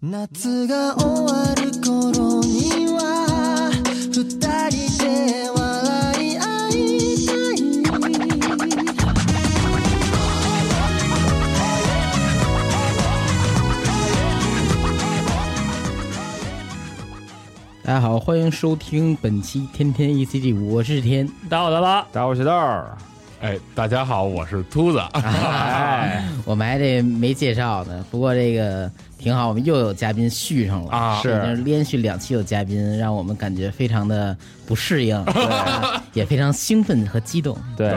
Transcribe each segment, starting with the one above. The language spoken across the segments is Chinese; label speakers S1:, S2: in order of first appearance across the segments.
S1: 夏が終わる頃には二人で笑い合いたい
S2: 大家好，欢迎收听本期天天 ECG，我是天。
S3: 打我的吧，
S4: 大家好，我是豆儿。
S5: 哎，大家好，我是秃子。
S4: 哎，
S2: 我们还这没介绍呢，不过这个挺好，我们又有嘉宾续上了
S5: 啊
S2: 已经连续两期有嘉宾，让我们感觉非常的不适应，也非常兴奋和激动。
S4: 对，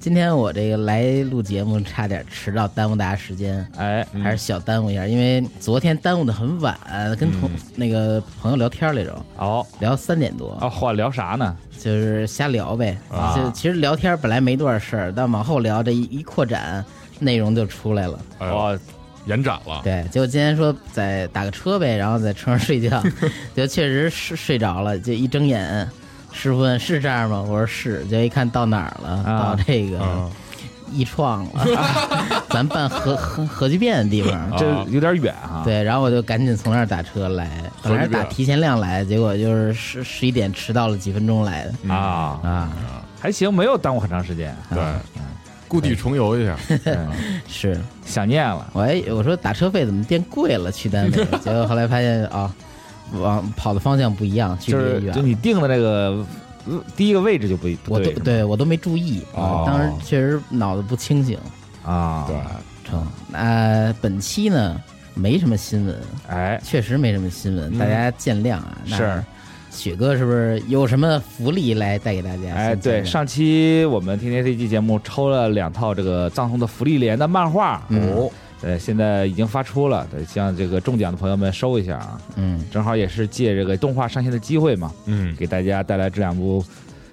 S2: 今天我这个来录节目差点迟到，耽误大家时间。
S4: 哎，
S5: 嗯
S2: 还是小耽误一下，因为昨天耽误的很晚，跟同、那个朋友聊天来着，
S4: 哦，
S2: 聊三点多，
S4: 啊，嚯，聊啥呢？
S2: 就是瞎聊呗。
S4: 啊
S2: 就其实聊天本来没多少事儿，但往后聊这一一扩展，内容就出来了。
S5: 哎呦，
S4: 我
S5: 延展了。
S2: 对，结果今天说在打个车呗，然后在车上睡 觉，就确实是睡着了，就一睁眼，师傅问是这儿吗？我说是，就一看到哪儿了，
S4: 啊
S2: 到这个。
S5: 嗯
S2: 易创了， 咱办核核核聚变的地方，
S4: 这有点远啊。，
S2: 对，然后我就赶紧从那儿打车来，本来是打
S5: 合理的
S2: 提前量来，结果就是十十一点迟到了几分钟来的
S4: 啊，
S2: 啊，
S5: 嗯
S4: 还行，没有耽误很长 时间。
S5: 对，故地重游一下。
S2: 是，
S4: 想念了，
S2: 我还我说打车费怎么变贵了？去单 位，结果后来发现啊、往跑的方向不一样，距
S4: 就
S2: 离
S4: 是
S2: 也
S4: 就
S2: 远。
S4: 你定的那个呃第一个位置就不
S2: 我都
S4: 不对
S2: 对我都没注意，啊
S4: 哦
S2: 当时确实脑子不清醒。
S4: 啊。
S5: 对，，
S2: 成，那本期呢没什么新闻，
S4: 哎，
S2: 确实没什么新闻，大家见谅啊。那
S4: 嗯是，
S2: 雪哥是不是有什么福利来带给大家？
S4: 哎，
S2: 先见
S4: 对，
S2: 谅
S4: 上期我们天天 C G 节目抽了两套这个藏红的福利连的漫画，
S2: 嗯，
S4: 对，现在已经发出了，对，希望这个中奖的朋友们收一下啊，
S2: 嗯，
S4: 正好也是借这个动画上线的机会嘛，
S5: 嗯，
S4: 给大家带来这两部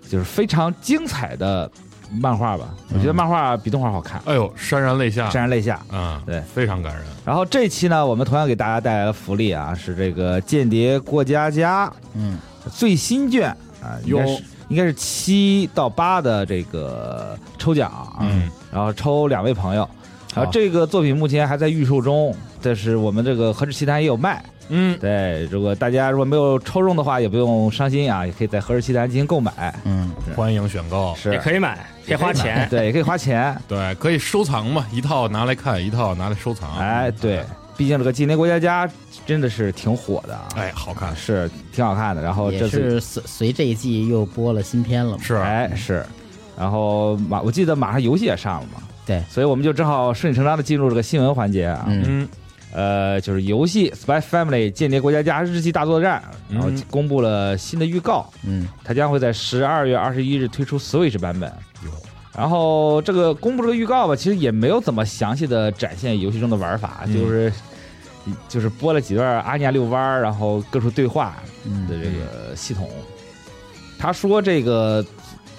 S4: 就是非常精彩的漫画吧。我觉得漫画比动画好看，
S5: 哎呦，潸然泪下
S4: 潸。然泪下。
S5: 嗯，
S4: 对
S5: 非常感人。
S4: 然后这期呢，我们同样给大家带来了福利啊，是这个《间谍过家家》
S2: 嗯
S4: 最新卷啊，应该
S5: 哟
S4: 是应该是七到八的这个抽奖啊，
S5: 嗯
S4: 然后抽两位朋友。然
S2: 好
S4: 后这个作品目前还在预售中，但是我们这个何氏奇谈也有卖，
S5: 嗯，
S4: 对，如果大家如果没有抽中的话，也不用伤心啊，也可以在何氏奇谈进行购买，
S2: 嗯，
S5: 欢迎选购。
S4: 是
S3: 也可以买，别花钱。
S4: 对，也可以花 钱，
S5: 对，可以收藏嘛，一套拿来看，一套拿来收藏。
S4: 哎，对，毕竟这个《间谍过家家》真的是挺火的啊，
S5: 哎，好看。
S4: 是挺好看的。然后
S2: 也
S4: 哦这次
S2: 是随随这一季又播了新片了嘛。
S5: 是，啊
S4: 哎是，然后马我记得马上游戏也上了嘛，
S2: 对
S4: 所以我们就正好顺理成章的进入这个新闻环节啊，
S2: 嗯
S5: 嗯
S4: 呃，就是游戏《Spy Family 间谍国家家日记大作战》，然后
S5: 嗯
S4: 公布了新的预告，
S2: 嗯
S4: 它将会在十二月二十一日推出 Switch 版本
S5: 哟。
S4: 然后这个公布这个预告吧，其实也没有怎么详细的展现游戏中的玩法，
S5: 嗯
S4: 就是就是播了几段阿尼亚遛弯儿，然后各处对话的
S2: 嗯
S4: 这个系统。他说这个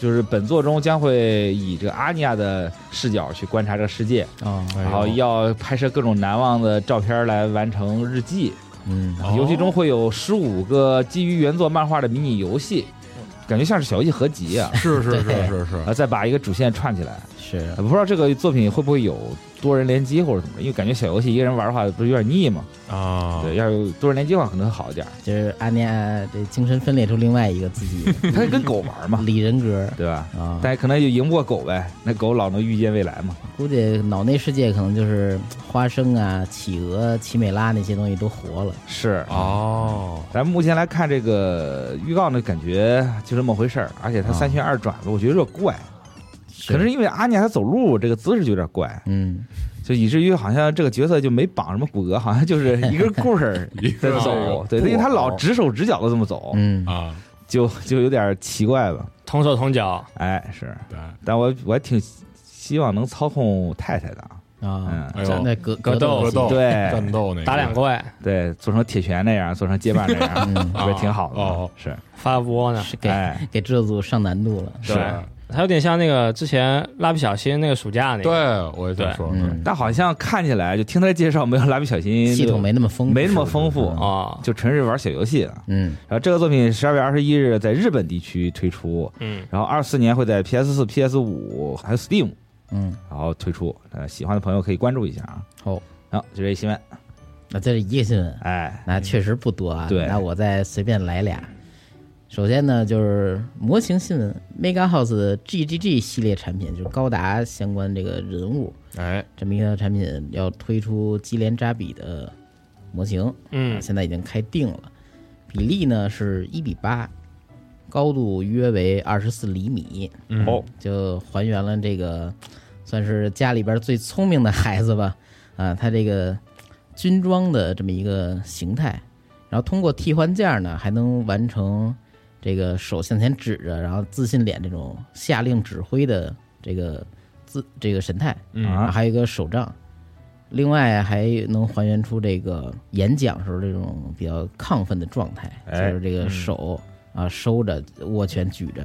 S4: 就是本作中将会以这个阿尼亚的视角去观察这个世界，
S2: 哦
S5: 哎呦
S4: 然后要拍摄各种难忘的照片来完成日记。
S2: 嗯
S5: 哦，
S4: 啊游戏中会有十五个基于原作漫画的迷你游戏，感觉像是小游戏合集啊
S5: 是
S2: 对
S5: 是是是是
S4: 然。后再把一个主线串起来。呃
S2: 是啊
S4: 不知道这个作品会不会有多人联机或者怎么，因为感觉小游戏一个人玩的话不是有点腻嘛？
S5: 啊，
S4: 对，要有多人联机的话可能会好一点。
S2: 就是阿尼亚这精神分裂出另外一个自己
S4: 它是跟狗玩嘛，
S2: 李人格
S4: 对吧？
S2: 啊，
S4: 但可能也赢不过狗呗，那狗老能预见未来嘛。
S2: 估计脑内世界可能就是花生啊、企鹅、奇美拉那些东西都活了。
S4: 是，
S5: 哦，
S4: 咱们目前来看这个预告呢，感觉就这么回事儿，而且它三旋二转吧，我觉得有点怪，可啊能是因为阿尼亚她走路这个姿势就有点怪。
S2: 嗯，
S4: 就以至于好像这个角色就没绑什么骨骼，好 像就是一根棍儿在走
S5: 走。
S4: 对，因为他老直手直脚的这么走，
S2: 哦嗯
S5: 啊，
S4: 就就有点奇怪吧。
S3: 同手同脚，
S4: 哎，是，
S5: 对，
S4: 但我我还挺希望能操控太太的啊。
S2: 啊，
S5: 哎呦
S2: 站在格
S3: 格斗
S2: 斗
S5: 格斗
S4: 对
S5: 战斗那个
S3: 打两怪，
S4: 对，做成铁拳那样，做成街霸那样，
S2: 嗯
S4: 不是挺好的吗？
S5: 哦
S4: 是，
S3: 发波呢。
S2: 是给
S4: 哎，
S2: 给制作组上难度了。
S3: 对，它有点像那个之前蜡笔小新那个暑假那个。
S5: 对，我也想
S3: 对
S5: 说，
S2: 嗯，
S4: 但好像看起来就听他介绍，没有蜡笔小新
S2: 系统没那么丰富，哦
S4: 没那么丰富，
S3: 啊，
S4: 就纯是玩小游戏了。
S2: 嗯
S4: 然后这个作品十二月二十一日在日本地区推出，
S3: 嗯，
S4: 然后二四年会在 PS 四、PS 五还有 Steam
S2: 嗯，
S4: 然后推出，呃，喜欢的朋友可以关注一下啊。
S2: 好，
S4: 好，就这一新闻。
S2: 那啊这是一个新闻，
S4: 哎，
S2: 那确实不多啊。
S4: 对
S2: 那我再随便来俩。首先呢，就是模型新闻，Mega House GGG 系列产品，就是高达相关这个人物，
S5: 哎，
S2: 这么一个产品要推出基连扎比的模型，
S3: 嗯
S2: 现在已经开定了，比例呢是一比八，高度约为二十四厘米，
S5: 嗯
S4: 哦，
S2: 就还原了这个算是家里边最聪明的孩子吧，啊，他这个军装的这么一个形态，然后通过替换件呢，还能完成这个手向前指着，然后自信脸这种下令指挥的这个自这个神态，
S5: 嗯
S4: 啊
S2: 啊，还有一个手杖，另外还能还原出这个演讲时候这种比较亢奋的状态，
S4: 哎嗯
S2: 就是这个手、啊收着握拳举着，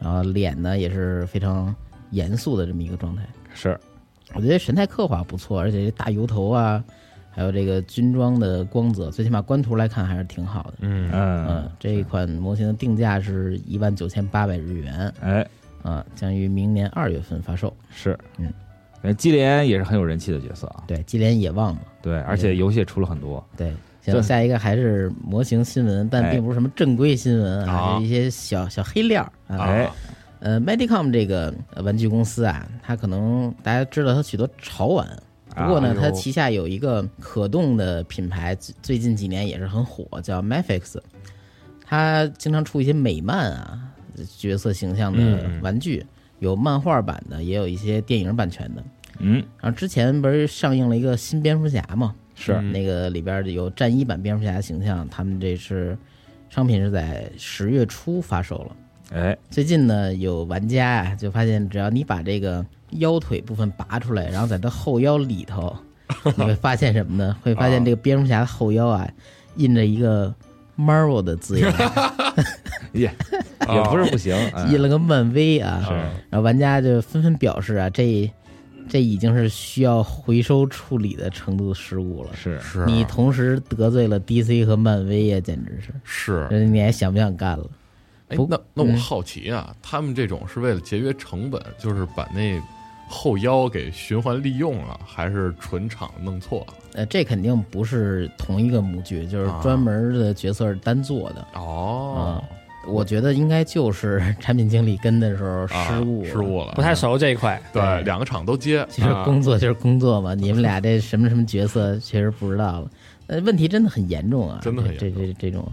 S2: 然后脸呢也是非常严肃的这么一个状态。
S4: 是，
S2: 我觉得神态刻画不错，而且这大油头啊，还有这个军装的光泽，最起码官图来看还是挺好的。
S5: 嗯，
S4: 嗯
S2: 嗯，，这一款模型的定价是一万九千八百日元，
S4: 哎，
S2: 啊，将于明年二月份发售。
S4: 是，
S2: 嗯
S4: 呃，基连也是很有人气的角色啊，
S2: 对，接连野望嘛，
S4: 对，而且游戏也出了很多，
S2: 对，
S4: 对
S2: 行，下一个还是模型新闻，但
S4: 哎
S2: 并不是什么正规新闻
S5: 啊
S2: 啊，是一些小小黑料儿啊。
S4: 哎，
S2: 呃，Medicom 这个呃玩具公司啊，它可能大家知道它许多潮玩，不过
S5: 啊
S2: 呢，
S5: 哎呦
S2: 它旗下有一个可动的品牌，最最近几年也是很火，叫 Mafix，它经常出一些美漫啊角色形象的
S5: 嗯嗯
S2: 玩具，有漫画版的，也有一些电影版权的。
S4: 嗯，
S2: 然后之前不是上映了一个新蝙蝠侠嘛？
S4: 是，
S5: 嗯
S2: 那个里边有战衣版蝙蝠侠的形象，他们这是商品是在十月初发售了。
S4: 哎，
S2: 最近呢，有玩家啊就发现，只要你把这个腰腿部分拔出来，然后在它后腰里头，你会发现什么呢？会发现这个蝙蝠侠的后腰啊，印着一个 Marvel 的字样，
S4: 也也不是不行，哎
S2: 印了个漫威啊。
S4: 是
S2: 然后玩家就纷纷表示啊，这这已经是需要回收处理的程度失误了。
S4: 是，
S5: 是
S2: 你同时得罪了 DC 和漫威呀、简直是，
S5: 是
S2: 人家你还想不想干了？
S5: 哎
S2: 不，
S5: 那那我
S2: 嗯
S5: 好奇啊，他们这种是为了节约成本，就是把那后腰给循环利用了，还是纯厂弄错了？
S2: 呃，这肯定不是同一个模具，就是
S5: 啊
S2: 专门的角色单做的。
S5: 哦，
S2: 我觉得应该就是 产品经理跟的时候
S5: 啊
S2: 失误、
S5: 失。误了，
S3: 不太熟这一块。
S5: 对，
S2: 对
S5: 两个厂都接，
S2: 其实工作就是工作
S5: 啊
S2: 嘛，你们俩这什么什么角色，确实不知道 了。呃，问题真的很严重啊，
S5: 真的很
S2: 这
S5: 严重
S2: 这这这种，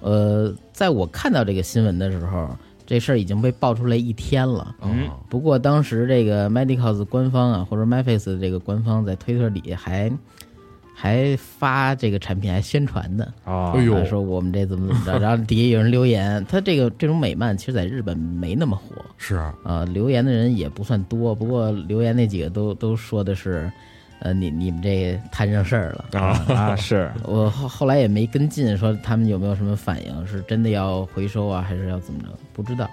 S2: 呃，在我看到这个新闻的时候，这事儿已经被爆出来一天了。
S5: 嗯
S2: 不过当时这个 Medicals 官方啊，或者 m y f a c e 这个官方在推特里还还发这个产品还宣传呢，
S4: 啊，
S5: 哎呦
S2: 啊说我们这怎么怎 么着，然后底下有人留言，他这个这种美漫其实在日本没那么火
S5: 是啊
S2: 啊、留言的人也不算多，不过留言那几个都都说的是，呃，你你们这摊上事儿了。
S4: 啊，是，
S2: 我后后来也没跟进，说他们有没有什么反应，是真的要回收啊，还是要怎么着？不知道，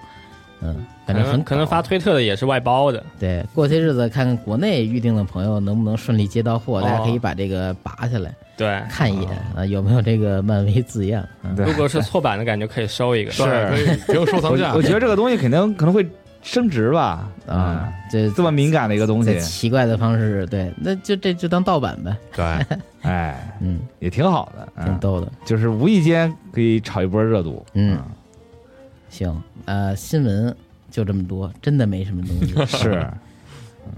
S2: 嗯，
S3: 可
S2: 反正很
S3: 能可能
S2: 搞
S3: 发推特的也是外包的，
S2: 对，过些日子看看国内预定的朋友能不能顺利接到货，
S3: 哦
S2: 大家可以把这个拔下来
S3: 对。
S2: 看一眼
S4: 哦
S2: 啊，有没有这个漫威字样啊？
S4: 对
S3: 如果是错版的，感觉可以收 一个。
S5: 对可以挺有收藏
S4: 我
S5: 价
S4: 我觉得这个东西肯定可能会升值吧，
S2: 啊
S4: 啊，，
S2: 这
S4: 这么敏感的一个东西
S2: 这，奇怪的方式，对，那就这就当盗版呗，
S5: 对，
S4: 哎，
S2: 嗯，
S4: 也挺好的，嗯
S2: 挺逗的，
S4: 就是无意间可以炒一波热度，
S2: 嗯，行，呃，新闻就这么多，真的没什么 东西，
S4: 嗯 是，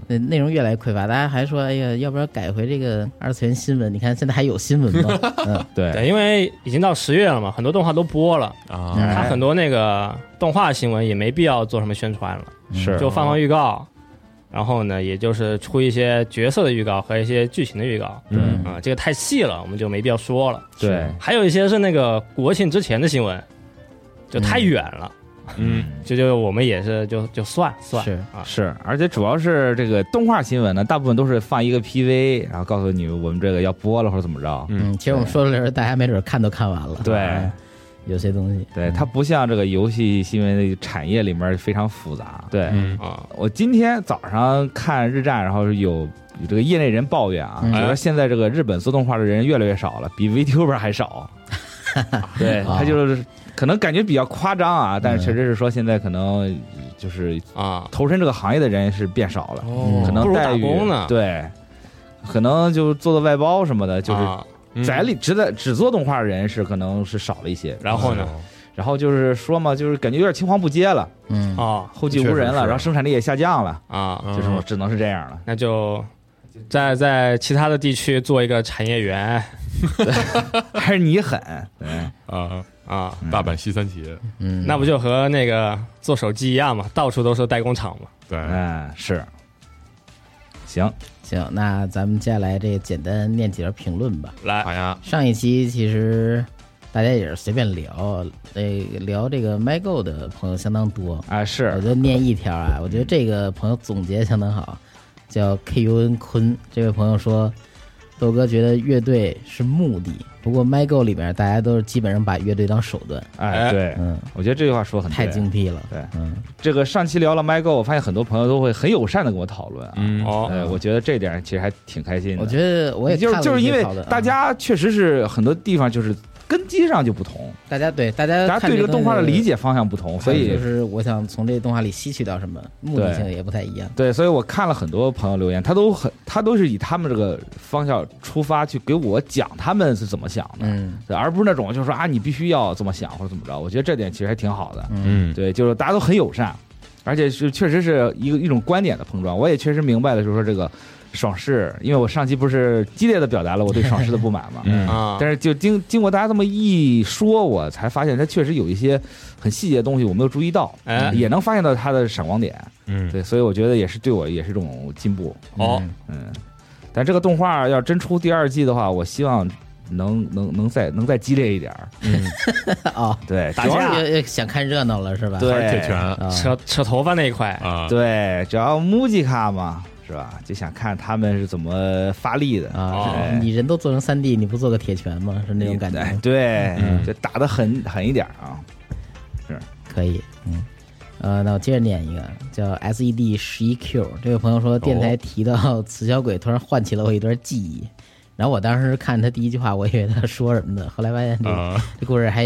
S2: 那内容越来越匮乏，大家还说，哎呀，要不要改回这个二次元新闻？你看现在还有新闻吗？ 嗯，
S4: 对，
S3: 对，因为已经到十月了嘛，很多动画都播了，
S5: 啊，
S4: 哎
S3: 它很多那个动画新闻也没必要做什么宣传了，
S2: 嗯
S4: 是，
S3: 就放放预告，然后呢，也就是出一些角色的预告和一些剧情的预告。
S4: 嗯，
S3: 啊、这个太细了，我们就没必要说了。
S4: 哎对，
S3: 还有一些是那个国庆之前的新闻，就太远了，
S5: 嗯，
S3: 就就我们也是就就算算
S2: 是
S3: 啊，
S4: 是，而且主要是这个动画新闻呢，大部分都是放一个 PV，然后告诉你我们这个要播了或者怎么着。
S5: 嗯
S2: 嗯，其实我们说的时候，大家没准看都看完了，
S4: 对
S2: 啊，有些东西，
S4: 对，它不像这个游戏新闻的产业里面非常复杂。对，
S5: 嗯
S3: 啊，
S4: 我今天早上看日站，然后有有这个业内人抱怨啊，
S2: 嗯
S4: 就说现在这个日本做动画的人越来越少了，比 VTuber 还少。对
S2: 啊
S4: 他就是可能感觉比较夸张啊，但是
S2: 嗯
S4: 确实是说现在可能就是
S3: 啊，
S4: 投身这个行业的人是变少了，
S5: 哦
S4: 可
S3: 不
S4: 能
S3: 如
S4: 待
S3: 打
S4: 遇
S3: 工呢
S4: 对，可能就做做外包什么的，就是
S3: 啊
S5: 嗯
S4: 宅里只在只做动画的人是可能是少了一些，
S3: 然后呢？
S4: 然后就是说嘛，就是感觉有点青黄不接了，
S2: 嗯，
S3: 哦
S4: 后继无人
S5: 确实
S4: 了，
S5: 是
S4: 然后生产力也下降了，
S3: 啊，
S5: 嗯
S4: 就是我只能是这样了。
S3: 那就在在其他的地区做一个产业园
S4: 还是你狠，对
S2: 哎
S5: 啊，
S3: 啊，
S5: 大阪西三旗，
S2: 嗯，
S3: 那不就和那个做手机一样嘛，到处都是代工厂嘛。
S5: 对，
S4: 嗯，是。行，
S2: 行，那咱们接下来这简单念几条评论吧。
S3: 来，
S5: 好呀，
S2: 上一期其实大家也是随便聊，这聊这个 MyGo 的朋友相当多，
S4: 啊，
S2: 我
S4: 是
S2: 就念一条啊，我觉得这个朋友总结相当好，叫 KUN 坤这位朋友说，豆哥觉得乐队是目的，不过 MyGo 里边大家都是基本上把乐队当手段，
S4: 哎，对，
S2: 嗯，
S4: 我觉得这句话说得很
S2: 太
S4: 对
S2: 精辟了，
S4: 对
S2: 嗯，
S4: 这个上期聊了 MyGo，我发现很多朋友都会很友善的跟我讨论啊，
S5: 嗯，
S3: 哦，
S4: 呃，我觉得这点其实还挺开心的。
S2: 我觉得我也
S4: 就是
S2: 看了
S4: 就是
S2: 一些
S4: 因为
S2: 讨论啊
S4: 大家确实是很多地方就是根基上就不同，
S2: 大家对大家
S4: 大家
S2: 呃看
S4: 对这个
S2: 东
S4: 动
S2: 西
S4: 画的理解方向不同，所
S2: 还有
S4: 以
S2: 就是我想从这动画里吸取到什么，目的性
S4: 对
S2: 也不太一样。
S4: 对，所以我看了很多朋友留言，他都很他都是以他们这个方向出发去给我讲他们是怎么想的，
S2: 嗯
S4: 对而不是那种就是说啊你必须要这么想或者怎么着，我觉得这点其实还挺好的。
S2: 嗯
S5: 嗯，，
S4: 对，就是大家都很友善，而且是确实是一个一种观点的碰撞。我也确实明白了，就是说这个爽视，因为我上期不是激烈的表达了我对爽视的不满嘛
S5: 嗯
S3: 啊，
S4: 但是就经经过大家这么一说，我才发现它确实有一些很细节的东西我没有注意到，
S3: 哎
S4: 也能发现到它的闪光点。
S5: 嗯，
S4: 对，所以我觉得也是对我也是一种进步。
S3: 哦，
S2: 嗯
S4: 嗯，但这个动画要真出第二季的话，我希望能能能再能再激烈一点儿。
S2: 哦，
S4: 对，
S3: 打
S4: 主要
S3: 架
S4: 是
S2: 也也想看热闹了是吧？
S4: 对
S5: 还是铁拳
S2: 啊，
S3: 扯扯头发那一块，
S5: 啊，
S4: 对，只要木吉卡嘛，是吧？就想看他们是怎么发力的
S3: 哦
S2: 啊，
S4: 对
S2: 是你人都做成三 D，你不做个铁拳吗？是那种感觉
S4: 哎
S2: 吗。
S4: 对，
S5: 嗯
S4: 就打得狠狠一点儿啊。
S2: 可以，嗯，呃，那我接着念一个，叫 S E D 十一 Q 这位朋友说，电台提到雌小鬼，突然唤起了我一段记忆。然后我当时看他第一句话，我以为他说什么的，后来发现这、
S5: 啊，
S2: 这故事还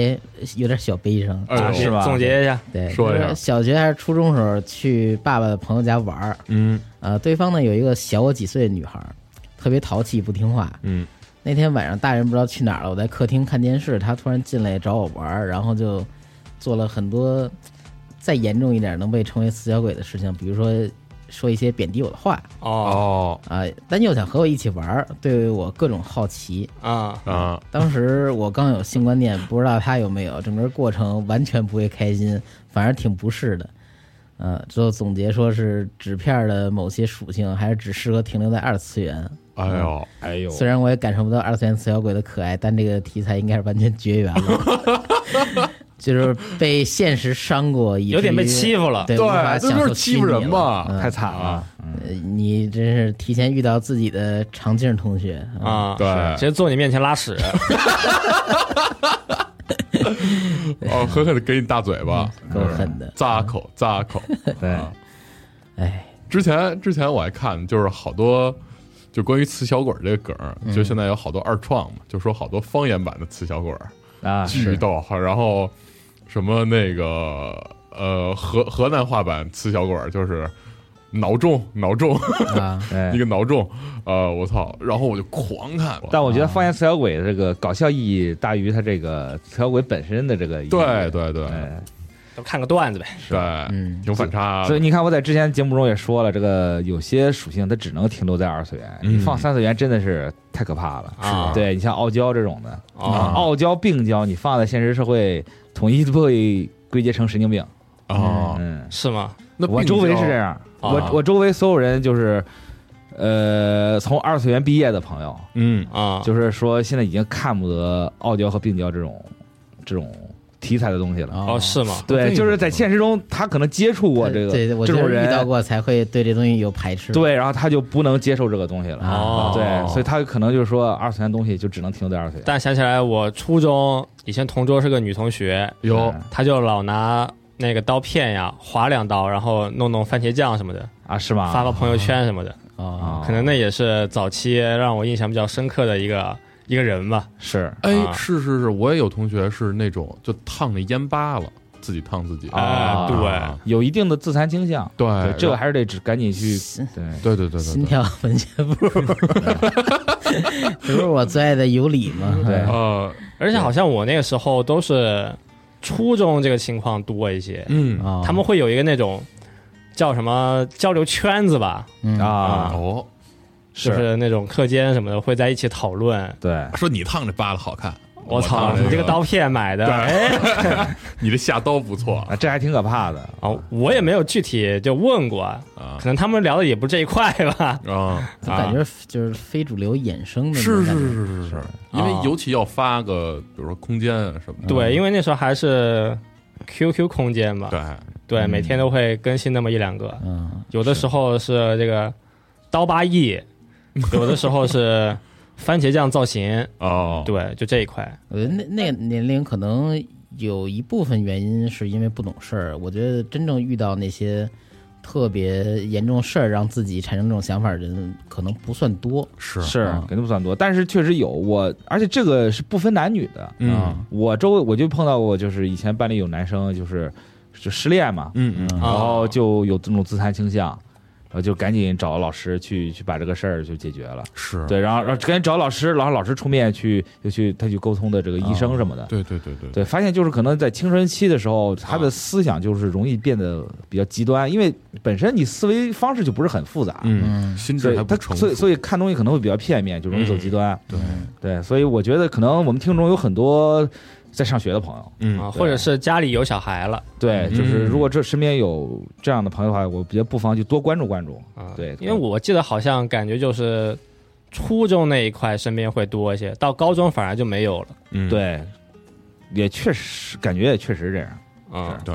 S2: 有点小悲伤。
S5: 哎呦
S3: 啊
S4: 是吧
S3: 总结一下，
S2: 对，
S5: 说一下
S2: 就是小学还是初中时候去爸爸的朋友家玩儿，
S5: 嗯
S2: 呃，对方呢有一个小我几岁的女孩儿，特别淘气不听话。
S5: 嗯
S2: 那天晚上大人不知道去哪儿了，我在客厅看电视，她突然进来找我玩儿，然后就做了很多再严重一点能被称为死小鬼的事情，比如说说一些贬低我的话
S3: 哦
S5: 哦
S2: 啊、但又想和我一起玩儿，对我各种好奇。
S3: 啊，
S5: 啊，
S2: 当时我刚有性观念，不知道他有没有，整个过程完全不会开心，反而挺不适的。呃，最后总结说是纸片的某些属性还是只适合停留在二次元。
S5: 哎呦，
S4: 哎呦
S2: 虽然我也感受不到二次元死小鬼的可爱，但这个题材应该是完全绝缘了， 就是被现实伤过，以至于
S3: 有点被欺负了，
S2: 对，无法
S5: 对，这
S2: 享
S5: 就是
S2: 受
S5: 欺负人
S2: 吧？
S5: 嘛，
S4: 太惨了，
S2: 呃你真是提前遇到自己的长镜同学啊！
S3: 啊，
S5: 对
S3: 直接坐你面前拉屎，
S4: 嗯
S5: 哦，狠狠的给你大嘴巴，
S2: 够
S3: 嗯
S2: 狠的
S5: 咂口咂口，
S4: 对，
S2: 哎，
S5: 之前之前我还看，就是好多就关于雌小鬼儿这个梗儿，
S4: 嗯
S5: 就现在有好多二创嘛，就说好多方言版的雌小鬼儿
S4: 啊，
S5: 巨
S4: 是
S5: 逗，然后什么那个呃河河南话版雌小鬼儿就是挠中挠中
S2: 啊，
S5: 一
S4: 对。
S5: 个挠中，呃我操，然后我就狂看，
S4: 但我觉得方言四小鬼这个搞笑意义大于它这个四小鬼本身的这个意义。
S5: 对对对
S4: 哎
S3: 都看个段子呗。
S5: 对，
S2: 嗯
S5: 有反差
S4: 所以你看，我在之前节目中也说了，这个有些属性它只能停留在二次元，
S5: 嗯
S4: 你放三次元真的是太可怕了。
S3: 啊
S4: 对你像傲娇这种的，
S3: 哦
S4: 傲娇、病娇，你放在现实社会，统一会归结成神经病。
S5: 啊，
S4: 嗯，
S3: 是吗？
S5: 那
S4: 我
S5: 病
S4: 周围
S5: 娇
S4: 是这，样，
S3: 啊
S4: 我我周围所有人就是，呃，从二次元毕业的朋友，
S5: 嗯
S3: 啊，
S4: 就是说现在已经看不得傲娇和病娇这种这种题材的东西了。
S3: 哦是吗？
S5: 这
S4: 对，
S5: 个
S4: 就是在现实中，他可能接触过这个
S2: 对，我
S4: 这
S2: 就是
S4: 种人
S2: 遇到过才会对这东西有排斥。，
S4: 对，然后他就不能接受这个东西了。
S3: 哦，
S4: 对，所以他可能就是说，二次元东西就只能停留在二次元。
S3: 但想起来，我初中以前同桌是个女同学，
S5: 有
S4: 嗯
S3: 她就老拿那个刀片呀划两刀，然后弄弄番茄酱什么的，
S4: 啊，是吗？
S3: 发个朋友圈什么的。
S2: 哦，
S4: 啊，
S3: 可能那也是早期让我印象比较深刻的一个一个人吧。
S4: 是
S5: 哎
S3: 啊
S5: 是是是，我也有同学是那种就烫那烟疤了。自己烫自己。
S4: 啊
S5: 啊
S4: 有一定的自残倾向。
S5: 对对，
S4: 对，这个还是得只赶紧去
S2: 心
S4: 对。
S5: 对对对对
S2: 心
S5: 对。
S2: 跳文学部， 这不是我最爱的有理吗？
S4: 对
S3: 呃，而且好像我那个时候都是初中这个情况多一些，
S5: 嗯
S2: 哦
S3: 他们会有一个那种叫什么交流圈子吧，
S2: 嗯
S4: 啊，
S5: 哦，
S3: 就，是那种课间什么的会在一起讨论。
S4: 对，啊
S5: 说你烫这疤的好看，
S3: 我操，
S5: 烫
S3: 你这个刀片买的，
S5: 对
S3: 哎，
S5: 你这下刀不错
S4: 啊，这还挺可怕的。
S3: 哦，我也没有具体就问过，
S5: 啊
S3: 可能他们聊的也不是这一块吧。
S5: 啊，
S2: 就感觉就是非主流衍生的那
S5: 是
S2: 种
S5: 是
S2: 感觉，
S5: 是是是，因为尤其要发个，比如说空间啊什么的，
S3: 对，因为那时候还是 QQ 空间嘛，
S5: 对，
S3: 对，每天都会更新那么一两个，
S2: 嗯，
S3: 有的时候是这个刀疤翼，有的时候是番茄酱造型，
S5: 哦，
S3: 对，就这一块。
S2: 我觉得那那个年龄可能有一部分原因是因为不懂事儿。我觉得真正遇到那些特别严重事儿，让自己产生这种想法的人，可能不算多。
S5: 是
S4: 是
S2: 嗯
S4: 肯定不算多，但是确实有我，而且这个是不分男女的。
S5: 嗯
S4: 我周围我就碰到过，就是以前班里有男生就是就失恋嘛，
S5: 嗯嗯
S2: 嗯
S4: 然后
S3: 哦
S4: 就有这种自残倾向，然后就赶紧找老师去去把这个事儿就解决了。
S5: 是，
S4: 对，然后然后赶紧找老师，然后老师出面去就去他去沟通的这个医生什么的。
S5: 对对对对
S4: 对，发现就是可能在青春期的时候，他的思想就是容易变得比较极端，因为本身你思维方式就不是很复杂，
S5: 嗯，
S2: 嗯，
S5: 心
S4: 所
S5: 智
S4: 以
S5: 还
S4: 他
S5: 不嗯成熟
S4: 所以，所以看东西可能会比较片面，就容易走极端。
S5: 对，
S2: 嗯
S4: 对，所以我觉得可能我们听众有很多在上学的朋友，
S3: 啊，
S5: 嗯
S3: 或者是家里有小孩了
S4: 对，就是
S5: 嗯
S4: 如果这身边有这样的朋友的话，我觉得不妨就多关注关注。
S3: 啊，
S4: 对
S3: 因为我记得好像感觉就是初中那一块身边会多一些，到高中反而就没有了。
S5: 嗯
S4: 对，也确实感觉也确实这样。
S3: 嗯，
S5: 对，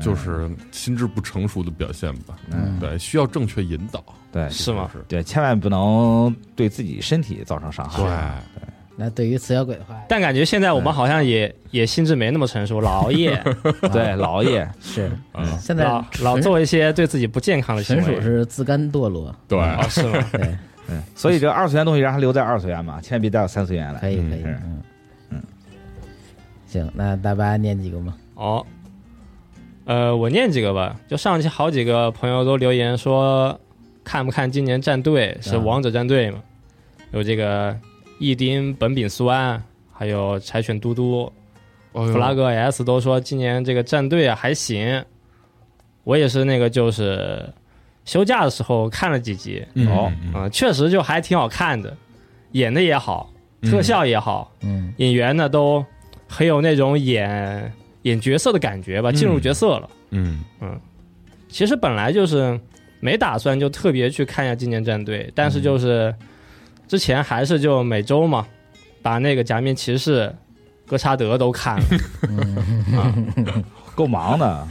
S5: 就是心智不成熟的表现吧，
S4: 嗯，
S5: 对，需要正确引导，
S4: 对
S3: 是吗？
S5: 是，
S4: 对，千万不能对自己身体造成伤害。
S5: 对，
S2: 那对于死小鬼的话，
S3: 但感觉现在我们好像也也心智没那么成熟，老熬夜，
S4: 对，老爷
S2: 是
S5: 嗯
S2: 现在
S3: 老
S2: 纯
S3: 老做一些对自己不健康的行
S2: 纯属
S3: 为。
S2: 是自甘堕落。
S5: 对，哎
S3: 啊，是 吗？
S2: 对，
S4: 嗯，所以这二次元东西，让它留在二次元嘛，千万别带到三次元来。
S2: 可以
S5: 嗯
S2: 可以，
S4: 是
S2: 嗯
S4: 嗯
S2: 行，那大巴念几个吗？
S3: 哦，呃，我念几个吧。就上期好几个朋友都留言说，看不看今年战队是
S2: 啊
S3: 王者战队嘛？有这个一丁本丙酸，还有柴犬嘟嘟、弗
S2: 哎
S5: 弗
S3: 拉格 S 都说今年这个战队啊还行。我也是那个就是休假的时候看了几集，
S2: 嗯
S5: 哦，
S3: 啊、确实就还挺好看的，演的也好，特效也好，
S2: 嗯
S3: 演员呢都很有那种演演角色的感觉吧，
S5: 嗯
S3: 进入角色了。
S5: 嗯
S3: 其实本来就是没打算就特别去看一下今年战
S5: 嗯
S3: 队，但是就是之前还是就每周嘛，把那个假面骑士、哥查德都看
S5: 哎
S3: 了。
S4: 够忙的，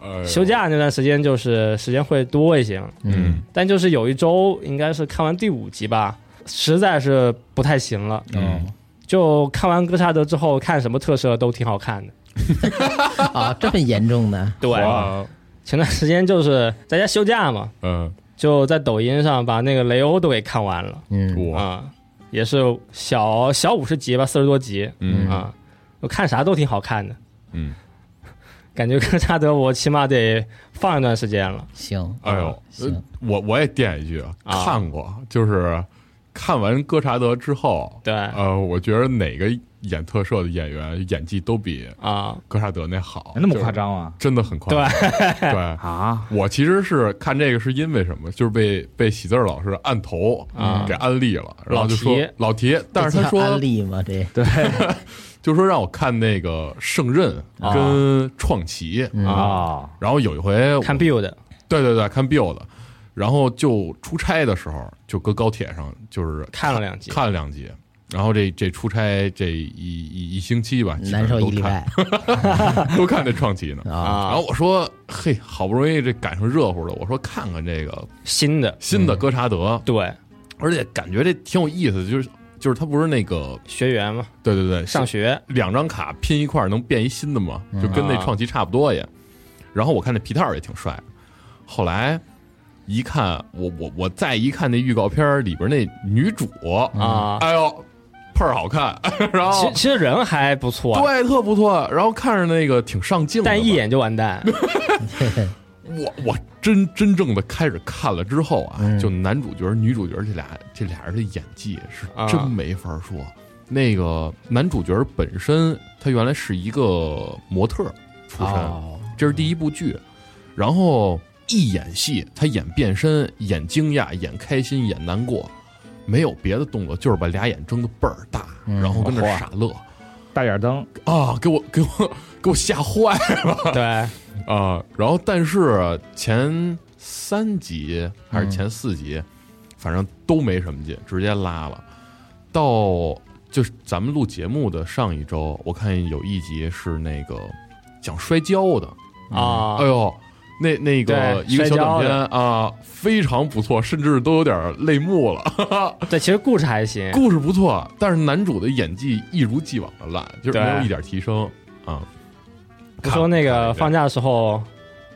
S5: 呃
S3: 休假那段时间就是时间会多一些，
S5: 嗯
S3: 但就是有一周应该是看完第五集吧，实在是不太行了。
S5: 嗯
S3: 就看完哥查德之后，看什么特摄都挺好看的。
S2: 啊，这么严重的，
S3: 对，
S5: 哇
S3: 前段时间就是在家休假嘛，
S5: 嗯
S3: 就在抖音上把那个雷欧都给看完了
S2: 嗯，
S5: 我
S3: 啊、也是小小五十集吧，四十多集
S5: 嗯
S3: 啊、我看啥都挺好看的，
S5: 嗯
S3: 感觉哥查德我起码得放一段时间了。
S2: 行，
S5: 哎呦，
S2: 行
S5: 呃我我也垫一句，
S3: 啊
S5: 看过，就是看完《哥查德》之后，
S3: 对
S5: 呃，我觉得哪个演特摄的演员演技都比
S3: 啊，
S5: 哥查德那好，
S4: 那么夸
S5: 就是
S4: 张啊吗？
S5: 真的很夸张。对
S4: 啊，
S5: 我其实是看这个是因为什么，就是被被喜字儿老师按头嗯
S3: 啊
S5: 给安利了，然后就说
S3: 老提
S5: 老提，但是
S2: 这
S5: 他
S2: 叫安
S5: 说
S2: 利嘛，这
S5: 就说让我看那个圣刃
S3: 啊
S5: 跟创奇，
S4: 啊，
S5: 然后有一回我
S3: 看 build
S5: 对对对，看 Bill 的。然后就出差的时候，就搁高铁上，就是
S3: 看了两集，
S5: 看了两集。然后这这出差这一一一星期吧，基
S2: 难
S5: 本上
S2: 受一
S5: 都
S2: 礼
S5: 看
S2: 拜
S5: 都看这创奇呢。
S2: 啊，
S5: 然
S3: 啊
S5: 后，我说，嘿，好不容易这赶上热乎了，我说看看这个
S3: 新的
S5: 新的哥查德，
S3: 对
S5: 而且感觉这挺有意思的，就是就是它不是那个，
S3: 学员嘛，
S5: 对对对，
S3: 上学
S5: 两张卡拼一块儿能变一新的嘛，就跟那
S3: 啊
S5: 创奇差不多也。然后我看那皮套儿也挺帅，后来一看，我我我再一看那预告片儿里边那女主，
S3: 啊，
S5: 哎呦，倍儿好看， 然
S3: 其
S5: 后
S3: 其实人还不错，
S5: 哦
S3: 啊
S5: 对特不错，然后看着那个挺上镜的嘛，
S3: 但一眼就完蛋。
S5: 我我真真正的开始看了之后啊，
S2: 嗯
S5: 就男主角、女主角这俩这俩人的演技是
S3: 啊
S5: 真没法说。那个男主角本身他原来是一个模特出身，
S2: 哦，
S5: 这是第一部剧，然后一演戏他演变身、演惊讶、演开心、演难过，没有别的动作，就是把俩眼睁得倍儿大，
S2: 嗯
S5: 然后跟那
S4: 哇
S5: 傻乐
S4: 大眼灯，
S5: 啊，给我给我给我吓坏
S3: 对，
S5: 啊，然后但是前三集还是
S2: 嗯
S5: 前四集，反正都没什么劲，直接拉了。到就是咱们录节目的上一周，我看有一集是那个讲摔跤的，
S3: 啊
S5: 哎，呦，那那个
S3: 对
S5: 一个小短
S3: 摔跤
S5: 片
S3: 的
S5: 啊，非常不错，甚至都有点泪目了。
S3: 对，其实故事还行，
S5: 故事不错，但是男主的演技一如既往的烂，就是没有
S3: 对
S5: 一点提升啊。
S3: 我说那
S5: 看了一
S3: 个
S5: 遍
S3: 放假的时候，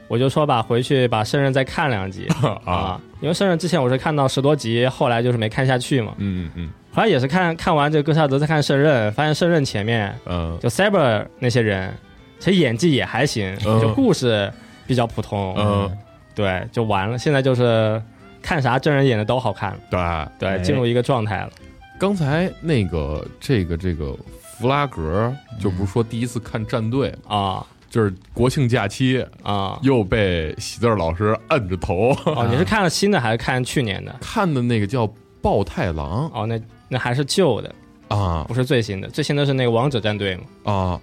S3: 我就说吧，回去把《圣刃》再看 两集
S5: 啊，
S3: 啊，因为《圣刃》之前我是看到十多集，后来就是没看下去嘛。
S5: 嗯嗯
S3: 后来也是看看完这个哥萨德，再看《圣刃》，发现《圣刃》前面
S5: 嗯呃
S3: 就 Cyber 那些人，其实演技也还行，
S5: 嗯
S3: 就故事比较普通，
S2: 嗯
S5: 呃，
S3: 对，就完了。现在就是看啥真人演的都好看，
S5: 对。
S3: 对
S4: 哎，
S3: 进入一个状态了。
S5: 刚才那个这个这个弗拉格就不是说第一次看战队，
S3: 啊
S5: 就是国庆假期
S3: 啊！
S5: 又被喜字儿老师摁着 头
S3: 哦，你是看了新的还是看去年的？
S5: 看的那个叫《暴太狼
S3: 哦，那那还是旧的，》
S5: 啊
S3: 不是最新的。最新的是那个王者战队嘛？
S5: 啊，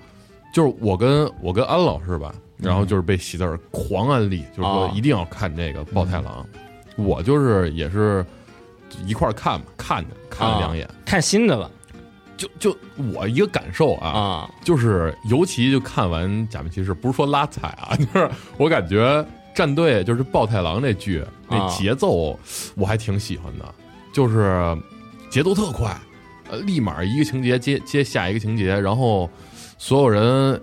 S5: 就是我跟我跟安老师吧，然后就是被喜字儿狂安利，就是说
S3: 啊
S5: 一定要看这个《暴太狼》，我就是也是一块儿看吧，看着看了两眼，
S3: 看新的吧。
S5: 就就我一个感受啊，
S3: 啊，
S5: 就是尤其就看完《假面骑士》，不是说拉踩啊， 就是我感觉战队就是暴太郎那剧那
S3: 啊
S5: 节奏，我还挺喜欢的，就是节奏特快，呃，立马一个情节接接下一个情节，然后所有人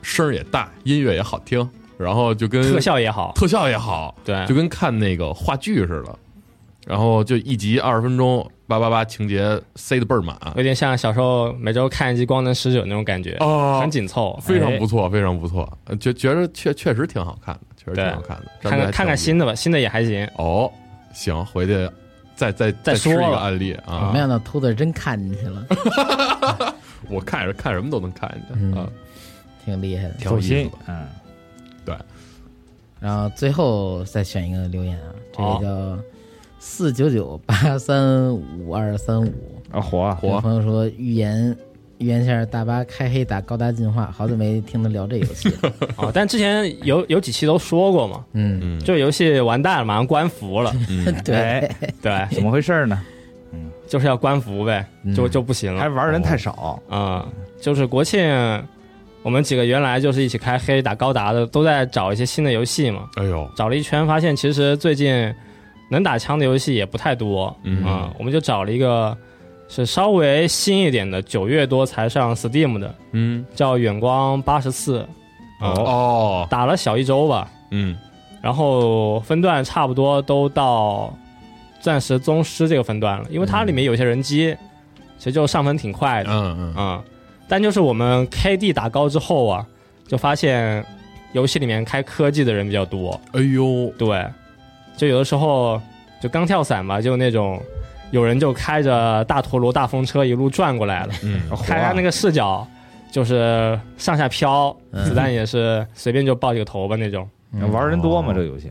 S5: 声儿也大，音乐也好听，然后就跟
S3: 特效哎也好，
S5: 特效也好，
S3: 对
S5: 就，跟看那个话剧似的，然后就一集二十分钟，叭叭叭情节塞得倍儿满，
S3: 有点像小时候每周看一集《光能使者》那种感觉，
S5: 哦
S3: 很紧凑。
S5: 非常不错，非常不错，呃觉觉着确确实挺好看的，确实
S3: 对
S5: 挺好看的。
S3: 看看看看新
S5: 的
S3: 的吧，新的也还行。
S5: 哦，行，回去再再
S3: 再
S5: 吃一
S3: 说
S5: 个
S3: 了
S5: 案例啊
S2: 没！想到秃子真看进去了，
S5: 我看着看什么都能看见
S2: 嗯
S5: 啊，
S2: 挺厉害的。
S5: 挺有意思的。
S4: 嗯，
S2: 然后最后再选一个留言啊，这
S3: 好
S5: 哦
S2: 个叫四九九八三五二三五，
S4: 啊火
S2: 有朋友说预言预言下大巴开黑打高达进化，好久没听他聊这游戏了。
S3: 啊，但之前有有几期都说过嘛，
S2: 嗯，
S5: 嗯，
S3: 这游戏完蛋了，马上官服 了，
S5: 嗯
S2: 对，
S4: 哎
S3: 对，
S4: 怎么回事呢？
S3: 就是要官服呗，就
S2: 嗯
S3: 就不行
S4: 还
S3: 了。
S4: 玩人太少，
S3: 啊，就是国庆，我们几个原来就是一起开黑打高达的，都在找一些新的游戏嘛，
S5: 哎呦，
S3: 找了一圈，发现其实最近能打枪的游戏也不太多，
S5: 嗯
S3: 啊，我们就找了一个是稍微新一点的，九月多才上 Steam 的，
S5: 嗯，
S3: 叫《远光八十四》，啊，
S5: 哦，
S3: 打了小一周吧，
S5: 嗯
S3: 然后分段差不多都到钻石宗师这个分段了，因为它里面有些人机，其实就上分挺快的，
S5: 嗯嗯，
S3: 啊、但就是我们 KD 打高之后啊，就发现游戏里面开科技的人比较多，
S5: 哎呦，
S3: 对，就有的时候就刚跳伞嘛，就那种有人就开着大陀螺、大风车一路转过来了，
S5: 嗯
S4: 啊火
S3: 看他那个视角就是上下飘，
S2: 嗯
S3: 子弹也是随便就爆几个头吧那种，
S2: 嗯
S4: 玩人多吗？
S5: 哦
S4: 这游戏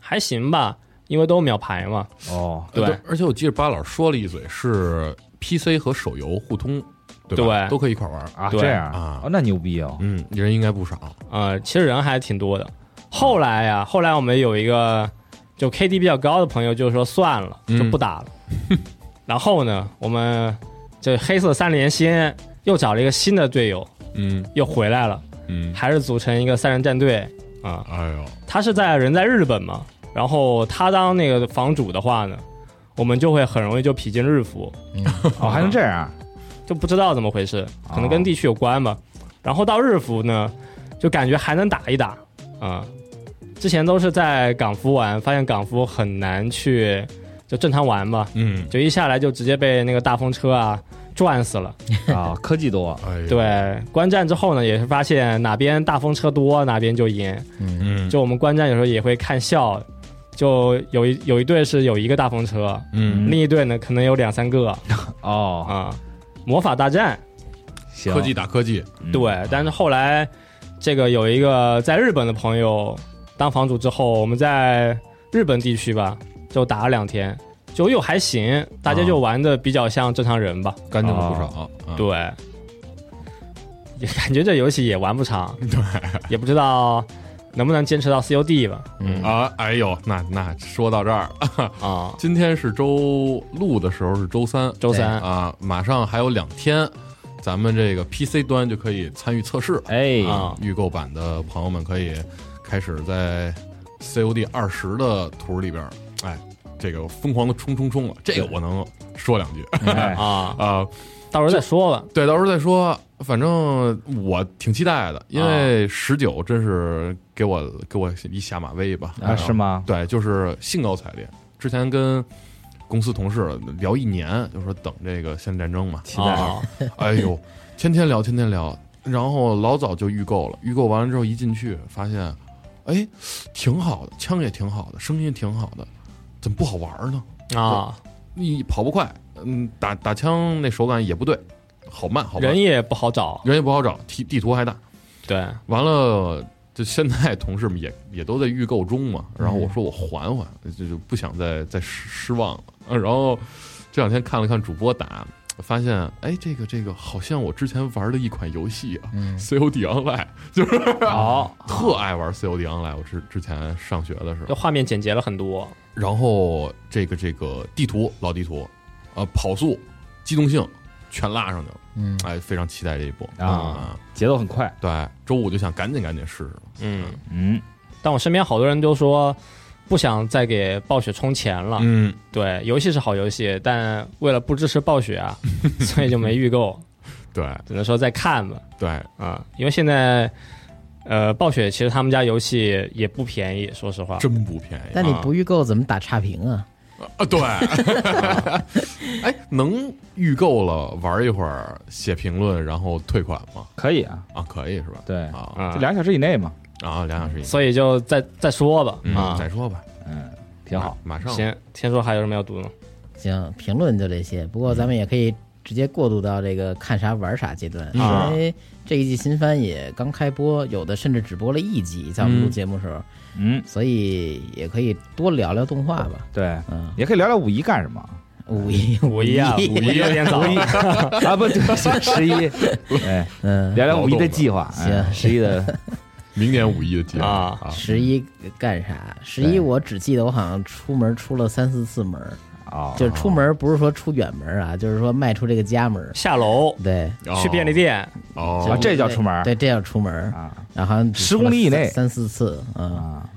S3: 还行吧，因为都秒排嘛，
S4: 哦，
S3: 对
S5: 呃而且我记得巴老师说了一嘴是 PC 和手游互通，对吧？
S3: 对
S5: 都可以一块玩
S4: 啊，
S3: 对
S4: 这样
S5: 啊
S4: 哦那牛逼哦！
S5: 嗯，人应该不少，
S3: 呃，其实人还挺多的。后来呀、后来我们有一个就 KD 比较高的朋友，就说算了，
S5: 嗯
S3: 就不打了。然后呢，我们这黑色三连星又找了一个新的队友，
S5: 嗯
S3: 又回来了，
S5: 嗯，
S3: 还是组成一个三人战队啊、
S5: 哎呦，
S3: 他是在人在日本嘛，然后他当那个房主的话呢，我们就会很容易就匹进日服，
S4: 哦，还能这样
S3: 就不知道怎么回事，可能跟地区有关吧。然后到日服呢，就感觉还能打一打啊、之前都是在港服玩，发现港服很难去就正常玩嘛，
S5: 嗯，
S3: 就一下来就直接被那个大风车啊撞死了。
S4: 啊，科技多，
S5: 哎呦，
S3: 对，观战之后呢，也是发现哪边大风车多，哪边就赢。
S2: 嗯，
S5: 嗯，
S3: 就我们观战有时候也会看笑，就有一有一队是有一个大风车，
S5: 嗯，
S3: 另一队呢可能有两三个
S4: 哦，
S3: 啊、魔法大战，
S4: 行，
S5: 科技打科技，
S4: 嗯
S3: 对，但是后来这个有一个在日本的朋友当房主之后，我们在日本地区吧，就打了两天，就又还行，大家就玩的比较像正常人吧，
S4: 嗯
S5: 干净了不少。啊，
S3: 哦对。也感觉这游戏也玩不长，对，也不知道能不能坚持到 COD 吧，
S2: 嗯
S5: 啊，哎呦，那那说到这儿，
S3: 啊、
S5: 今天是周录的时候是周三
S3: 周三
S5: 啊，马上还有两天，咱们这个 PC 端就可以参与测试了。
S4: 哎，
S3: 啊，
S5: 预购版的朋友们可以开始在 COD 二十的图里边儿，哎，这个疯狂的冲冲冲了，这个我能说两句
S4: 哎
S3: 啊，
S5: 啊、
S3: 到时候再说吧。
S5: 对，到时候再说。反正我挺期待的，因
S4: 啊
S5: 为十九真是给我给我一下马威吧
S4: 啊，是？吗？
S5: 对，就是兴高采烈。之前跟公司同事聊一年，就说等这个《现代战争》 嘛，
S4: 期待
S3: 啊
S5: 哎呦，天天聊，天天聊，然后老早就预购了，预购完了之后一进去发现，哎，挺好的，枪也挺好的，声音也挺好的，怎么不好玩呢？
S3: 啊，
S5: 你跑不快，嗯，打打枪那手感也不对，好慢，好慢，
S3: 人也不好找。
S5: 人也不好找，地地图还大。
S3: 对，
S5: 完了，就现在同事们也也都在预购中嘛。然后我说我缓缓，就就不想再再失失望了。啊然后这两天看了看主播打，发现哎，这个这个好像我之前玩的一款游戏啊。
S2: 嗯
S5: COD Online 就是
S4: 好，
S5: 特爱玩 COD Online，我是之前上学的时候，
S3: 这画面简洁了很多。
S5: 然后这个这个地图老地图，呃，跑速、机动性全拉上去了，
S2: 嗯
S5: 哎，非常期待这一波嗯
S4: 啊节奏很快，
S5: 对，周五就想赶紧赶紧试试了，
S3: 嗯，
S4: 嗯，
S3: 但我身边好多人都说不想再给暴雪充钱了。
S5: 嗯，
S3: 对，游戏是好游戏，但为了不支持暴雪 啊，所以就没预购，
S5: 对
S3: 只能说再看吧。
S5: 对，
S3: 啊，因为现在。呃，暴雪其实他们家游戏也不便宜，说实话。
S5: 真不便宜。
S2: 但你不预购怎么打差评啊？
S5: 啊，对，哎，能预购了玩一会儿，写评论，然后退款吗？
S4: 可以啊，
S5: 啊，可以是吧？
S4: 对，
S5: 啊
S3: 啊
S4: 就，两个小时以内嘛，
S5: 啊，两小时以内，
S3: 所以就再再说吧。
S5: 嗯，
S3: 啊，
S5: 再说吧，
S4: 嗯，挺好，
S5: 马上
S3: 行，天说还有什么要读的吗？
S2: 行，评论就这些。不过咱们也可以直接过渡到这个看啥玩啥阶段，
S3: 啊
S2: 因为这一季新番也刚开播，有的甚至只播了一集，在我们录
S5: 嗯
S2: 节目时候，
S4: 嗯，
S2: 所以也可以多聊聊动画吧。
S4: 对，
S2: 嗯，
S4: 也可以聊聊五一干什么
S2: 五一
S3: 五一啊，五一有点早。
S4: 啊？不，对不起，十一，哎，
S2: 嗯，
S4: 聊聊五一的计划，
S2: 行
S4: 哎十一的，
S5: 明年五一的节目
S3: 啊
S2: 十一干啥？十一
S4: 对
S2: 我只记得我好像出门出了三四次门儿，
S4: 哦，
S2: 就是出门不是说出远门啊，就是说迈出这个家门儿。
S3: 下楼
S2: 对，
S3: 去便利店，
S5: 哦
S4: 啊，这叫出门儿
S2: 对，这叫出门儿
S4: 啊
S2: 然后好像只
S4: 10
S2: 出了
S4: 公里以内
S2: 三三四次，嗯，
S4: 啊，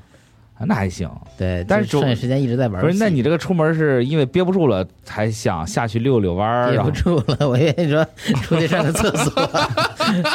S4: 那还行，
S2: 对，
S4: 但是
S2: 就剩下
S4: 我
S2: 时间一直在玩
S4: 不
S2: 游
S4: 是？
S2: 戏。
S4: 那你这个出门是因为憋不住了才想下去溜溜弯儿，
S2: 憋不
S4: 然后
S2: 住了，我以为你说 出去上个厕所，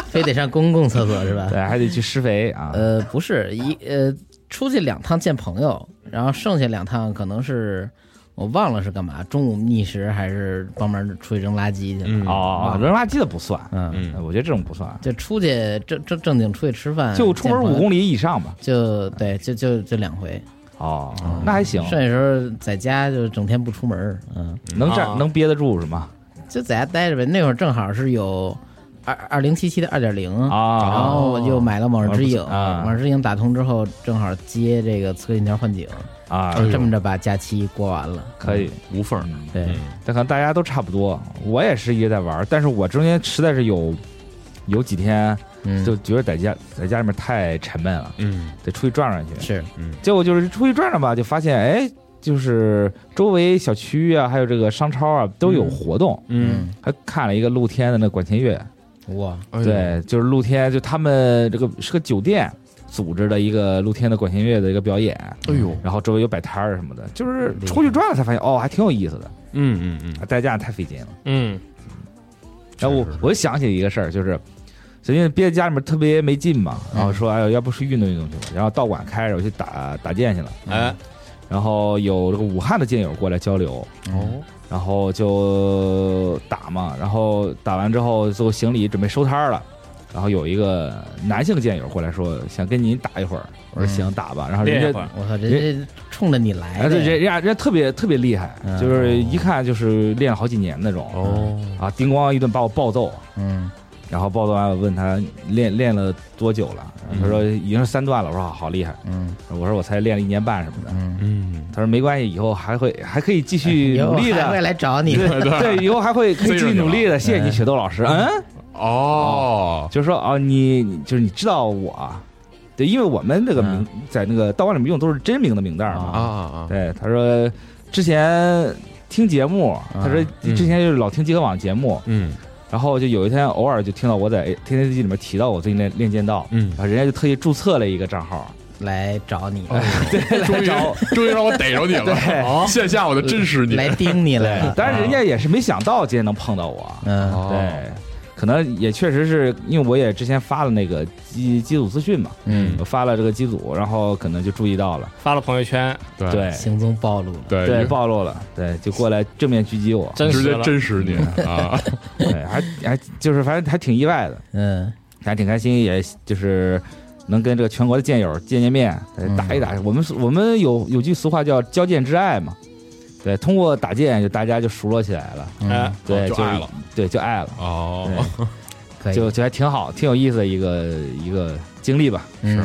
S2: 非得上公共厕所是吧？
S4: 对，还得去施肥啊，
S2: 呃，不是一呃，出去两趟见朋友，然后剩下两趟可能是我忘了是干嘛，中午觅食还是帮忙出去扔垃圾去了。
S5: 嗯
S4: 哦，扔垃圾的不算，呃
S2: 嗯，
S5: 嗯
S4: 我觉得这种不算，
S2: 就出去正正正经出去吃饭，
S4: 就出门
S2: 见
S4: 五
S2: 朋友，
S4: 公里以上吧。
S2: 就对，就就就两回，
S4: 哦，那还行
S2: 剩，下时候在家就整天不出门儿，嗯，
S4: 能
S3: 啊
S4: 站能憋得住是吗？
S2: 就在家待着呗。那会儿正好是有二二零七七的二点零
S4: 啊
S2: 然后我就买了《往日之影》
S4: 啊
S2: 往日之影》打通之后，正好接这个《刺客信条：幻景
S4: 啊》，，
S5: 哎呦
S2: 这么着把假期过完了。
S4: 可以，
S5: 无缝儿，
S2: 对，
S5: 嗯
S4: 但可能大家都差不多，我也是一直在玩儿，但是我中间实在是有有几天
S2: 嗯，
S4: 就觉得在家在家里面太沉闷了，
S5: 嗯
S4: 得出去转转去。
S2: 是
S4: 结果就是出去转转吧，就发现哎，就是周围小区域啊，还有这个商超啊都有活动，
S5: 嗯，
S4: 还看了一个露天的那管弦乐，
S2: 嗯哇，
S5: 哎呦，
S4: 对，就是露天，就他们这个是个酒店组织的一个露天的管弦乐的一个表演，
S5: 哎呦，
S4: 然后周围有摆摊儿什么的，就是出去转了才发现哦，还挺有意思的，
S5: 嗯嗯嗯，
S4: 代价太费劲了。
S3: 嗯，
S4: 然后我
S5: 是是是
S4: 我又想起一个事儿，就是最近憋在家里面特
S5: 嗯
S4: 别
S5: 嗯
S4: 没劲嘛，然后说哎呦，要不去运动运动去吧，然后道馆开着我去打打剑去了，
S3: 哎，
S4: 然后有这个武汉的剑友过来交流，
S2: 哦，
S4: 然后就打嘛，然后打完之后，最后行李准备收摊儿了。然后有一个男性剑友过来说，想跟您打一会儿，我说
S2: 嗯
S4: 行，打吧。然后
S3: 练
S4: 人
S3: 一会
S4: 家
S3: 儿，
S2: 我操，人家冲着你来
S4: 哎，
S2: 的
S4: 对，
S2: 呀，
S4: 人人家人家特别特别厉害，
S2: 嗯
S4: 就是一看就是练了好几年那种。
S5: 哦，
S4: 啊，叮咣一顿把我暴揍，
S2: 嗯，
S4: 然后暴揍完我问他练练了多久了，然后他说已经是三段了，我说好好厉害，
S2: 嗯
S4: 我说我才练了一年半什么的，
S2: 嗯，
S5: 嗯，
S4: 他说没关系，以后还会还可以继续努
S2: 哎以
S4: 力
S2: 后还会
S4: 的，
S2: 来找你，
S4: 对对，以后还会可以继续努力的，谢谢你
S2: 嗯
S4: 雪豆老师，嗯，
S5: 哦，
S4: 就是说啊，你你就是你知道我，啊对，因为我们那个名
S2: 嗯
S4: 在那个道观里面用都是真名的名单
S5: 啊
S4: 嘛，
S5: 啊，
S4: 对，他说之前听节目，他说
S5: 嗯
S4: 之前就是老听集合网节目，
S5: 嗯
S4: 然后就有一天偶尔就听到我在《天天日记》里面提到我最近练练剑道，
S5: 嗯
S4: 然，后人家就特意注册了一个账号，
S2: 来找你，
S4: 哦
S5: 终于终于让我逮着你了，哦线下我的真实你，
S2: 来盯你来了，
S4: 当然人家也是没想到今天能碰到我，
S2: 嗯
S5: 哦，
S4: 对，可能也确实是因为我也之前发了那个机机组资讯嘛，
S2: 嗯，
S4: 我发了这个机组，然后可能就注意到了，
S3: 发了朋友圈，
S5: 对
S4: 对
S2: 行踪暴露了，
S5: 对
S4: 对，暴露了，对，就过来正面狙击我，
S3: 真
S5: 直
S3: 实
S5: 接
S3: 了，
S5: 真 实你啊，
S4: 对，还还就是反正还挺意外的，
S2: 嗯
S4: 还挺开心，也就是。能跟这个全国的剑友见见面，呃
S2: 嗯
S4: 打一打。我们我们有有句俗话叫“交剑之爱”嘛，对，通过打剑就大家就熟络起来了，
S2: 嗯
S3: 哎，
S4: 对，
S5: 哦就爱了，
S4: 对，就爱了，
S5: 哦，
S4: 对，
S2: 可以，
S4: 就就还挺好，挺有意思的一个一个经历吧。
S2: 嗯
S5: 是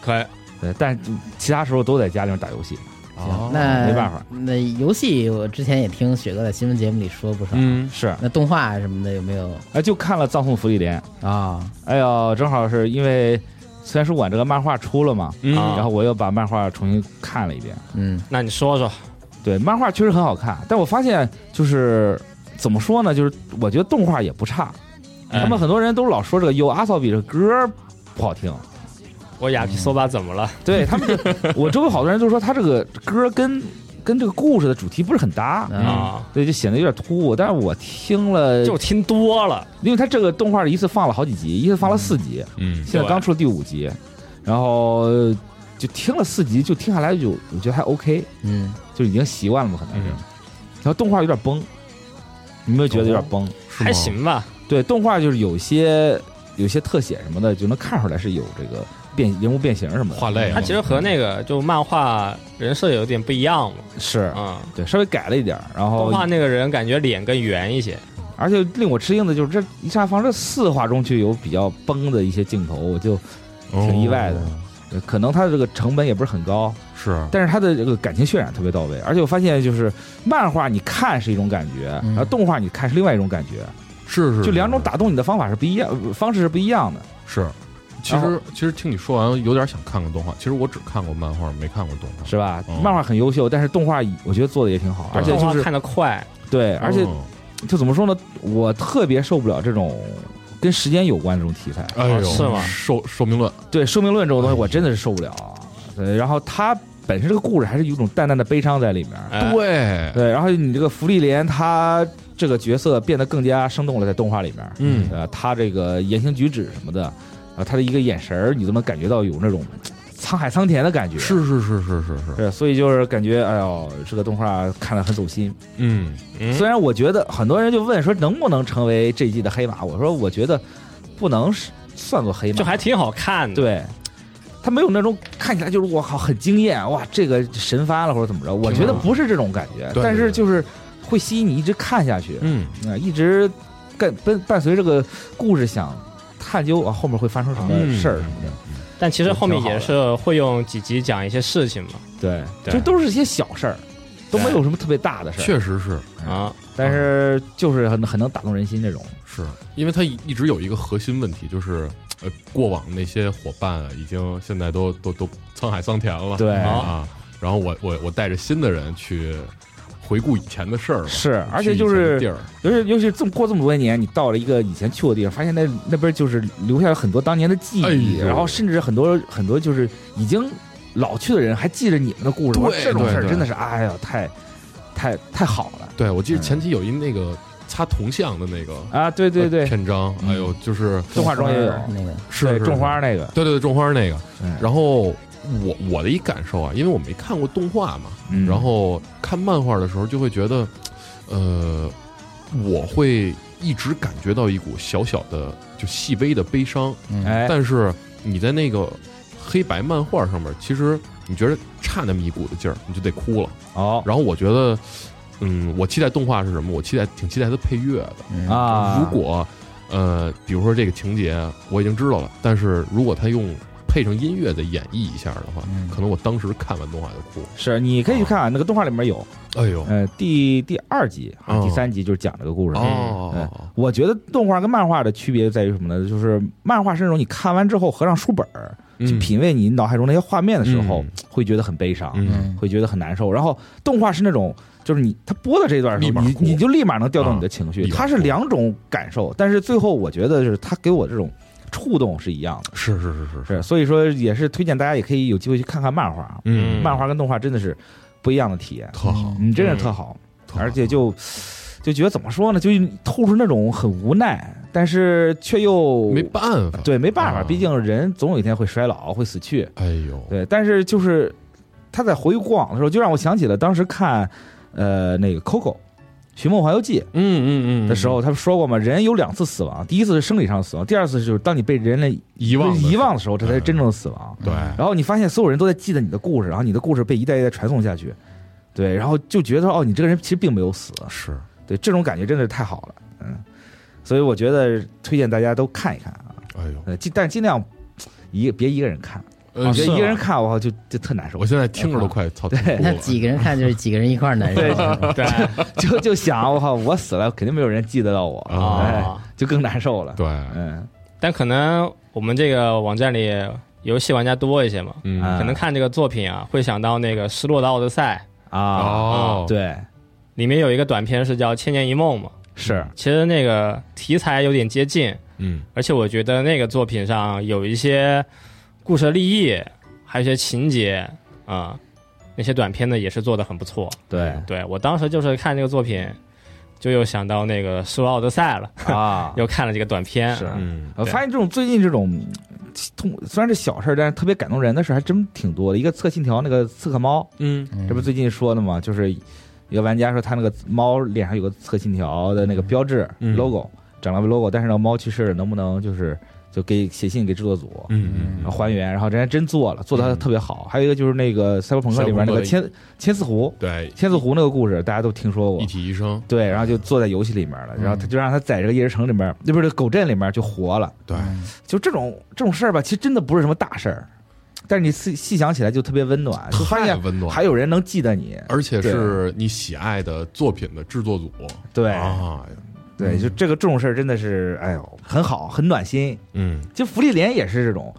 S3: 可以，
S4: 对，但其他时候都在家里面打游戏，
S2: 行，
S5: 那
S2: 那
S4: 没办法。
S2: 那游戏我之前也听雪哥在新闻节目里说不少，
S5: 嗯
S4: 是，
S2: 那动画什么的有没有
S4: 哎，就看了《葬送福利莲》，
S2: 啊？
S4: 哎呦，正好是因为虽然书馆这个漫画出了嘛，
S5: 嗯
S4: 然后我又把漫画重新看了一遍。
S2: 嗯
S3: 那你说说，
S4: 对，漫画确实很好看，但我发现就是怎么说呢，就是我觉得动画也不差。
S3: 哎
S4: 他们很多人都老说这个《有阿萨比》这歌不好听，
S3: 我雅皮索巴怎么了？
S4: 对他们 就，我周围好多人都说他这个歌跟跟这个故事的主题不是很搭。
S2: 嗯
S3: 啊，
S4: 对，就显得有点突兀。但是我听了，
S3: 就听多了，
S4: 因为他这个动画一次放了好几集，一次放了四集，
S5: 嗯
S4: 现在
S3: 对
S4: 刚出了第五集，然后呃就听了四集，就听下来就我觉得还 OK，
S2: 嗯，
S4: 就已经习惯了嘛，可能是。
S5: 嗯，
S4: 然后动画有点崩，你有没有觉得有点崩？
S5: 是吗
S3: 还，行吧，
S4: 对，动画就是有些有些特写什么的，就能看出来是有这个变人物变形什么的，
S5: 画累
S3: 它
S5: 了
S3: 其实和那个就漫画人设有点不一样嘛，
S4: 是哦
S3: 嗯，
S4: 对稍微改了一点儿。然
S3: 动
S4: 后，
S3: 画那个人感觉脸更圆一些，
S4: 而且令我吃惊的就是这一下放这四话中就有比较崩的一些镜头，我就挺意外的
S5: 哦
S4: 呃可能它的这个成本也不是很高，
S5: 是
S4: 但是它的这个感情渲染特别到位。而且我发现，就是漫画你看是一种感觉，
S2: 嗯
S4: 然后动画你看是另外一种感觉，
S5: 是是，
S4: 就两种
S5: 是
S4: 打动你的方法是不一样，呃方式是不一样的。
S5: 是，其
S4: 然后
S5: 实其实听你说完，有点想看过动画。其实我只看过漫画，没看过动画。
S4: 是吧
S5: 嗯？
S4: 漫画很优秀，但是动画我觉得做的也挺好，
S5: 对
S4: 而且
S3: 动
S4: 就
S3: 画
S4: 是
S3: 看得快，
S4: 对，而且
S5: 嗯
S4: 就怎么说呢，我特别受不了这种跟时间有关的这种题材。
S5: 哎呦，
S3: 是吗
S5: 寿寿命论，
S4: 对寿命论这种
S5: 哎
S4: 东西，我真的是受不了。对，然后它本身这个故事还是有一种淡淡的悲伤在里面。
S3: 哎
S5: 对，
S4: 对，然后你这个福利莲他这个角色变得更加生动了，在动画里面，
S5: 嗯
S4: 呃，他这个言行举止什么的，然后他的一个眼神儿，你都能感觉到有那种沧海桑田的感觉。
S5: 是是是是是是，
S4: 是，所以就是感觉，哎呦，这个动画看得很走心。
S5: 嗯，
S3: 嗯
S4: 虽然我觉得很多人就问说能不能成为这一季的黑马，我说我觉得不能是算作黑马，
S3: 就还挺好看的，
S4: 对，他没有那种看起来就是我靠很惊艳哇，这个神翻了或者怎么着，我觉得不是这种感觉，
S5: 对
S4: 但
S5: 对
S4: 是
S5: 对
S4: 就是会吸引你一直看下去，
S5: 嗯，
S4: 啊，一直跟伴伴随这个故事想探究啊后面会发生什么
S5: 嗯
S4: 事儿什么的，
S3: 但其实后面
S4: 挺好
S3: 也
S4: 的
S3: 是会用几集讲一些事情嘛，
S4: 对，
S3: 对
S4: 这都是一些小事儿，都没有什么特别大的事儿，
S5: 确实是
S3: 啊，
S4: 但是就是很很能打动人心这种，
S5: 是，因为他一一直有一个核心问题，就是呃，过往那些伙伴啊，已经现在都都都沧海桑田了，
S4: 对
S5: 啊，然后我我我带着新的人去回顾以前的事儿嘛，
S4: 是，而且
S5: 去以
S4: 就
S5: 前的
S4: 是
S5: 地儿，
S4: 尤其尤其这么过这么多年，你到了一个以前去过的地方，发现那那边就是留下了很多当年的记
S5: 哎
S4: 忆，
S5: 呦
S4: 然后甚至很多很多就是已经老去的人还记着你们的故事，
S5: 对
S4: 我说这种事
S5: 对
S4: 儿
S5: 对
S4: 真的是，哎呀，太太太好了
S5: 对我记得
S4: 嗯
S5: 前期有一那个擦铜像的那个呃
S4: 啊！对对对，
S5: 篇章，
S4: 嗯
S5: 哎呦，就是
S4: 动画中也有，
S2: 那个
S5: 是
S4: 对种花，
S5: 是
S4: 那个，
S5: 对对对，种花那个，
S4: 嗯
S5: 然后我我的一感受啊，因为我没看过动画嘛，
S4: 嗯
S5: 然后看漫画的时候就会觉得，呃，我会一直感觉到一股小小的就细微的悲伤，
S2: 嗯，
S4: 哎，
S5: 但是你在那个黑白漫画上面，其实你觉得差那么一股的劲儿，你就得哭了。
S4: 哦
S5: 然后我觉得，嗯，我期待动画是什么？我期待挺期待它配乐的。
S2: 嗯，
S4: 啊，
S5: 如果呃，比如说这个情节我已经知道了，但是如果他用配上音乐再演绎一下的话，
S2: 嗯
S5: 可能我当时看完动画就哭。
S4: 是你可以去看啊那个动画里面有，
S5: 哎呦，
S4: 呃，第第二集还是
S5: 哦
S4: 第三集就是哎讲这个故事。嗯
S5: 哦，
S4: 我觉得动画跟漫画的区别在于什么呢？就是漫画是那种你看完之后合上书本儿去
S5: 嗯
S4: 品味你脑海中那些画面的时候
S5: 嗯，
S4: 会觉得很悲伤，
S5: 嗯，
S4: 会觉得很难受。然后动画是那种，就是你它播到这段的时候，
S5: 立马
S4: 你
S5: 哭
S4: 你就立马能调动你的情绪。
S5: 啊立马
S4: 它是
S5: 哭
S4: 两种感受，但是最后我觉得就是它给我这种触动是一样的。
S5: 是是是是是，
S4: 是，所以说也是推荐大家也可以有机会去看看漫画啊，
S5: 嗯，
S4: 漫画跟动画真的是不一样的体验，
S5: 特好，
S4: 嗯，真是特好，
S5: 特好
S4: 而且就就觉得怎么说呢，就透出那种很无奈，但是却又
S5: 没办法，
S4: 对没办法，
S5: 啊
S4: 毕竟人总有一天会衰老，会死去，
S5: 哎呦，
S4: 对，但是就是他在回顾过往的时候，就让我想起了当时看呃那个 Coco。《寻梦环游记
S5: 嗯嗯》嗯
S4: 的时候，他们说过嘛，人有两次死亡，第一次是生理上的死亡，第二次就是当你被人类
S5: 遗忘的
S4: 遗忘
S5: 时嗯
S4: 的时候，这才是真正的死亡。
S5: 候，对，
S4: 然后你发现所有人都在记得你的故事，然后你的故事被一代一代传送下去，对，然后就觉得哦，你这个人其实并没有死，
S5: 是
S4: 对，这种感觉真的是太好了，嗯，所以我觉得推荐大家都看一看啊，
S5: 哎呦，
S4: 呃，尽但尽量一别一个人看，
S5: 呃，
S4: 别
S5: 是
S4: 一个人
S5: 吗
S4: 看我靠就就特难受
S5: 我，现在听着
S4: 嗯
S5: 都快操，听哭
S2: 那
S5: 了
S2: 几个人看就是几个人一块儿难受，
S4: 对
S3: 对
S4: 就就想我靠我死了肯定没有人记得到我，
S5: 啊
S4: 哎，
S3: 啊，
S4: 就更难受了，
S5: 对，
S4: 嗯，
S3: 但可能我们这个网站里游戏玩家多一些嘛，
S5: 嗯
S4: 啊
S3: 可能看这个作品啊，会想到那个《失落的奥德赛
S4: 啊，
S5: 哦，
S4: 对，
S3: 里面有一个短片是叫《千年一梦》嘛，
S4: 是，
S3: 其实那个题材有点接近，
S5: 嗯
S3: 而且我觉得那个作品上有一些故事立意，还有一些情节啊、那些短片呢也是做的很不错。
S4: 对
S3: 对我当时就是看这个作品，就又想到那个《失落奥德赛》了，，
S4: 啊
S3: 又看了这个短片。
S4: 是
S5: 嗯
S4: 我
S3: 对
S4: 发现这种最近这种嗯痛，虽然是小事儿，但是特别感动人的事儿还真挺多的。一个测信条那个刺客猫，
S5: 嗯
S2: 嗯
S4: 这不最近说的吗？就是一个玩家说他那个猫脸上有个测信条的那个标志、
S5: 嗯
S4: logo，长了个 logo，但是呢猫去世了，能不能就是就给写信给制作组？
S5: 嗯
S4: 然后还原，然后人家真做了，做的
S5: 嗯
S4: 特别好。还有一个就是那个《赛博朋克》里面那个
S5: 赛
S4: 千千丝湖，
S5: 对，
S4: 千丝湖那个故事大家都听说过
S5: 一，嗯体医生，
S4: 对，然后就坐在游戏里面了，然后他就让他在这个夜之城里面，那不是狗镇里面就活了。
S5: 对，
S4: 就这种这种事儿吧，其实真的不是什么大事儿，但是你细细想起来就特别温暖，就发
S5: 太
S4: 现
S5: 温暖了，
S4: 还有人能记得你，
S5: 而且是你喜爱的作品的制作组。
S4: 对、
S5: 啊，
S4: 对，就这个这种事儿真的是，哎呦，很好，很暖心。
S5: 嗯
S4: 就福利连也是这种，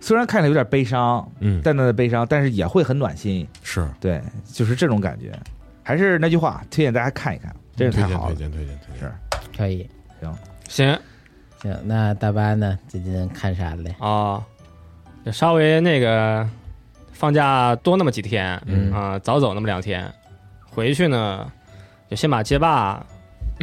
S4: 虽然看着有点悲伤，
S5: 嗯，
S4: 淡淡的悲伤，但是也会很暖心，
S5: 是
S4: 对，就是这种感觉。还是那句话，推荐大家看一看，真
S5: 嗯推
S4: 是太
S5: 荐
S4: 好
S5: 推
S4: 了。
S5: 荐推荐推荐。
S2: 可以。
S3: 行
S2: 行，那大巴呢？最近看啥嘞？
S3: 啊，就稍微那个放假多那么几天，
S5: 嗯
S3: 啊、早走那么两天，回去呢就先把街霸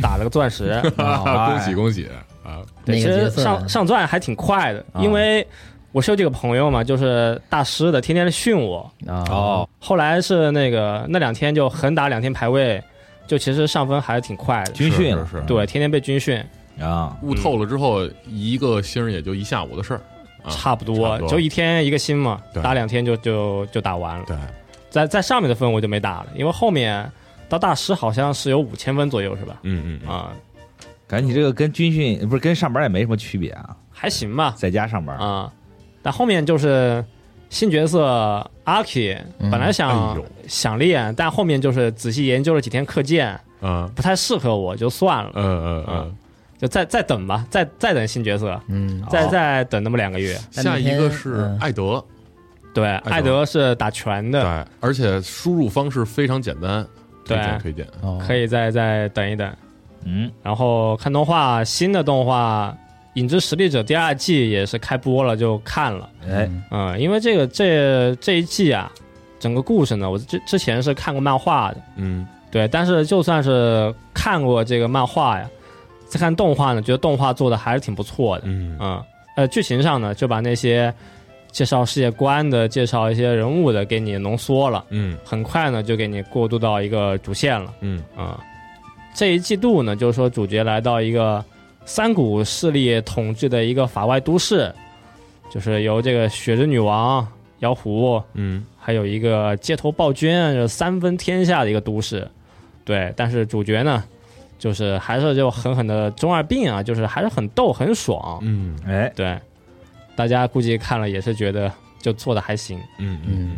S3: 打了个钻 石。
S5: 啊
S2: 哦
S5: 恭喜恭喜啊！
S3: 对，
S2: 哪
S3: 呃其
S2: 个角
S3: 实
S2: 色
S3: 上上钻还挺快的，
S2: 啊
S3: 因为我是有几个朋友嘛，就是大师的，天天训我。
S2: 哦，
S3: 后来是那个那两天就横打两天排位，就其实上分还是挺快的。
S4: 军训
S5: 是是是
S3: 对，天天被军训，
S4: 啊，
S5: 悟透了之后，一个星儿也就一下午的事儿。啊
S3: 差不
S5: 差
S3: 多
S5: 不多
S3: 就一天一个星嘛，
S5: 对
S3: 打两天就就就打完了。
S5: 对，
S3: 在在上面的分我就没打了，因为后面到大师好像是有五千分左右是吧？
S5: 嗯嗯嗯，
S3: 啊、
S4: 感觉你这个跟军训不是跟上班也没什么区别啊，
S3: 还行吧，
S4: 在家上班
S3: 啊、但后面就是新角色阿 K，
S2: 嗯
S3: 本来
S5: 哎
S3: 想、
S5: 呦
S3: 想练，但后面就是仔细研究了几天课件，
S5: 啊，
S3: 不太适合我，就算了，嗯
S5: 呃呃呃，
S3: 就再再等吧，再再等新角色，
S2: 嗯，
S3: 再再等那么两个月。
S5: 下一个是
S2: 嗯
S5: 艾德，
S3: 对，
S5: 德
S3: 艾德是打拳
S5: 对
S3: 的，，
S5: 而且输入方式非常简单，推荐推荐。
S2: 哦
S3: 可以再再等一等。
S4: 嗯，
S3: 然后看动画，新的动画《影之实力者》第二季也是开播了，就看了。
S4: 哎，
S3: 嗯，因为这个这这一季啊，整个故事呢，我之之前是看过漫画的，
S5: 嗯，
S3: 对，但是就算是看过这个漫画呀，再看动画呢，觉得动画做的还是挺不错的。
S5: 嗯
S3: 嗯，呃，剧情上呢，就把那些介绍世界观的、介绍一些人物的给你浓缩了，
S5: 嗯
S3: 很快呢就给你过渡到一个主线了。
S5: 嗯
S3: 啊、这一季度呢，就是说主角来到一个三股势力统治的一个法外都市，就是由这个雪之女王、妖狐，
S5: 嗯
S3: 还有一个街头暴君，就是三分天下的一个都市。对，但是主角呢，就是还是就狠狠的中二病啊，就是还是很逗很爽。
S5: 嗯
S4: 哎，
S3: 对，大家估计看了也是觉得就做的还行。
S5: 嗯嗯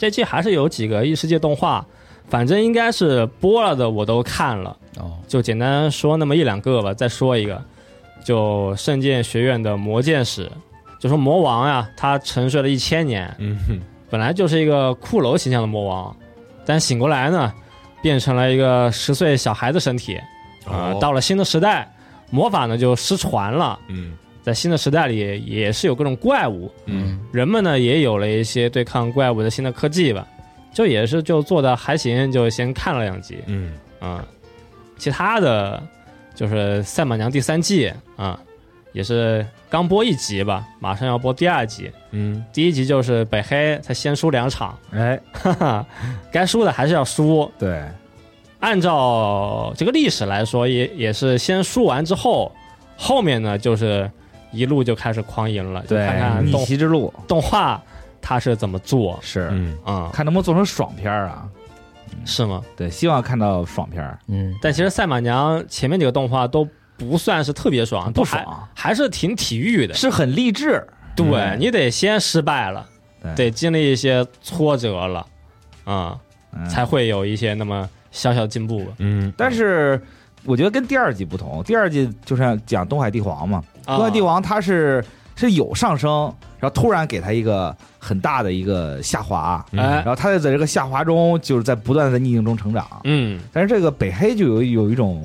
S3: 这期还是有几个异世界动画，反正应该是播了的我都看了。
S2: 哦，
S3: 就简单说那么一两个吧。再说一个，就圣剑学院的魔剑史，就说魔王呀、他沉睡了一千年，
S5: 嗯哼
S3: 本来就是一个骷髅形象的魔王，但醒过来呢，变成了一个十岁小孩的身体啊、
S5: 哦
S3: 到了新的时代，魔法呢就失传了，
S5: 嗯
S3: 在新的时代里也是有各种怪物，
S5: 嗯
S3: 人们呢也有了一些对抗怪物的新的科技吧。就也是就做的还行，就先看了两集，
S5: 嗯
S3: 啊、其他的就是《赛马娘》第三季啊、也是刚播一集吧，马上要播第二集。
S5: 嗯
S3: 第一集就是北黑他先输两场，
S4: 哎，
S3: 哈哈，该输的还是要输。
S4: 对，
S3: 按照这个历史来说，也也是先输完之后，后面呢就是一路就开始狂赢了。就
S4: 对
S3: 看，看嗯
S4: 逆
S3: 动
S4: 袭之路
S3: 动画它是怎么做
S4: 是、
S5: 嗯
S3: 啊、
S4: 看能不能做成爽片儿啊？
S3: 是吗？
S4: 对，希望看到爽片儿，
S2: 嗯，
S3: 但其实《赛马娘》前面几个动画都不算是特别爽，
S4: 不
S3: 都还
S4: 爽
S3: 还是挺体育的，
S4: 是很励志，
S3: 对
S4: 嗯
S3: 你得先失败了，
S4: 对
S3: 得经历一些挫折了，啊、
S4: 嗯、
S3: 才会有一些那么小小进步吧。
S5: 嗯
S4: 但是我觉得跟第二季不同，第二季就是讲东海帝皇嘛，
S3: 啊
S4: 东海帝王他是是有上升，然后突然给他一个很大的一个下滑，嗯
S3: 哎
S4: 然后他就在这个下滑中，就是在不断的逆境中成长。
S3: 嗯
S4: 但是这个北黑就有有一种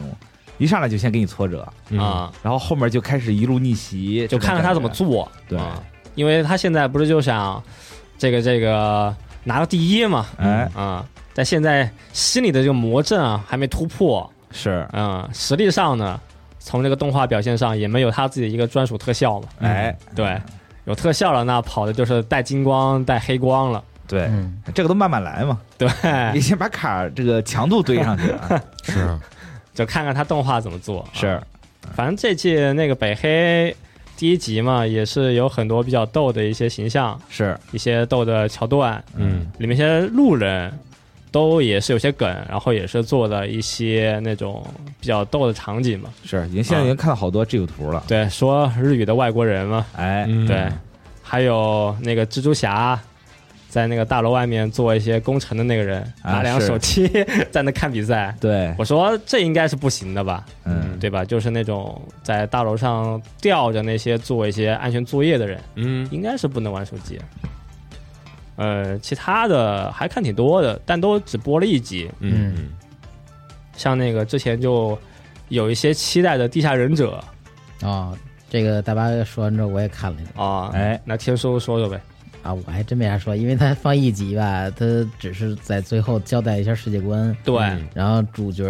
S4: 一上来就先给你挫折，
S5: 嗯
S3: 啊，
S4: 然后后面就开始一路逆袭，
S3: 就看看他怎么
S4: 这种
S3: 做。
S4: 对
S3: 啊因为他现在不是就想这个这个拿到第一嘛，
S4: 感觉。哎，
S3: 啊、但现在心里的这个魔阵啊还没突破，
S4: 是，
S3: 嗯，实力上呢，从这个动画表现上也没有他自己一个专属特效嘛，嗯
S4: 哎，
S3: 对，有特效了，那跑的就是带金光带黑光了，
S4: 对，
S2: 嗯
S4: 这个都慢慢来嘛，
S3: 对，
S4: 你先把卡这个强度堆上去 啊，
S5: 是
S3: 就看看他动画怎么做。啊，
S4: 是，
S3: 反正这季那个北黑第一集嘛，也是有很多比较逗的一些形象，
S4: 是，
S3: 一些逗的桥段，
S5: 嗯
S3: 里面一些路人都也是有些梗，然后也是做的一些那种比较逗的场景嘛。
S4: 是，已经现在已经看到好多这个图了，
S3: 对，说日语的外国人嘛，
S4: 哎，
S5: 嗯
S3: 对，还有那个蜘蛛侠。在那个大楼外面做一些工程的那个人，
S4: 啊
S3: 拿两个
S4: 是
S3: 手机 在那看比赛。
S4: 对，
S3: 我说这应该是不行的吧？
S4: 嗯，
S3: 对吧？就是那种在大楼上吊着那些做一些安全作业的人，
S5: 嗯
S3: 应该是不能玩手机。呃，其他的还看挺多的，但都只播了一集。
S5: 嗯
S3: 像那个之前就有一些期待的《地下忍者
S2: 哦，这个大巴说完之后我也看了一下》
S3: 啊，
S4: 哎，
S3: 那天叔说说呗。
S2: 啊，我还真没啥说，因为它放一集吧，它只是在最后交代一下世界观，
S3: 对，
S5: 嗯
S2: 然后主角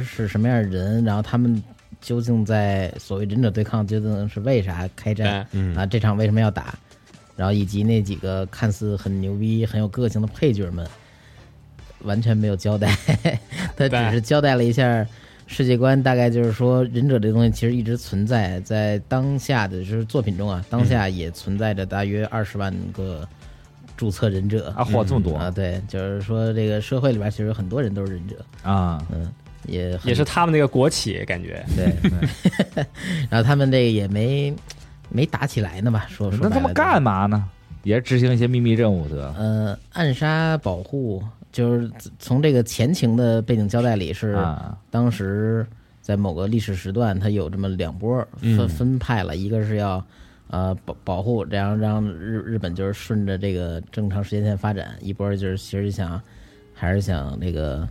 S2: 是什么样的人，然后他们究竟在所谓忍者对抗究竟是为啥开战
S3: 对，
S5: 嗯
S2: 啊？这场为什么要打？然后以及那几个看似很牛逼、很有个性的配角们，完全没有交代， 他只是交代了一下世界观，大概就是说忍者这东西其实一直存在在当下的就是作品中啊，当下也存在着大约二十万个注册忍者
S4: 啊，嚯，这么多
S2: 啊，对，就是说这个社会里边其实很多人都是忍者，
S4: 啊，
S2: 嗯，也很
S3: 也是他们那个国企感觉。
S4: 对，
S2: 然后他们这个也没没打起来呢吧？说说
S4: 那他
S2: 白了
S4: 们干？嘛呢？也是执行一些秘密任务的，
S2: 呃，暗杀保护就是从这个前情的背景交代里是，
S4: 啊，
S2: 当时在某个历史时段，它有这么两波儿分分派了，一个是要。呃，保保护，这样让日日本就是顺着这个正常时间线发展，一波儿就是其实想，还是想那个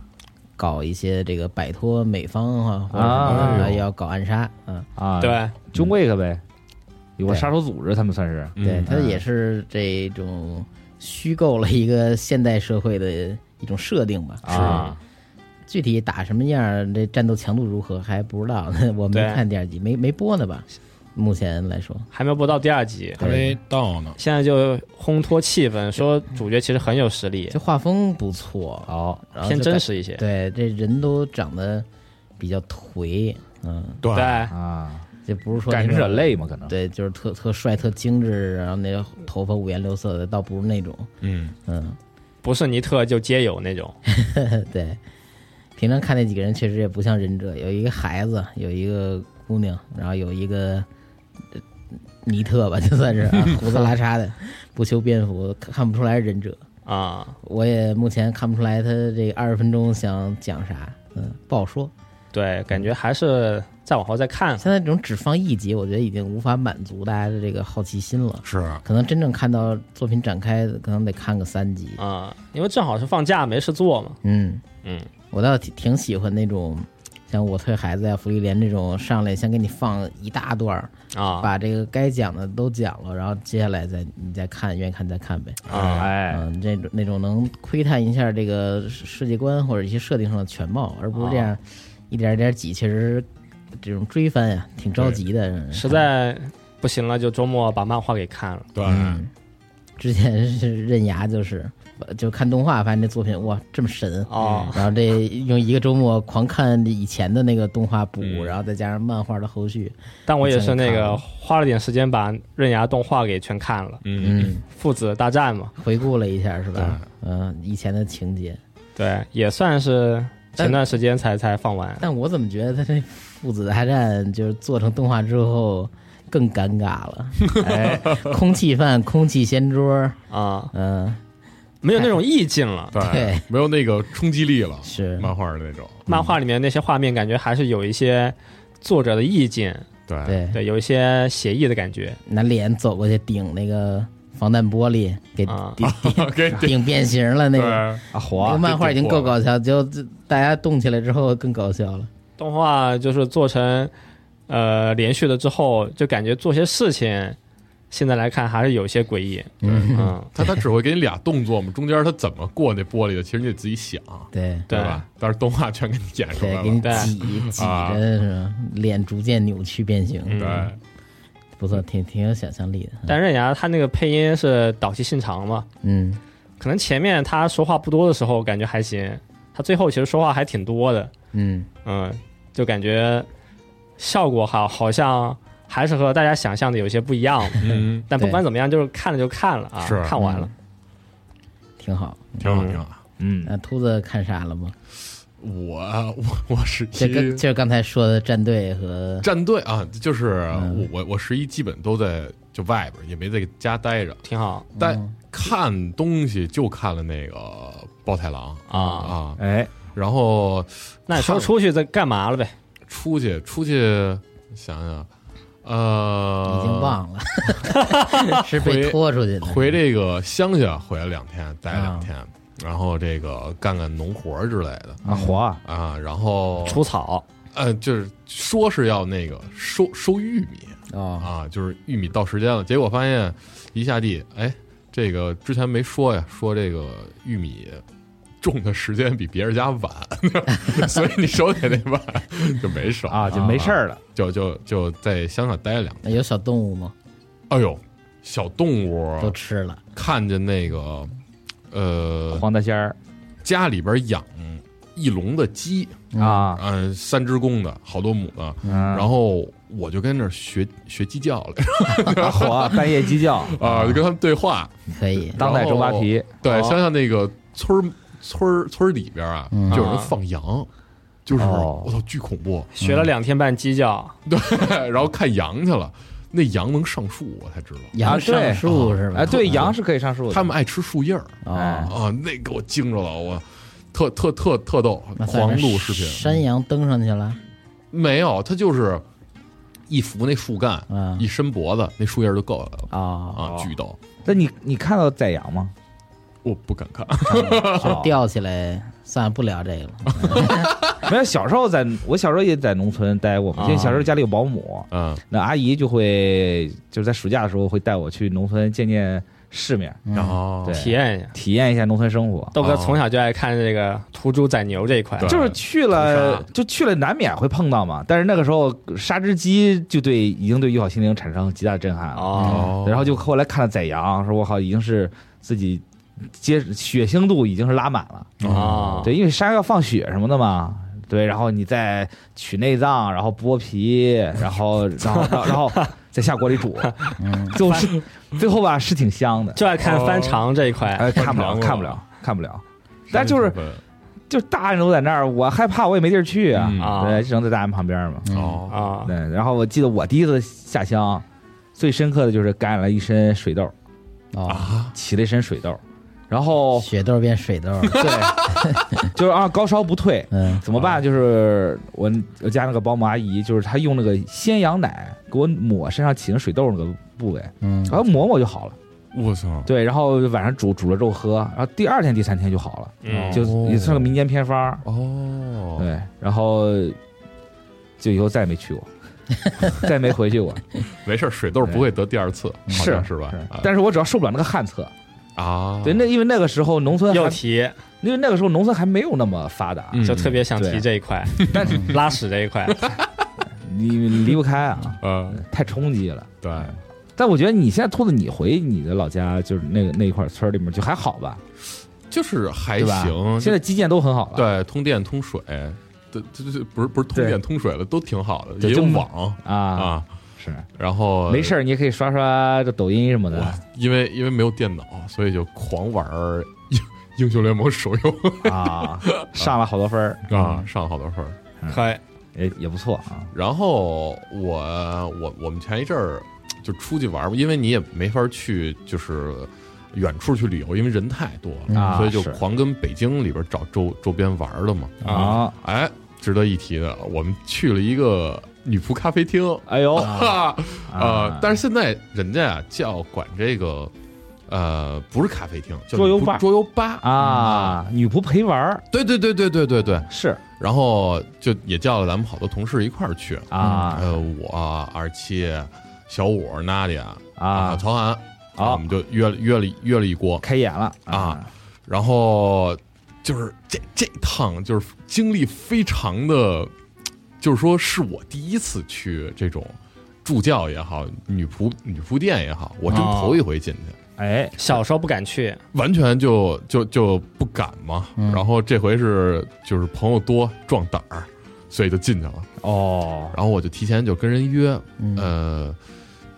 S2: 搞一些这个摆脱美方啊，或者什么
S4: 啊
S2: 的要搞暗杀，嗯，
S4: 啊，
S3: 对，
S4: 中卫克呗，有个
S2: 对
S4: 杀手组织，他们算是
S2: 对，
S5: 嗯
S2: 它也是这种虚构了一个现代社会的一种设定吧。
S5: 嗯
S4: 啊，
S2: 具体打什么样儿，这战斗强度如何还不知道呢，我没
S3: 对
S2: 看第二集，没没播呢吧？目前来说，
S3: 还没有播到第二集，
S6: 还没到呢。
S3: 现在就烘托气氛，说主角其实很有实力，
S2: 就画风不错，
S4: 好，
S2: 然后
S3: 偏
S2: 就
S3: 真
S2: 感。
S3: 实一些。
S2: 对，这人都长得比较颓，嗯，
S6: 对
S3: 对，
S4: 啊，
S2: 就不是说那
S4: 感
S2: 种
S4: 觉有点累嘛，可能。
S2: 对，就是特特帅、特精致，然后那个头发五颜六色的，倒不是那种，
S5: 嗯，
S2: 嗯，
S3: 不是尼特就皆有那种。
S2: 对。平常看那几个人确实也不像忍者，有一个孩子，有一个姑娘，然后有一个呃尼特吧，就算是、啊、胡子拉碴的，不修边幅，看不出来是忍者。
S3: 啊、
S2: 我也目前看不出来他这二十分钟想讲啥，嗯，不好说。
S3: 对，感觉还是再往后再看。
S2: 现在这种只放一集，我觉得已经无法满足大家的这个好奇心了。
S5: 是啊
S2: 可能真正看到作品展开，可能得看个三集。
S3: 啊、因为正好是放假没事做嘛，
S2: 嗯
S3: 嗯，
S2: 我倒挺挺喜欢那种，像我推孩子呀、福利连这种上来先给你放一大段儿，
S3: 啊
S2: 把这个该讲的都讲了，然后接下来再你再看，愿意看再看呗。
S3: 啊，
S4: 哎，
S2: 嗯，这种那种能窥探一下这个世界观或者一些设定上的全貌，而不是这
S3: 啊
S2: 样一点一点挤，确实这种追番呀，挺着急的。嗯让人
S3: 实
S2: 看
S3: 在不行了就周末把漫画给看了。
S6: 对，
S2: 嗯，之前是刃牙，就是就看动画，发现这作品哇这么神
S3: 哦
S2: 然后这用一个周末狂看以前的那个动画补，
S5: 嗯
S2: 然后再加上漫画的后续，
S3: 但我也是那
S2: 以前也看
S3: 个
S2: 了
S3: 花了点时间把《刃牙》动画给全看了，
S5: 嗯，
S2: 嗯，
S3: 父子大战嘛，
S2: 回顾了一下是吧？嗯，以前的情节，
S3: 对，也算是前段时间才才放完。
S2: 但我怎么觉得他这父子大战就是做成动画之后更尴尬 了？哎，空气饭、空气掀桌，
S3: 啊、
S2: 嗯，
S3: 没有那种意境了。
S5: 对
S2: 对，
S5: 没有那个冲击力了，
S2: 是
S5: 漫画的那种，
S3: 漫画里面那些画面，感觉还是有一些作者的意境，
S5: 对，
S2: 对，
S3: 对，有一些写意的感觉
S2: 拿脸走过去顶那个防弹玻璃，给
S3: 啊、
S5: 给
S2: 顶顶变形了 那个。
S5: 对
S4: 啊
S2: 那个
S4: 火，
S2: 漫画已经够搞笑，就就大家动起来之后更搞笑了。
S3: 动画就是做成呃连续的之后，就感觉做些事情，现在来看还是有些诡异。嗯，
S5: 他他只会给你俩动作嘛，中间他怎么过那玻璃的，其实你得自己想，
S2: 对
S5: 对
S3: 对
S5: 吧？但是动画全给你演出来
S2: 对，给你
S5: 了，
S3: 对
S2: 挤 挤
S5: 啊
S2: 着是吧？脸逐渐扭曲变形，
S3: 嗯
S5: 对，
S2: 不错，挺挺有想象力的。
S3: 但刃牙他那个配音是岛崎信长嘛，
S2: 嗯，
S3: 可能前面他说话不多的时候感觉还行，他最后其实说话还挺多的，
S2: 嗯，
S3: 嗯，就感觉效果好，好像还是和大家想象的有些不一样。
S5: 嗯，
S3: 但不管怎么样，就是看了就看了啊，
S5: 是
S3: 看完了。
S2: 挺好。
S5: 挺好
S3: 嗯
S5: 挺好。
S4: 嗯，
S2: 那秃子看啥了吗？
S5: 我我我是
S2: 嗯这
S5: 一
S2: 跟就是刚才说的战队和
S5: 战队啊，就是我
S2: 嗯
S5: 我我十一基本都在就外边，也没在家待
S2: 哦
S5: 着，
S3: 挺好
S5: 但看东西就看了那个暴太郎
S3: 啊，
S5: 啊，
S4: 哎，
S5: 然后
S3: 那你说出去再干嘛了呗？
S5: 出去出去想想，呃，
S2: 已经忘了， 是被
S5: 回
S2: 拖出去的。
S5: 回这个乡下回了两天，待了两天，然后这个干干农活儿之类的
S2: 嗯
S4: 啊火，
S5: 啊，然后
S3: 除草
S5: 呃就是说是要那个收收玉米
S2: 哦，
S5: 啊，就是玉米到时间了，结果发现一下地，哎，这个之前没说呀，说这个玉米。种的时间比别人家晚， 所以你手得那晚就没收
S4: 啊，就没事儿了。
S5: 就就就在乡下待了两天。
S2: 那有小动物吗？
S5: 哎呦，小动物
S2: 都吃了。
S5: 看见那个，呃，
S4: 黄大仙儿
S5: 家里边养一笼的鸡，
S4: 啊，
S5: 嗯、三只公的，好多母的，
S4: 嗯，
S5: 然后我就跟那儿学学鸡叫来着
S4: 啊火，半夜鸡叫
S5: 啊，就跟他们对话，
S2: 可以，
S5: 啊
S4: 当代周扒皮，
S5: 对，
S3: 哦
S5: 乡下那个村儿村儿村儿里边啊，
S2: 嗯
S5: 就有人放羊。就是
S4: 哦
S5: 我操，巨恐怖！
S3: 学了两天半鸡叫，
S5: 然后看羊去了，那羊能上树，我才知道。
S2: 羊
S4: 啊
S2: 上
S4: 对
S2: 树
S5: 哦
S2: 是吧？嗯
S5: 啊
S4: 哎，对，羊是可以上树的。
S5: 他们爱吃树叶儿
S2: 哦
S4: 哎，
S5: 啊，那给我惊着了，我特特特特逗，
S2: 那算
S5: 狂
S2: 是
S5: 录视频。
S2: 山羊登上去了，
S5: 没有，它就是一扶那树干，
S2: 嗯
S5: 一伸脖子，那树叶就够来了
S2: 哦，
S5: 啊，巨逗！
S4: 哎那你你看到宰 羊吗？
S5: 我不敢看，
S2: 就吊起来，算了，不聊这个了。
S4: 没有，小时候在我小时候也在农村待过嘛，因为小时候家里有保姆，
S5: 嗯
S4: 那阿姨就会就是在暑假的时候会带我去农村见见世面，
S2: 嗯
S5: 然后
S4: 对
S3: 体验一下。
S4: 体验一下农村生活。
S3: 豆哥从小就爱看这个屠猪宰牛这一块
S5: 对，
S4: 就是去了，就去了，难免会碰到嘛。但是那个时候，杀只鸡就对已经对友好心灵产生极大的震撼了。
S3: 哦，
S5: 哦，
S4: 然后就后来看了宰羊，说我靠，已经是自己接血腥度已经是拉满了。
S5: 嗯
S3: 哦
S4: 对，因为杀要放血什么的嘛。对，然后你再取内脏，然后剥皮，然后然后然后再下锅里煮，
S2: 嗯，
S4: 最后是最后吧是挺香的。
S3: 就爱看翻肠这一块。
S4: 哎，看不了，
S5: 正常啊
S4: 看不了，看不了。
S5: 但
S4: 但就是就大人都在那儿，我害怕，我也没地儿去啊。
S5: 嗯
S3: 啊
S4: 对，只能在大人旁边嘛。
S2: 嗯，
S5: 哦，
S3: 啊
S4: 对，然后我记得我第一次下乡，最深刻的就是感染了一身水痘，
S2: 哦，
S4: 起了一身水痘，然
S5: 哦
S4: 后
S2: 血豆变水豆，
S4: 对， 就是啊高烧不退，
S2: 嗯，
S4: 怎么
S5: 啊
S4: 办？就是我我家那个保姆阿姨，就是她用那个鲜羊奶给我抹身上起了水痘那个部位，
S2: 嗯
S4: 然后抹抹就好了。
S5: 我操，
S4: 对，然后晚上煮煮了之后喝，然后第二天、第三天就好了，
S3: 嗯
S4: 就
S5: 哦
S4: 也算个民间偏方儿。
S5: 哦，
S4: 对，然后就以后再也没 去过，再也没回去过。
S5: 没事儿，水痘不会得第二次，好像是吧？ 啊
S4: 但是我主要受不了那个旱厕。
S5: 啊，
S4: 对，那因为那个时候农村
S3: 又
S4: 还，
S3: 提，
S4: 因为那个时候农村还没有那么发达，
S5: 嗯
S3: 就特别想提
S4: 对
S3: 这一块，
S4: 但是
S3: 拉屎这一块。
S5: 嗯
S4: 你离不开啊，
S5: 呃，
S4: 太冲击了。
S5: 对，
S4: 但我觉得你现在兔子，你回你的老家，就是那个那一块村里面，就还好吧，
S5: 就是还
S4: 对吧？
S5: 行，
S4: 现在基建都很好了，
S5: 对通电通水，对，这这不是不是通
S4: 对
S5: 电通水了，都挺好的，
S4: 对
S5: 也有
S4: 就
S5: 网
S4: 啊，
S5: 啊，
S4: 是
S5: 然后
S4: 没事儿，你也可以刷刷这抖音什么
S5: 我
S4: 的
S5: 因为因为没有电脑，所以就狂玩儿英英雄联盟手 游
S4: 啊，上了好多分儿嗯
S5: 啊，，上好多分儿。
S3: 可以，
S4: 也也不错啊，
S5: 然后我我我们前一阵儿就出去玩儿嘛，因为你也没法去就是远处去旅游，因为人太多了，
S4: 啊
S5: 所以就是狂跟北京里边找周周边玩儿的嘛。
S4: 啊，
S5: 哎，值得一提的，我们去了一个女仆咖啡厅，
S4: 哎呦
S5: 哈、 呃
S4: 啊，，
S5: 但是现在人家啊叫管这个呃不是咖啡厅，叫
S4: 桌游
S5: 女仆
S4: 吧
S5: 桌游吧。
S4: 啊，女仆陪玩儿
S5: 对对对对对对对，
S4: 是
S5: 然后就也叫了咱们好多同事一块儿去，
S4: 啊
S5: 呃，我二七、小五、娜迪亚
S4: 啊，
S5: 曹涵，
S4: 好
S5: 我们就约了约了一约了一锅，
S4: 开眼了
S5: 啊，然后就是这这趟就是经历非常的，就是说是我第一次去这种助教也好，女仆女仆店也好，我真
S3: 哦
S5: 头一回进去，
S4: 哎，
S3: 小时候不敢去，
S5: 完全就就就不敢嘛。
S2: 嗯
S5: 然后这回是就是朋友多壮胆儿，所以就进去了。
S4: 哦，
S5: 然后我就提前就跟人约，
S2: 嗯
S5: 呃。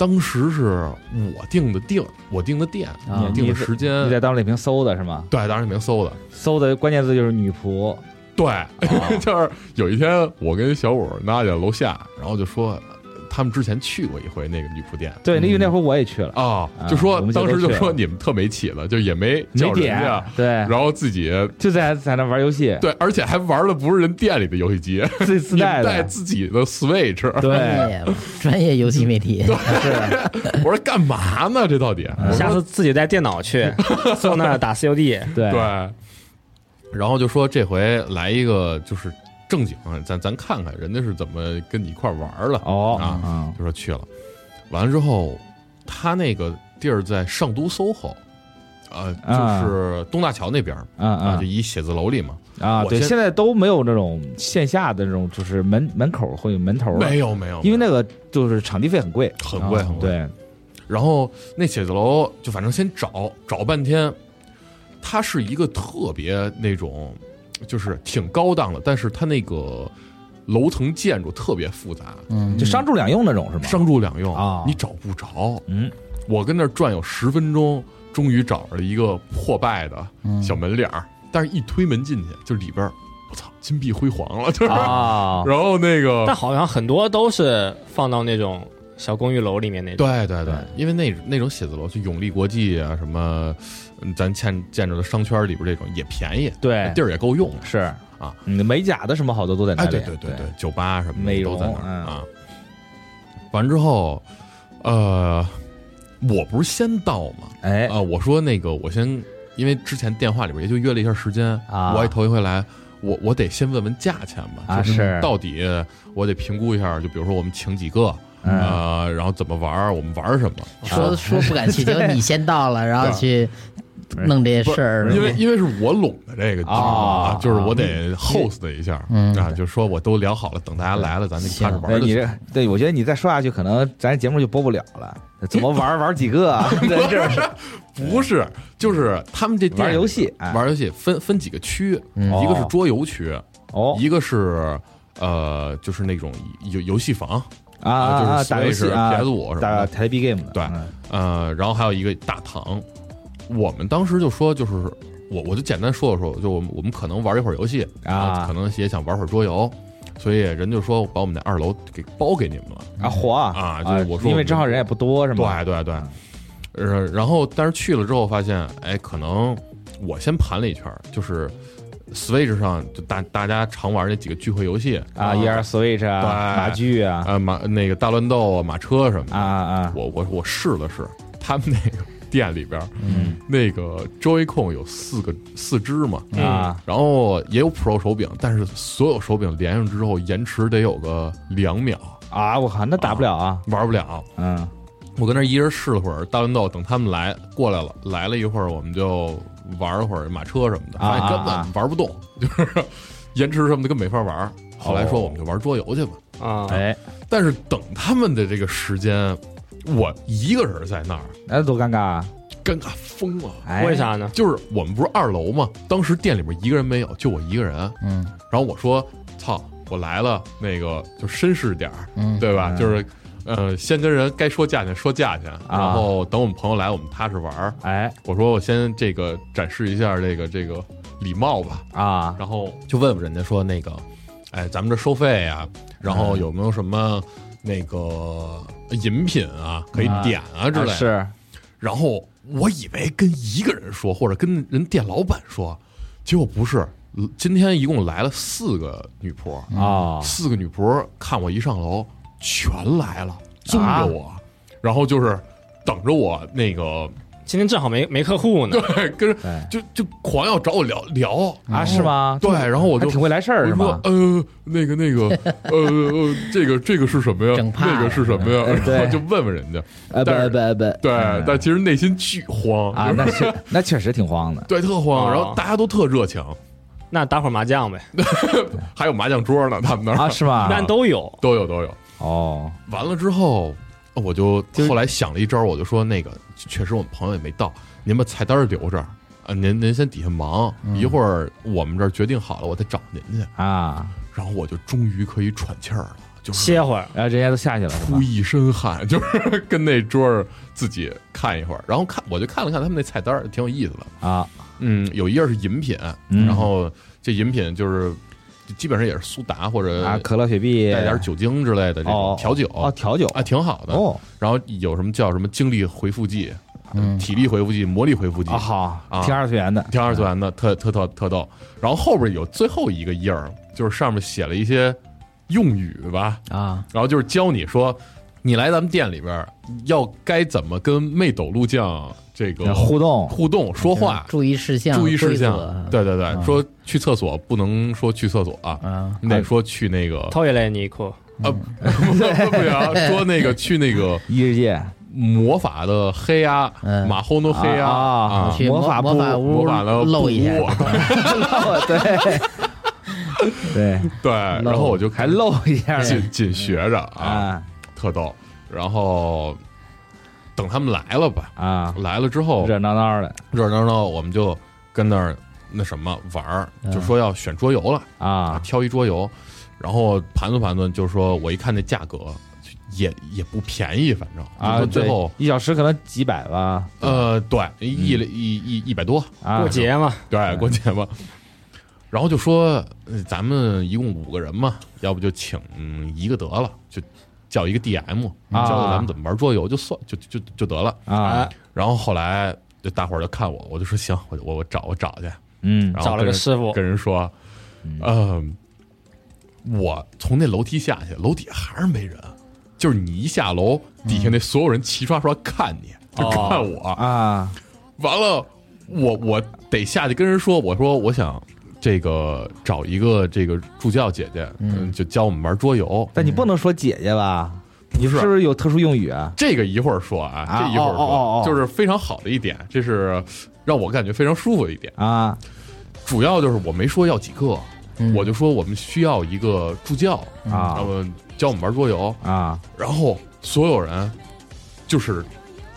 S5: 当时是我定的地儿，我定的店，
S2: 啊
S5: 我定
S4: 你
S5: 的
S4: 是
S5: 时间
S4: 你，在当时里面搜的是吗？
S5: 对，当时没搜的，
S4: 搜的关键字就是女仆，哦
S5: 对， 就是有一天我跟小五娜姐楼下，然后就说呃他们之前去过一回那个女仆店
S4: 对，那因为那会儿我也去了，
S5: 啊
S4: 啊，
S5: 就说
S4: 我们就
S5: 当时
S4: 都
S5: 就
S4: 去
S5: 说
S4: 了
S5: 你们特没起子，就也没
S4: 没
S5: 叫人
S4: 点哎
S5: 家，
S4: 对，
S5: 然后自己
S4: 就在在那玩游戏，
S5: 对，而且还玩的不是人店里的游戏机，
S4: 自自
S5: 你们
S4: 带
S5: 带
S4: 的，
S5: 自己的 Switch，
S2: 专
S4: 对，
S5: 哎
S2: 业专业游戏媒体，
S5: 我说干嘛呢？这到底？
S4: 嗯
S5: 我
S3: 下
S5: 说
S3: 次自己带电 脑去，坐那儿打 COD。
S4: 对
S5: 对，哎然后就说这回来一个就是正经，啊咱咱看看人家是怎么跟你一块玩了
S4: 哦
S5: 啊。
S4: 啊
S5: 就说去了。完了之后，他那个地儿在上都 SOHO，呃，
S4: 啊
S5: 就是东大桥那边儿啊，
S4: 啊
S5: 就一写字楼里嘛。
S4: 啊啊！
S5: 我
S4: 对，
S5: 先
S4: 现在都没有那种线下的那种，就是门门口会有门头了，
S5: 没有没有，
S4: 哦因为那个就是场地费很贵，
S5: 很贵
S4: 啊
S5: 很贵。
S4: 对，
S5: 然后那写字楼就反正先找找半天，它是一个特别那种，就是挺高档的，但是它那个楼层建筑特别复杂，
S2: 嗯，
S4: 就商住两用那种是吗？
S5: 商住两用
S4: 啊
S5: 你找不着。
S4: 嗯，
S5: 我跟那儿转悠十分钟，终于找着了一个破败的
S2: 嗯
S5: 小门脸儿，但是一推门进去，就里边儿，我操，金碧辉煌了，就是。
S4: 啊，
S5: 然后那个
S3: 但，好像很多都是放到那种小公寓楼里面那种。
S5: 对对对
S4: 对，
S5: 因为那那种写字楼，就永利国际啊，什么，嗯咱见见着的商圈里边这种也便宜，
S4: 对
S5: 地，儿也够用。
S4: 是
S5: 啊，
S4: 你的美甲的什么好多都在那
S5: 哎，
S4: 里，
S5: 对对对对，酒吧什么
S4: 美
S5: 的都
S4: 容
S5: 在那儿
S4: 嗯
S5: 啊。完之后，呃，我不是先到吗？
S4: 哎
S5: 啊，我说那个，我先，因为之前电话里边也就约了一下时间，
S4: 啊
S5: 我也头一回来，我我得先问问价钱吧，
S4: 啊
S5: 就是到底我得评估一下，就比如说我们请几个，
S4: 嗯，
S5: 呃，然后怎么玩儿，我们玩儿什么。
S2: 说说不 感兴趣，结果你先到了，然后去弄这些事儿，
S5: 因为因为是我拢的这个局
S4: 啊
S5: 就是我得 host 一下，
S2: 嗯
S5: 啊，就说我都聊好了，等大家来了，咱就开始玩
S4: 对
S5: 儿就
S4: 哎你
S5: 行。
S4: 这，对我觉得你再说下去，可能咱节目就播不了了。怎么玩儿玩儿几个 啊？对，这是
S5: 不是，就是他们这店
S4: 玩儿游戏哎
S5: 玩儿游戏分分几个区，
S2: 嗯
S5: 一个是桌游区，
S4: 哦
S5: 一个是呃，就是那种游游戏房，
S4: 啊
S5: 啊就是
S4: 啊，
S5: Switch
S4: 打游戏啊
S5: PS5 是吧
S4: 打台币 game 的，
S5: 对
S4: 嗯
S5: 呃，然后还有一个大堂。我们当时就说，就是我我就简单说了说，就我们我们可能玩一会儿游戏
S4: 啊
S5: 可能也想玩会儿桌游，所以人就说把我们那二楼给包给你们了。
S4: 啊，火
S5: 啊就是我说
S4: 因
S5: 我
S4: 为
S5: 们
S4: 正好人也不多是吗？
S5: 对对对，呃，然后但是去了之后发现，哎，可能我先盘了一圈儿，就是 Switch 上就大大家常玩那几个聚会游戏，
S4: 啊，E R Switch 啊，
S5: 对
S4: 马具啊，
S5: 啊马那个大乱斗啊、马车什么的
S4: 啊啊，
S5: 我我我试了试，他们那个店里边儿，
S4: 嗯
S5: 那个 Joy-Con 有四个四只嘛，
S3: 嗯
S4: 啊，
S5: 然后也有 Pro 手柄，但是所有手柄连上之后延迟得有个两秒，
S4: 啊，我靠，那打不了啊，
S5: 玩不了。
S4: 嗯，
S5: 我跟那儿一人试了会儿大乱斗，等他们来过来了，来了一会儿我们就玩了会儿马车什么的，发
S4: 啊
S5: 现根
S4: 啊
S5: 本玩不动， 就是延迟什么的跟没法玩儿。后来说我们就玩桌游去吧，
S3: 啊，
S4: 哎，
S5: 但是等他们的这个时间，我一个人在那儿
S4: 那多尴尬啊，
S5: 尴尬疯了。
S4: 哎，
S3: 为？啥呢？
S5: 就是我们不是二楼嘛，当时店里面一个人没有，就我一个人。
S2: 嗯
S5: 然后我说：“操，我来了，那个就绅士点儿，
S2: 嗯，
S5: 对吧？
S4: 嗯啊
S5: 就是，呃，先跟人该说价钱说价钱，然后等我们朋友来，我们踏实玩儿。
S4: 哎
S5: 我说我先这个展示一下这个这个礼貌吧，
S4: 啊，
S5: 然后就问问人家说那个，哎，咱们这收费呀、然后
S4: 嗯
S5: 有没有什么那个饮品啊，可以点啊之类的。
S4: 啊是
S5: 然后我以为跟一个人说，或者跟人店老板说，结果不是。呃今天一共来了四个女仆，
S4: 哦，
S5: 四个女仆看我一上楼，全来
S4: 啊
S5: 了，纵着我，然后就是等着我那 个，
S3: 今天正好没没客户呢，
S5: 对，跟人
S4: 对
S5: 就就狂要找我聊聊
S4: 啊，是？吗？
S5: 对，然后我
S4: 还
S5: 就
S4: 挺会来事儿
S5: 我
S4: 是
S5: 就说
S4: 吗？
S5: 呃，那个 那个，呃呃，这个这个是什么呀
S2: 整？怕了
S5: 那个是什么呀？
S4: 对
S5: 然 后就问问人家，
S4: 呃，不
S5: 但是
S4: 不不，
S5: 对，
S4: 嗯
S5: 但其实内心巨慌
S4: 啊，那是那确实挺慌的，
S5: 对，特慌，
S3: 哦
S5: 然后大家都特热情，
S3: 那打会儿麻将呗，
S5: 还有麻将桌呢，他 们那儿、
S4: 啊，是吗？
S3: 但都有。
S5: 都有都有。
S4: 哦，
S5: 完了之后，哦我就
S4: 就是
S5: 后来想了一招，我就说那个确实我们朋友也没到，您把菜单留这儿啊，您您先底下忙，
S4: 嗯
S5: 一会儿我们这儿决定好了，我再找您去。
S4: 啊，
S5: 然后我就终于可以喘气儿了，就是
S3: 歇会儿，
S4: 然后人家都下去了，是吧
S5: 出一身汗，就是 跟那桌儿自己看一会儿，然后看我就看了看他们那菜单儿，挺有意思的。
S4: 啊，
S5: 嗯，有一页是饮品，
S4: 嗯
S5: 然后这饮品就是基本上也是苏打或者
S4: 啊，可乐、雪碧，
S5: 带点酒精之类的这种
S4: 哦
S5: 调酒
S4: 哦，调酒
S5: 啊，挺好的。
S4: 哦，
S5: 然后有什么叫什么精力回复剂、
S2: 嗯
S5: 体力回复剂、魔力回复剂
S4: 啊，好，嗯
S5: 啊
S4: 挺二次元的，
S5: 挺二次元的，特特特特逗。然后后边有最后一个页儿，就是上面写了一些用语吧，
S2: 啊，
S5: 然后就是教你说，你来咱们店里边儿要该怎么跟魅斗陆将这个
S4: 互动
S5: 互动说话，
S2: 注意事项，
S5: 注意事项
S2: 规则，
S5: 对对对，
S2: 嗯
S5: 说去厕所不能说去厕所啊，
S4: 嗯
S2: 啊，
S5: 你得说去那个
S3: 偷一类尼库，
S5: 呃，不不行，说那个去那个
S4: 异世 界
S5: 魔法的黑鸭
S2: 嗯，
S5: 马后诺黑鸭
S4: 啊啊
S5: 啊，
S2: 去
S4: 魔法
S2: 魔
S4: 部
S2: 法
S5: 魔法的
S2: 露一下，
S5: 布
S4: 对对，
S5: 对，哎然后我就开
S4: 还露一下
S5: 紧紧学着啊，
S4: 啊
S5: 特逗。然后等他们来了吧，
S4: 啊，
S5: 来了之后
S4: 热闹闹的
S5: 热热闹闹，我们就跟那儿那什么玩儿，就说要选桌游了。啊，
S4: 啊
S5: 挑一桌游，然后盘算盘算，就是说我一看那价格也也不便宜，反正
S4: 啊，
S5: 就说最
S4: 对
S5: 后
S4: 一小时可能几百吧，
S5: 呃对一
S3: 嗯
S5: 一一一百多，
S4: 啊，
S3: 过节嘛，
S5: 对过节吧。然后就说呃咱们一共五个人嘛，要不就请嗯一个得了，就叫一个 DM
S4: 啊
S5: 教教咱们怎么玩桌游，就算就就就就得了。
S4: 啊
S3: 啊，
S5: 然后后来就大伙儿就看我，我就说行，我我我找我找去，
S4: 嗯
S5: 然后
S3: 找了
S5: 跟
S3: 个
S5: 人
S3: 师傅，
S5: 跟人说，嗯、我从那楼梯下去，楼底下还是没人，就是你一下楼，底下那所有人齐刷刷看你，就
S3: 嗯哦
S5: 看我，
S4: 啊
S5: 完了，我我得下去跟人说，我说我想。这个嗯找一个这个助教姐姐，嗯，就教我们玩桌游。
S4: 但你不能说姐姐吧？你
S5: 不是
S4: 是不是有特殊用语啊？
S5: 这个一会儿说啊，
S4: 啊
S5: 这一会儿说，
S4: 哦哦哦哦
S5: 就是非常好的一点，这是让我感觉非常舒服的一点。
S4: 啊，
S5: 主要就是我没说要几个，
S2: 嗯
S5: 我就说我们需要一个助教，那
S4: 啊
S5: 么教我们玩桌游，
S4: 啊
S5: 然后所有人就是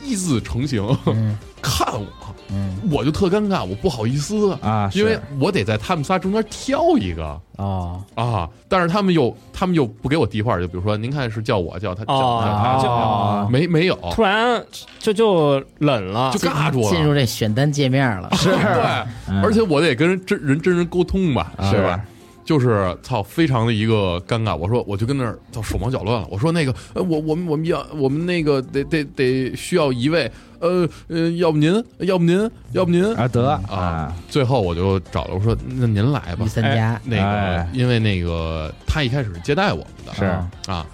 S5: 一字成行、
S2: 嗯
S5: 看我，
S2: 嗯
S5: 我就特尴尬，我不好意思，
S4: 啊！是
S5: 因为我得在他们仨中间挑一个。
S2: 哦
S5: 啊！但是他们又他们又不给我递话，就比如说，您看是叫我叫他，叫
S3: 哦
S5: 他
S3: 就
S4: 啊
S5: 没没有，
S3: 突然就就冷了
S5: 就，尬住了，哎
S2: 进入这选单界面了，
S5: 是，对，
S4: 嗯
S5: 而且我得跟人真人真人沟通吧，
S4: 啊
S5: 是吧？就是操，非常的一个尴尬。我说，我就跟那儿操手忙脚乱了。我说那个，呃，我我们我们要我们那个得得得需要一位，呃呃，要不您，要不您，要不您
S4: 啊得
S5: 啊
S4: 啊，
S5: 最后我就找了，我说那您来吧
S2: 御。三家
S5: 那个
S4: 哎，
S5: 因为那个他一开始是接待我们的，
S4: 是
S5: 啊，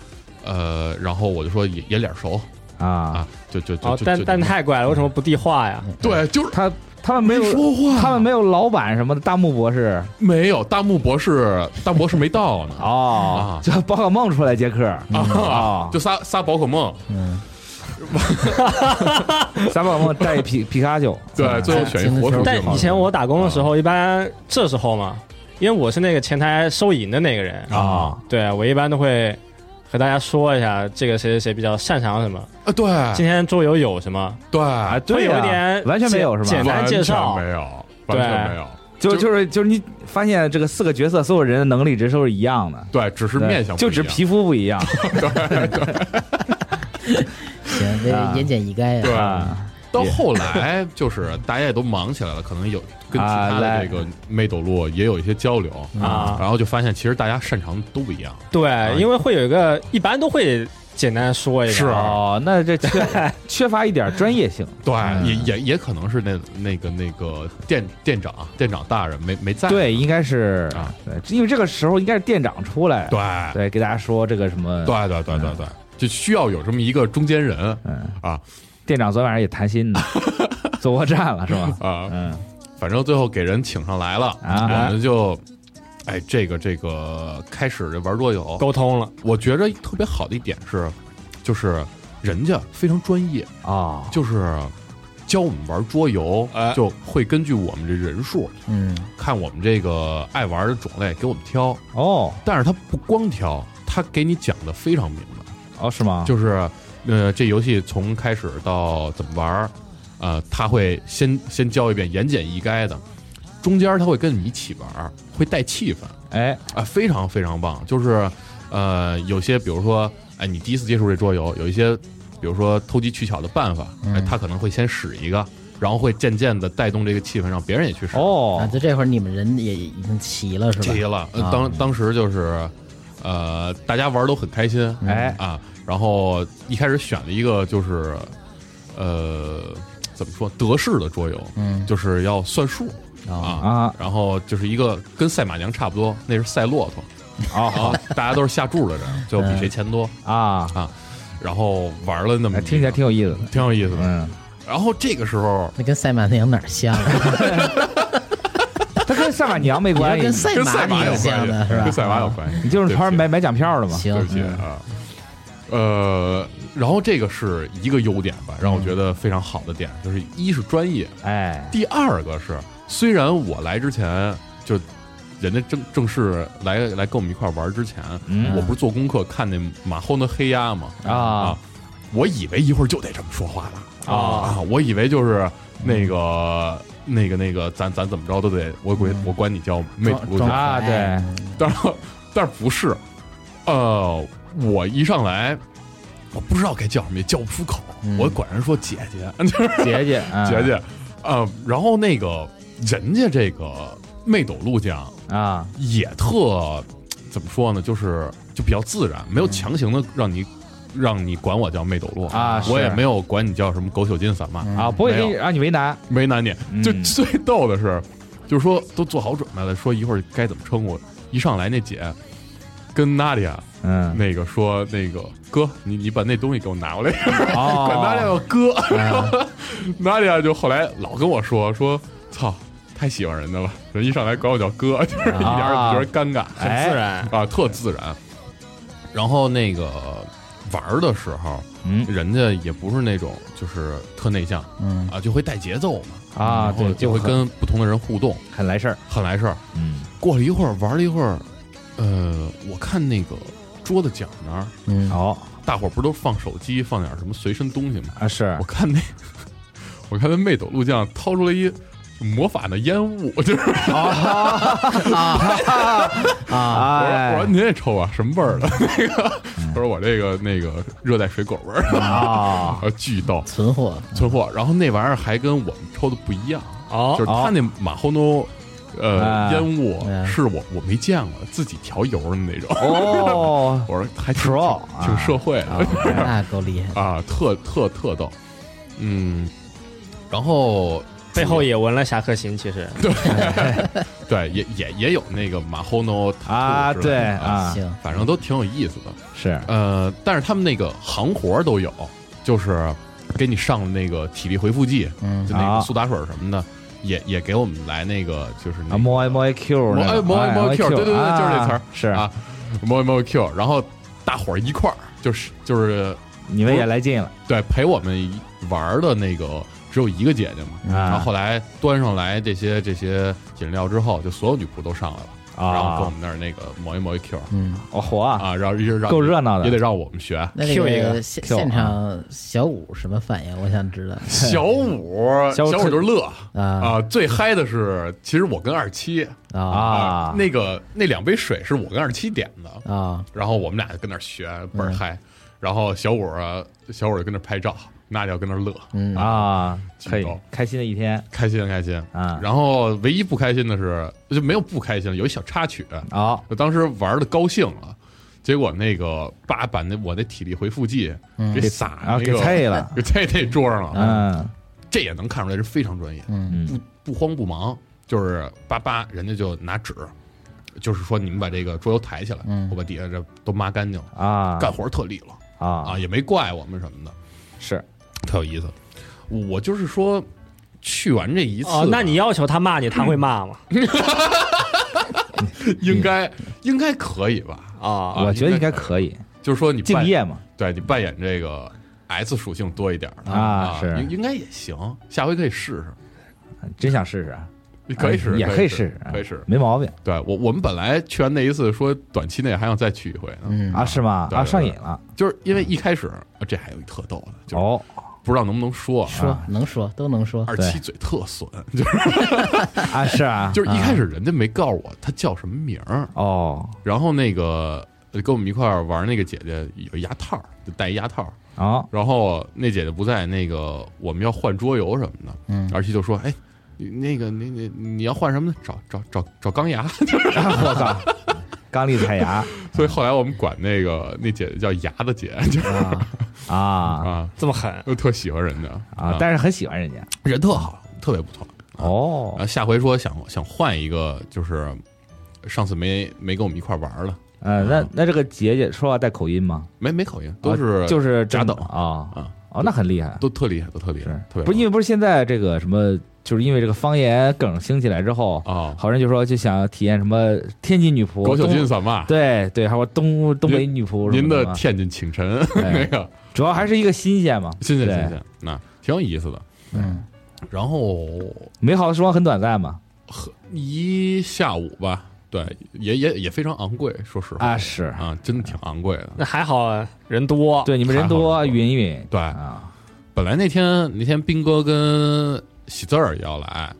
S5: 呃，然后我就说也也脸熟
S4: 啊，
S5: 啊，就就就
S3: 哦
S5: 就，
S3: 但
S5: 就嗯
S3: 但哎太怪了，为什么不递话呀？
S5: 对，就是
S4: 他他们没有
S5: 说话，
S4: 他们没有老板什么的，大木博士
S5: 没有大木博士，大木博士没到呢。
S4: 哦
S5: 啊，
S4: 这宝可梦出来接客
S5: 啊
S3: 哦
S4: 啊，
S5: 就仨仨宝可梦，
S2: 嗯，
S4: 三宝可梦带一皮皮卡丘，
S5: 对，
S4: 嗯
S5: 最后选一活属性。
S3: 但以前我打工的时
S5: 啊
S3: 候，一般这时候嘛，因为我是那个前台收银的那个人，
S4: 啊
S3: 对我一般都会和大家说一下这个谁谁谁比较擅长什么，
S5: 啊，对
S3: 今天桌游有什么，
S5: 对，
S4: 啊，
S3: 会
S4: 对呀
S3: 有点
S4: 完全没有是
S3: 简
S4: 吧
S3: 单？介绍
S5: 完全没有，完
S3: 对
S5: 全没有，
S4: 就
S5: 就
S4: 就是就是你发现这个四个角色所有人的能力值都是一样的，
S5: 对，只是
S4: 对
S5: 面相不
S4: 就
S5: 一样，
S4: 只皮肤不一样
S2: 行，这
S4: 啊
S2: 言简意赅
S5: 对
S2: 呀，
S4: 啊
S5: 到后来就是大家也都忙起来了，可能有跟其他
S4: 啊
S5: 的
S4: 来
S5: 这个魅斗路也有一些交流
S3: 啊
S5: 然后就发现其实大家擅长的都不一样，
S3: 对，啊因为会有一个一般都会简单说一个，啊
S5: 是啊
S4: 哦，那 这缺缺乏一点专业性
S5: 对，啊也
S4: 嗯
S5: 也也可能是那那个那个店店长店长大人没没在，
S4: 对，应该是
S5: 啊
S4: 对，因为这个时候应该是店长出来，
S5: 对
S4: 对，给大家说这个什么，
S5: 对对对对对，就需要有这么一个中间人
S4: 嗯
S5: 啊，
S4: 店长昨晚上也谈 心呢，坐过站了是吧？
S5: 啊，
S4: 嗯
S5: 反正最后给人请上来了，
S4: 啊
S5: 我们就，哎，这个这个开始玩桌游，
S3: 沟通了，
S5: 我觉着特别好的一点是，就是人家非常专业，啊
S4: 哦，
S5: 就是教我们玩桌游，
S3: 哎
S5: 就会根据我们这人数，
S2: 嗯
S5: 看我们这个爱玩的种类给我们挑，
S4: 哦
S5: 但是他不光挑，他给你讲的非常明白。
S4: 哦是吗？
S5: 就是呃，这游戏从开始到怎么玩儿，呃，他会先先教一遍言简意赅的，中间他会跟你一起玩儿，会带气氛啊、
S4: 哎
S5: 非常非常棒。就是呃，有些比如说，哎，你第一次接触这桌游，有一些比如说投机取巧的办法，哎，他可能会先使一个。然后会渐渐的带动这个气氛，让别人也去使。
S2: 啊，
S4: 哦
S2: 就这会儿你们人也已经齐了是
S5: 齐
S2: 吧？
S5: 了，呃
S2: 啊
S5: 当当时就是，呃，大家玩儿都很开心，
S4: 哎
S5: 啊，然后一开始选了一个就是，呃，怎么说德式的桌游，
S2: 嗯
S5: 就是要算数啊，
S4: 啊
S5: 然后就是一个跟赛马娘差不多，那是赛骆驼，然
S4: 哦嗯
S5: 后大家都是下注的人，最后比谁钱多，
S4: 啊，
S5: 然后玩了那么
S4: 哎
S5: 一个
S4: 听起来挺有意思 的，
S5: 挺有意思的。
S4: 嗯，
S5: 然后这个时候
S2: 那跟赛马娘哪儿像啊？
S4: 他跟赛马娘没
S2: 你要
S4: 关
S2: 跟
S4: 系，
S2: 赛
S5: 跟赛
S2: 马
S5: 马有
S2: 挺
S5: 关
S2: 像
S5: 系
S2: 的，是吧？
S5: 跟赛马有关系，
S4: 你就是
S5: 对不
S4: 他是
S5: 起
S4: 买买嗯奖票了吗？
S2: 行
S5: 对不起啊。呃，然后这个是一个优点吧，让
S4: 嗯
S5: 我觉得非常好的点，就是一是专业，
S4: 哎
S5: 第二个是虽然我来之前就人家正正式来来跟我们一块玩之前，
S4: 嗯
S5: 我不是做功课看那马后那黑鸭嘛
S4: 啊
S5: 啊，我以为一会儿就得这么说话了
S3: 啊
S5: 啊，我以为就是那个那个那个，咱咱怎么着都得我管我管你教妹
S2: 嗯装
S5: 子路
S2: 装
S5: 线
S2: 可爱
S4: 啊对
S2: 嗯
S5: 但是但是不是，呃，我一上来我不知道该叫什么，也叫不出口，
S2: 嗯
S5: 我管人说姐姐，就是
S4: 姐姐嗯
S5: 姐姐，呃，然后那个人家这个妹斗陆将
S4: 啊
S5: 也特怎么说呢，就是就比较自然，没有强行的让你。让你管我叫妹斗路
S4: 嗯啊是
S5: 我也没有管你叫什么狗朽金散漫，
S4: 啊，不会给
S5: 嗯没
S4: 你
S5: 有
S4: 让你为难
S5: 为难你。
S4: 嗯
S5: 就最逗的是，就是说都做好准备了，说一会儿该怎么称呼。一上来那姐跟娜迪亚
S4: 嗯
S5: 那个说那个哥，你你把那东西给我拿过来， 管娜迪亚
S4: 哦
S5: 叫哥。然后 娜迪亚就后来老跟我说说，操，太喜欢人的了，人一上来管我叫哥，就是一
S4: 啊
S5: 点儿也不觉得尴尬，
S3: 很自然，
S5: 啊，特自然。然后那个玩儿的时候，
S4: 嗯
S5: 人家也不是那种就是特内向
S2: 嗯，
S5: 啊，就会带节奏嘛，
S4: 啊，
S5: 然后
S4: 对，
S5: 就会
S4: 很
S5: 跟不同的人互动，
S4: 很来事儿，
S5: 很来事儿。
S4: 嗯
S5: 过了一会儿，玩了一会儿，呃，我看那个桌子角那儿，
S2: 嗯，
S4: 哦
S5: 大伙儿不都放手机，放点什么随身东西吗？
S4: 啊是
S5: 我看那，我看那魅斗录像掏出了一魔法的烟雾，就是
S2: 啊，
S5: 我说我
S4: 哎
S5: 说您也抽啊，什么味儿的？ 那个，他说我这个那个热带水果味儿，
S4: 啊，
S5: 啊，巨逗，
S2: 存货，
S5: 存货。然后那玩意儿还跟我们抽的不一样，
S3: 哦
S5: 就是他那马后诺，呃，
S4: 哎
S5: 烟雾
S2: 哎
S5: 是我我没见过，自己调油的那种。
S4: 哦，
S5: 我说还挺
S4: Pro，啊
S5: 挺 挺社会的
S2: 那够厉害，
S5: 啊，特特特逗，嗯，然后
S3: 背后也闻了侠客行，其实
S5: 对也也也有那个马后诺
S4: 啊对
S5: 啊，
S4: 啊
S2: 行，
S5: 反正都挺有意思的。
S4: 是
S5: 呃，但是他们那个行活儿都有，就是给你上了那个体力回复剂，
S2: 嗯
S5: 就那
S4: 啊
S5: 个苏打水儿什么的，也也给我们来那个就是那
S4: 啊，摸 i 摸 i q 那个
S5: 摸摸
S4: i
S5: Q，对对对就是这词儿
S4: 是
S5: 啊摸一摸 Q，然后大伙儿一块儿就是就是
S4: 你们也来劲了啊
S5: 对陪我们玩儿的那个只有一个姐姐嘛，然后
S4: 啊
S5: 后来端上来这些这些饮料之后，就所有女仆都上来了，然后跟我
S4: 啊，
S5: 们那儿那个摸一摸 Q
S2: 嗯，
S4: 我火啊，
S5: 啊，然后一直让
S4: 够热闹的
S5: 也得让我们 学。
S2: 那这
S3: Q 一
S2: 个
S3: 个
S2: 现
S4: Q 啊
S2: 现场小五什么反应？我想知道
S5: 小五，
S4: 小
S5: 小
S4: 五
S5: 五就乐，
S2: 啊
S5: 啊，最嗨的是，其实我跟二七
S2: 啊
S4: 啊
S5: 那个那两杯水是我跟二七点的，
S2: 啊！
S5: 然后我们俩就跟那儿学，倍儿
S2: 嗯
S5: 嗨。然后小五啊，小五就跟那儿拍照，娜姐就跟那儿乐，
S2: 嗯
S4: 啊，
S5: 举
S4: 可以
S5: 高
S4: 开心的一天
S5: 开心开心。
S4: 啊，
S5: 然后唯一不开心的是，就没有不开心，有一小插曲，
S4: 哦
S5: 就当时玩的高兴了。结果那个爸把那我那体力回复剂给撒
S4: 啊
S5: 那
S4: 给
S5: 个
S4: 菜了，
S5: 给菜那桌上了，
S4: 嗯
S5: 这也能看出来是非常专业。
S2: 嗯
S4: 嗯
S5: 不慌不忙，就是叭叭，人家就拿纸，就是说你们把这个桌游抬起来，
S2: 嗯
S5: 我把底下这都抹干净了，
S4: 啊
S5: 干活儿特利落
S4: 啊
S5: 啊，也没怪我们什么的，
S4: 是
S5: 特有意思。我就是说，去完这一次吧，
S3: 哦，那你要求他骂你，他会骂吗？
S5: 应该应该可以吧？
S3: 啊，
S5: 啊
S4: 我觉得应
S5: 应
S4: 该
S5: 该
S4: 可以，
S5: 就是说你
S4: 敬
S5: 扮
S4: 业嘛
S5: 对你扮演这个 S 属性多一点儿的
S4: 啊是
S5: 应应该也行，下回可以试试。
S4: 真想试试，
S5: 你可以试试，
S4: 啊也
S5: 可
S4: 以
S5: 试
S4: 试，，啊
S5: 可以试。
S4: 没毛病
S5: 对我，我们本来去完那一次，说短期内还想再去一回呢。
S2: 嗯
S4: 啊，是吗？
S5: 对
S4: 啊，
S5: 对
S4: 上
S5: 对
S4: 瘾了
S5: 就是因为一开始，啊这还有一特逗的，就是
S4: 哦，
S5: 不知道能不能说啊。
S2: 说能说都能说，
S5: 二
S4: 对
S5: 七嘴特损，就是
S4: 啊 是啊，
S5: 就是一开始人家没告诉我他叫什么名儿，
S4: 哦
S5: 然后那个呃跟我们一块儿玩那个姐姐有牙套，就戴一牙套，
S4: 哦
S5: 然后那姐姐不在，那个我们要换桌游什么的，
S2: 嗯
S5: 二七就说：“哎，你那个你你你要换什么呢？找找找找钢牙。
S4: 我操，刚力 彩牙”
S5: 所以后来我们管那个那姐姐叫牙的姐，就是
S2: 啊
S4: 啊
S5: 啊，
S3: 这么狠，
S5: 就特喜欢人家
S4: 啊，但是很喜欢人家
S5: 人特好，特别不错。然
S4: 哦
S5: 后下回说想想换一个，就是上次没没跟我们一块玩儿了，
S4: 呃，那那这个姐姐说话带口音吗？
S5: 没没口音，都是、
S4: 啊就是
S5: 假
S4: 真的
S5: 等
S4: 啊
S5: 啊，
S4: 哦，那很厉害，
S5: 都特厉害，都特厉害
S4: 是，
S5: 特别
S4: 不是因
S5: 为
S4: 为不是现在这个什么，就是因为这个方言梗兴起来之后，
S5: 啊，
S4: 好多人就说就想体验什么天津女仆、
S5: 狗小
S4: 东
S5: 金散骂
S4: 对对，还有东东北女仆什
S5: 您
S4: 么
S5: 的
S4: 嘛
S5: 天津清晨 那
S4: 对
S5: 个
S4: 主要还是一个新鲜嘛，
S5: 新鲜
S4: 对
S5: 新鲜，那挺有意思的。
S2: 嗯
S5: 然后
S4: 美好的时光很短暂嘛，
S5: 一下午吧，对，也也也非常昂贵，说实话
S4: 啊是，
S5: 啊，真的挺昂贵的。
S3: 那还好人多，
S4: 对你们人
S5: 还好
S4: 多
S5: 人多
S4: 匀一匀
S5: 对，
S4: 啊，
S5: 本来那天那天斌哥跟喜字儿也要来，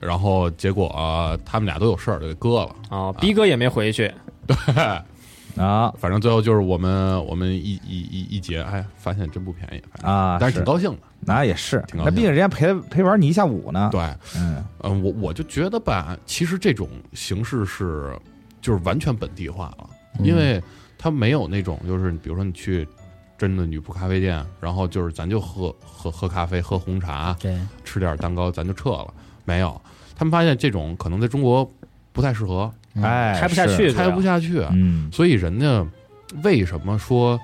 S5: 然后结果、啊他们俩都有事儿就给搁了。
S3: 啊，逼哥也没回去，
S4: 啊
S5: 反正最后就是我们我们一一一一结，哎，发现真不便宜，反正
S4: 啊，
S5: 但是挺
S4: 是，
S5: 高兴的。
S4: 那也是，
S5: 挺高
S4: 那毕
S5: 兴
S4: 竟人家陪陪玩你一下午呢，
S5: 对，
S4: 嗯
S5: 嗯，我我就觉得吧，其实这种形式是就是完全本地化了，
S2: 嗯
S5: 因为它没有那种就是比如说你去真的女仆咖啡店，然后就是咱就喝喝喝咖啡、喝红茶，
S2: 对，
S5: 吃点蛋糕，咱就撤了。没有，他们发现这种可能在中国不太适合，
S2: 嗯
S4: 哎，
S3: 开不下
S4: 是
S3: 去，
S5: 开不下去。啊
S4: 嗯
S5: 所以人家为什么说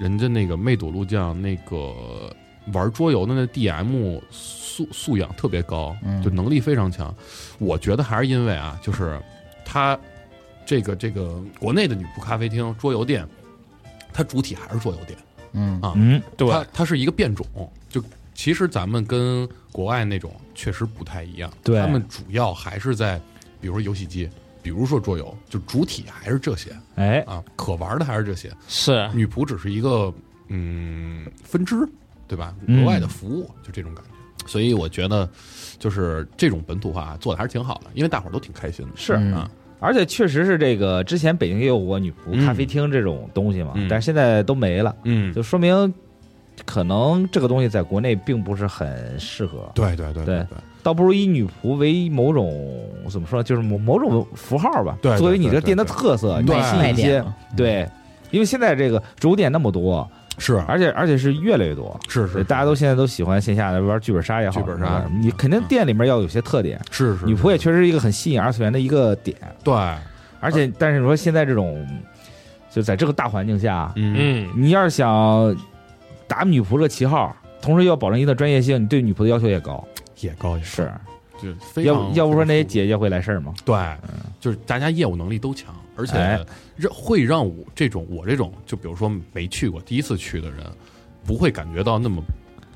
S5: 人家那个魅赌录像那个玩桌游的那 DM 素素养特别高，
S2: 嗯
S5: 就能力非常强。我觉得还是因为啊，就是他这个这个国内的女仆咖啡厅桌游店，它主体还是桌游店，
S2: 嗯
S5: 啊
S4: 嗯，
S3: 对，
S5: 它它是一个变种，就其实咱们跟国外那种确实不太一样，
S4: 对
S5: 他们主要还是在，比如说游戏机，比如说桌游，就主体还是这些
S4: 哎，
S5: 啊，可玩的还是这些，
S3: 是
S5: 女仆只是一个嗯分支，对吧？
S4: 嗯
S5: 额外的服务，就这种感觉。所以我觉得，就是这种本土化做的还是挺好的，因为大伙儿都挺开心的。
S4: 是
S2: 嗯
S5: 啊，
S4: 而且确实是这个，之前北京也有过女仆
S5: 嗯
S4: 咖啡厅这种东西嘛，
S5: 嗯
S4: 但是现在都没了，
S5: 嗯，
S4: 就说明可能这个东西在国内并不是很适合，
S5: 对对对对，
S4: 倒不如以女仆为某种怎么说呢，就是某某种符号吧，
S5: 对对
S4: 作为你这
S5: 对
S4: 个
S5: 对
S4: 店的特色，
S5: 对
S4: 你吸引
S2: 卖
S4: 一
S2: 点
S4: 些
S2: 嘛，
S4: 对，因为现在这个主点那么多，
S5: 是啊
S4: 而且而且是越来越多。
S5: 是是，
S4: 大家都现在都喜欢线下的玩剧本杀也好，
S5: 剧本杀
S4: 是吧你肯定店里面要有些特点。
S5: 是是
S4: 女仆也
S5: 是
S4: 确实是一个很吸引二次元的一个点，
S5: 对，
S4: 而且
S5: 啊
S4: 但是你说现在这种，就在这个大环境下，
S5: 嗯
S3: 嗯，
S4: 你要是想打女仆这个旗号，同时又要保证一定的专业性，你对女仆的要求也高，
S5: 也高也
S4: 是
S5: 就非
S4: 要
S5: 常
S4: 要不说
S5: 非常舒
S4: 那些
S5: 服
S4: 姐姐会来事儿吗？
S5: 对，就是大家业务能力都强，而且
S4: 哎
S5: 让会让我这种我这种就比如说没去过第一次去的人，不会感觉到那么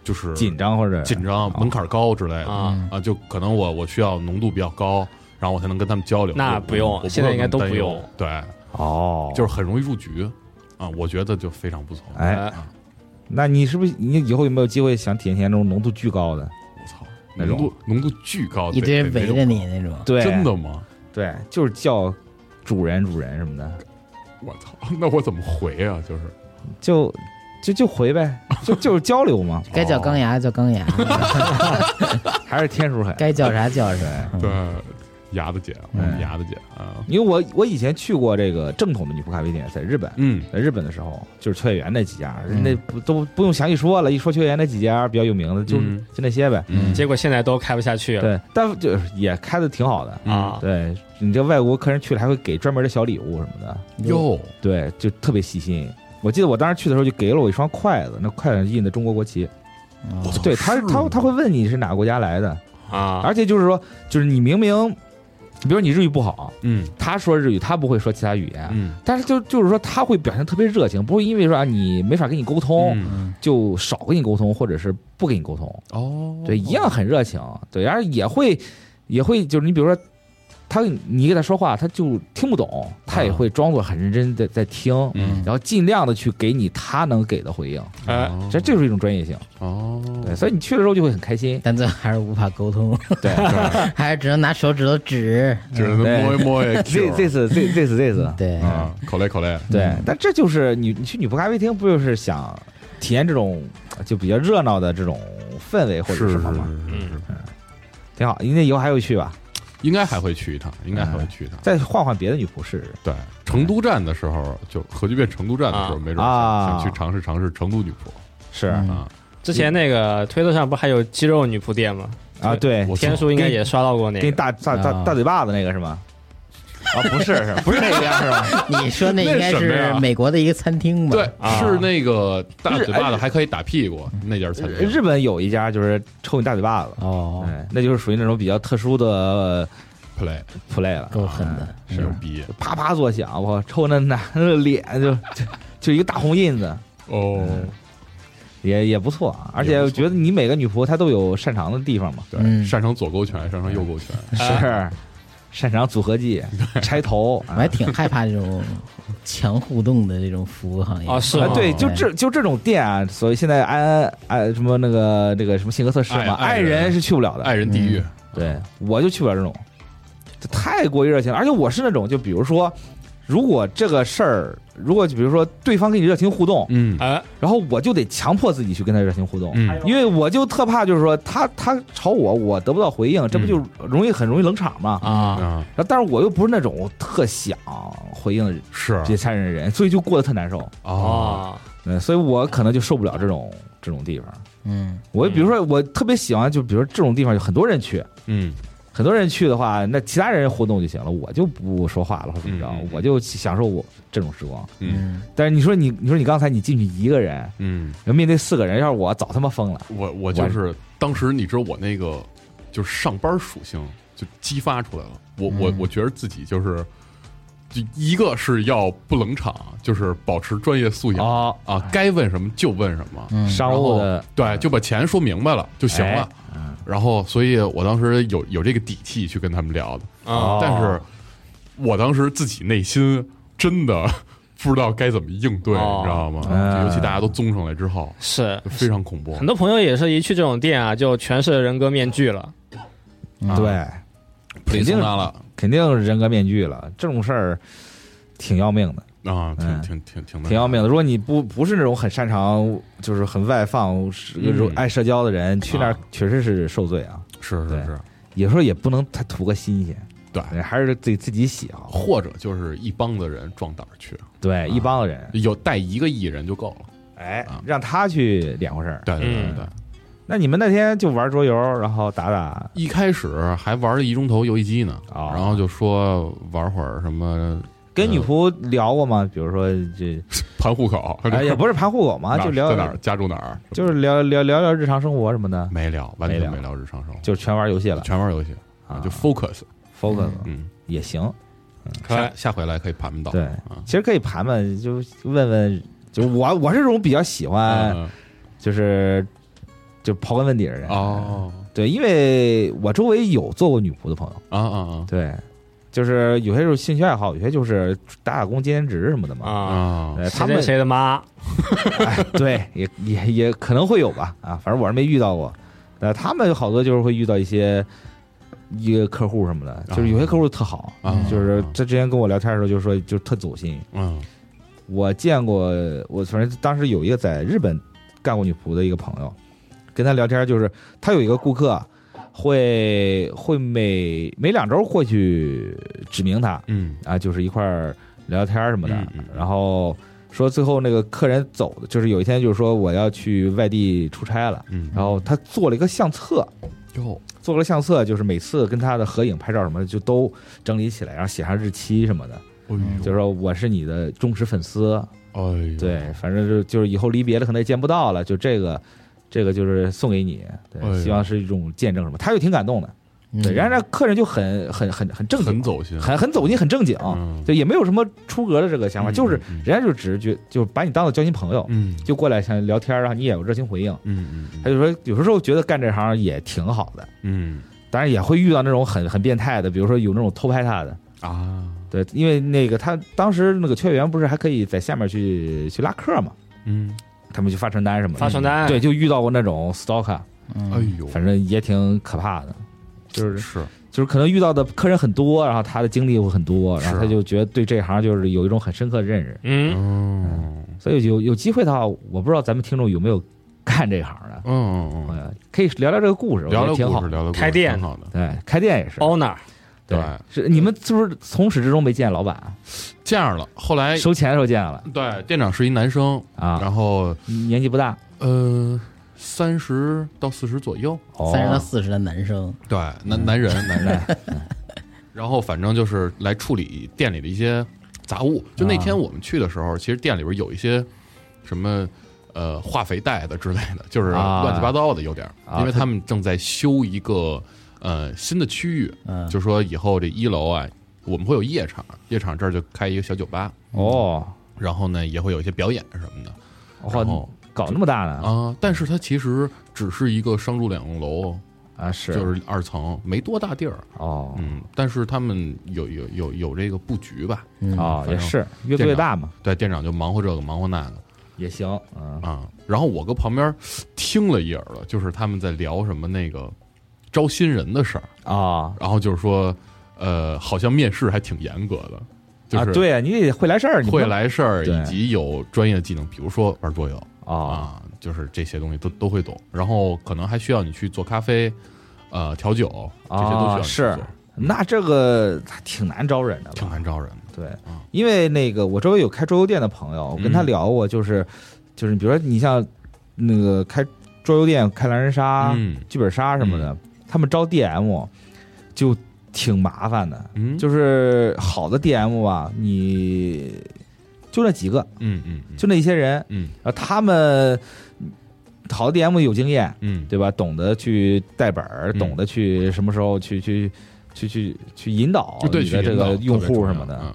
S5: 就是
S4: 紧张或者
S5: 紧张、
S4: 啊
S5: 门槛高之类的
S3: 啊
S2: 嗯
S5: 啊，就可能我我需要浓度比较高，然后我才能跟他们交流。
S3: 那
S5: 我
S3: 不用
S5: 我我
S3: 现在应该都
S5: 那么担忧
S3: 不用。
S5: 对，
S4: 哦，
S5: 就是很容易入局啊，我觉得就非常不错。
S4: 哎
S5: 啊，
S4: 那你是不是你以后有没有机会想体验体验这种浓度巨高的？
S5: 我操，
S4: 那
S5: 浓度浓度巨高，
S2: 一
S5: 得
S2: 堆人
S5: 得
S2: 围
S5: 那
S2: 着
S5: 种
S2: 你那种，
S4: 对，
S5: 真的吗？
S4: 对，就是叫主人主人什么的，
S5: 我操， 那我怎么回啊？就是
S4: 就就就回呗， 就就是交流嘛，
S2: 该
S5: 哦
S2: 叫钢牙叫 钢牙，
S4: 还是天书狠。
S2: 该叫啥叫啥。
S4: 对，
S5: 对牙的姐，我们
S4: 嗯
S5: 牙的姐啊，
S4: 因为我我以前去过这个正统的女仆咖啡店，在日本，
S5: 嗯
S4: 在日本的时候，就是秋叶原那几家，
S2: 嗯
S4: 那不都不用详细说了，一说秋叶原那几家比较有名的，就、
S5: 嗯
S4: 就那些呗。
S5: 嗯
S3: 结果现在都开不下去了
S4: 对，但就是也开的挺好的。
S5: 啊
S3: 啊，
S4: 对嗯你这外国客人去了还会给专门的小礼物什么的，
S5: 哟，
S4: 对，就特别细心。我记得我当时去的时候就给了我一双筷子，那筷子上印的中国国旗。
S2: 哦
S5: 操
S4: 对他
S5: 是
S4: 他
S5: 吗
S4: 他会问你是哪个国家来的，
S3: 啊，
S4: 而且就是说，就是你明明，比如你日语不好，
S5: 嗯
S4: 他说日语，他不会说其他语言，
S5: 嗯，
S4: 但是就就是说他会表现特别热情，不会因为说啊你没法跟你沟通、
S5: 嗯
S2: 嗯
S4: 就少跟你沟通，或者是不跟你沟通，
S5: 哦，
S4: 对，一样很热情，对，然后也会也会就是你比如说他你给他说话，他就听不懂，他也会装作很认真的在听，
S5: 嗯，
S4: 然后尽量的去给你他能给的回应，
S3: 哎
S5: 哦
S4: 这就是一种专业性，
S5: 哦，
S4: 对，所以你去的时候就会很开心，
S2: 但最后还是无法沟通，
S4: 对。
S2: 还是只能拿手指头指。
S5: 只能摸一摸一
S4: 这这次这这次这次，
S2: 对，
S5: 啊，口类口类，
S4: 嗯对
S2: 嗯，
S4: 但这就是你你去女仆咖啡厅，不就是想体验这种就比较热闹的这种氛围或者
S5: 是
S4: 什
S5: 是
S4: 么吗？
S5: 是是，
S4: 挺好，那以后还会去吧，
S5: 应该还会去一趟，应该还会去一趟。
S4: 再换换别的女仆试试
S5: 对，成都站的时候，就核聚变成都站的时候，
S3: 啊
S5: 没准想
S4: 啊
S5: 想去尝试尝试成都女仆
S4: 是
S2: 嗯
S5: 啊
S3: 之前那个推特上不还有肌肉女仆店吗？
S4: 啊，对
S5: 我，操
S3: 天叔应该也刷到过那
S4: 给你
S3: 个，
S4: 大大
S2: 啊
S4: 大大嘴巴子那个是吗？啊，不是，是不是那个样是吧？
S2: 你说那应该
S5: 那是什么
S2: 是
S5: 呀
S2: 美国的一个餐厅吧？
S5: 对，
S3: 啊
S5: 是那个大
S4: 日
S5: 嘴巴子还可以打屁股那家餐厅，
S4: 日本有一家就是抽你大嘴巴子，
S2: 哦，
S4: 哎，那就是属于那种比较特殊的呃
S5: play
S4: play 了，
S2: 够狠的，
S5: 是牛逼
S4: 啪啪作响，我抽那男的脸就就就一个大红印子。
S5: 哦，
S4: 也也不错啊，而且我觉得你每个女仆她都有擅长的地方嘛，
S5: 对，
S2: 嗯
S5: 擅长左勾拳，擅长右勾拳，
S4: 是擅长组合技、拆 头，
S5: 哎
S2: 我
S4: 啊
S2: 还挺害怕这种强互动的这种服务行业。哎
S3: 哦是
S4: 啊
S3: 吗
S4: 对，就这就这种店啊，所以现在安安什么那个这个什么性格测试
S5: 爱
S4: 嘛，
S5: 爱
S4: 爱
S5: 人
S4: 人是去不了的，
S5: 爱人地狱，
S4: 对我就去不了这种，这太过于热情了，而且我是那种就比如说，如果这个事儿，如果比如说对方跟你热情互动，
S5: 嗯
S3: 哎，
S4: 然后我就得强迫自己去跟他热情互动，
S5: 嗯
S4: 因为我就特怕，就是说他他朝我，我得不到回应，这不就
S5: 嗯
S4: 容易很容易冷场嘛？
S3: 啊，
S5: 啊
S4: 然后，但是我又不是那种特想回应
S5: 是
S4: 这些餐人的人，所以就过得特难受。
S5: 哦
S3: 哦，
S4: 嗯，所以我可能就受不了这种这种地方。
S2: 嗯，
S4: 我
S3: 嗯
S4: 比如说，我特别喜欢，就比如说这种地方有很多人去，
S5: 嗯
S4: 很多人去的话，那其他人互动就行了，我就不说话了或者怎
S5: 嗯
S4: 么
S5: 嗯
S4: 着
S5: 嗯，
S4: 我就享受我这种时光。
S5: 嗯
S4: 但是你说你，你说你刚才你进去一个人，
S5: 嗯，
S4: 要面对四个人，要是我早他妈疯了。
S5: 我我就是当时你知道我那个就是上班属性就激发出来了，我我
S2: 嗯
S5: 我觉得自己就是就一个是要不冷场，就是保持专业素养、
S4: 哦
S5: 啊，该问什么就问什么，
S2: 嗯
S4: 商务的哎嗯
S5: 对，就把钱说明白了就行了。然后，所以我当时有有这个底气去跟他们聊的，
S3: 啊
S4: 哦
S5: 但是我当时自己内心真的 不知道该怎么应对，
S3: 哦
S5: 你知道吗？
S4: 嗯
S5: 就尤其大家都综上来之后，
S3: 是
S5: 就非常恐怖
S3: 很。多朋友也是一去这种店啊，就全是人格面具了。
S2: 嗯
S4: 对，肯定
S5: 他了
S4: 肯定是人格面具了，这种事儿挺要命的，
S5: 啊，挺
S4: 嗯
S5: 挺挺挺
S4: 挺要命的。如果你不不是那种很擅长，就是很外放、是
S5: 嗯
S4: 有爱社交的人，去那儿
S5: 啊
S4: 确实是受罪啊。
S5: 是是
S4: 对
S5: 是，
S4: 有时候也不能太图个新鲜，
S5: 对
S4: 还是得自己喜好。
S5: 或者就是一帮子人壮胆儿去，
S4: 对，一帮子人，
S5: 有带一个艺人就够了。
S4: 哎
S5: 啊，
S4: 让他去两回事儿。
S5: 对对对
S3: 嗯
S5: 对，
S4: 那你们那天就玩桌游，然后打打
S5: 一开始还玩了一钟头游戏机呢，
S4: 哦
S5: 然后就说玩会儿什么
S4: 跟女仆聊过吗？比如说这，
S5: 盘户口，
S4: 哎，也不是盘户口 嘛，
S5: 哪
S4: 就
S5: 儿在哪
S4: 聊
S5: 儿，嗯家住哪儿，
S4: 就是聊聊聊聊日常生活什么的，
S5: 没聊，完全
S4: 没
S5: 没聊日常生活，
S4: 就全玩游戏了
S5: 全玩游戏
S4: 啊，
S5: 就 focus，
S4: focus
S5: 嗯，
S4: 也行。
S5: 下下回来可以盘盘到，
S4: 嗯对
S5: 啊，
S4: 其实可以盘盘，就问问，就我我是这种比较喜欢，
S5: 嗯
S4: 就是就刨根问底的人。
S5: 哦
S4: 对，因为我周围有做过女仆的朋友，
S5: 啊啊
S4: 对，就是有些时候兴趣爱好，有些就是打打工兼兼职什么的嘛。
S5: 啊
S3: 啊，
S5: 啊，
S4: 对，他
S3: 谁谁
S4: 们
S3: 谁的妈？
S4: 哎对也也也可能会有吧啊，反正我是没遇到过。呃，他们好多就是会遇到一些一个客户什么的，就是有些客户特好，
S5: 啊
S4: 就是他之前跟我聊天的时候就说就特走心，
S5: 嗯
S4: 我见过，我反正当时有一个在日本干过女仆的一个朋友，跟他聊天，就是他有一个顾客会会每每两周过去指明他
S5: 嗯
S4: 啊，就是一块儿聊天什么的，
S5: 嗯嗯
S4: 然后说最后那个客人走的，就是有一天就是说我要去外地出差了，
S5: 嗯，哎
S4: 然后他做了一个相册，
S5: 哟
S4: 做了个相册，就是每次跟他的合影、拍照什么的就都整理起来，然后写上日期什么的，
S5: 哎呦
S4: 嗯就是说我是你的忠实粉丝。
S5: 哎呦，
S4: 对，反正就就是以后离别了，可能也见不到了，就这个，这个就是送给你，
S5: 哎呦嗯
S4: 对，希望是一种见证什么，他就挺感动的，
S2: 嗯
S4: 对，然后那客人就很很很很正
S5: 很
S4: 经，
S5: 走心，
S4: 很很走进，很正经，
S5: 嗯
S4: 对，也没有什么出格的这个想法，
S5: 嗯
S4: 就是
S5: 嗯
S4: 人家就只是觉就把你当做交心朋友，
S5: 嗯
S4: 就过来想聊天儿，啊然后你也有热情回应，
S5: 嗯嗯
S4: 他就说有时候觉得干这行也挺好的，
S5: 嗯
S4: 当然也会遇到那种很很变态的，比如说有那种偷拍他的。
S5: 嗯啊
S4: 对，因为那个他当时那个缺员不是还可以在下面去去拉客嘛，
S5: 嗯，
S4: 他们去发传单什么的，
S3: 发传单，啊
S4: 对，，就遇到过那种 stalker，
S5: 哎
S2: 嗯
S5: 呦，
S4: 反正也挺可怕的，就是
S5: 是
S4: 就是可能遇到的客人很多，然后他的经历会很多，
S5: 是
S4: 然
S5: 啊
S4: 后他就觉得对这行就是有一种很深刻的认识，
S3: 嗯，
S5: 嗯
S4: 所以有有机会的话，我不知道咱们听众有没有干这行的
S5: 嗯，嗯
S4: 朋
S5: 嗯，
S4: 友可以聊聊哎这个故事，我觉
S5: 聊
S4: 得
S5: 聊
S4: 挺
S5: 故
S4: 好
S5: 事，。聊聊故事
S3: 开店
S5: 挺好的。
S4: 对，开店也是，
S3: 包哪儿？
S4: 对
S5: 对，
S4: 是你们是不是从始至终没见老板啊？
S5: 这样了，后来
S4: 收钱的时候见了
S5: 对店长是一男生，
S4: 啊，
S5: 然后
S4: 年纪不大，
S5: 呃三十到四十左右，
S2: 三十到
S4: 哦，
S2: 四十的男生，
S5: 对
S4: 嗯
S5: 男男人男人，然后反正就是来处理店里的一些杂物。就那天我们去的时候，其实店里边有一些什么。呃，化肥袋的之类的， 就是
S4: 啊
S5: 乱七八糟的，有点儿，
S4: 啊
S5: 因为他们正在修一个呃新的区域，
S2: 嗯，
S5: 就说以后这一楼啊，我们会有夜场，夜场这儿就开一个小酒吧，
S4: 哦，
S5: 然后呢也会有一些表演什么的然
S4: 哦
S5: 后，
S4: 搞那么大呢？
S5: 啊。但是它其实只是一个商住两用楼，
S4: 啊，是，
S5: 就是二层，没多大地儿。
S4: 哦，
S5: 嗯，但是他们有有有有这个布局吧？
S2: 嗯
S4: 哦，
S5: 反
S4: 也
S5: 正
S4: 是越做越大嘛，
S5: 对，店长就忙活这个忙活那个
S4: 也行，嗯，
S5: 啊。然后我搁旁边听了一耳朵，就是他们在聊什么那个招新人的事儿，
S4: 啊
S5: 然后就是说，呃，好像面试还挺严格的，就
S4: 啊，
S5: 是
S4: 对啊，你得会来事儿，你不
S5: 会来事儿，
S4: 对
S5: 以及有专业技能，比如说玩桌游
S4: 啊
S5: 啊，就是这些东西都都会懂。然后可能还需要你去做咖啡，呃，调酒这些都
S4: 啊，
S5: 需要
S4: 是
S5: 你去做，，
S4: 那这个还挺难招人的
S5: 挺
S4: 吧？
S5: 难招人的。
S4: 对
S5: 嗯，
S4: 因为那个我周围有开桌游店的朋友，我跟他
S5: 嗯
S4: 聊过，就是就是比如说你像那个开桌游店、开狼人杀、
S5: 嗯
S4: 剧本杀什么的，他们招 DM 就挺麻烦的，
S5: 嗯，
S4: 就是好的 DM 吧，你就那几个，
S5: 嗯嗯嗯
S4: 就那一些人，
S5: 嗯
S4: 然后他们好的 DM 有经验，
S5: 嗯
S4: 对吧？懂得去带本儿，
S5: 嗯
S4: 懂得去什么时候去去去去去去引导
S5: 就对
S4: 你的
S5: 去
S4: 这
S5: 引导
S4: 个用
S5: 特别
S4: 户
S5: 重要
S4: 什么的。
S5: 嗯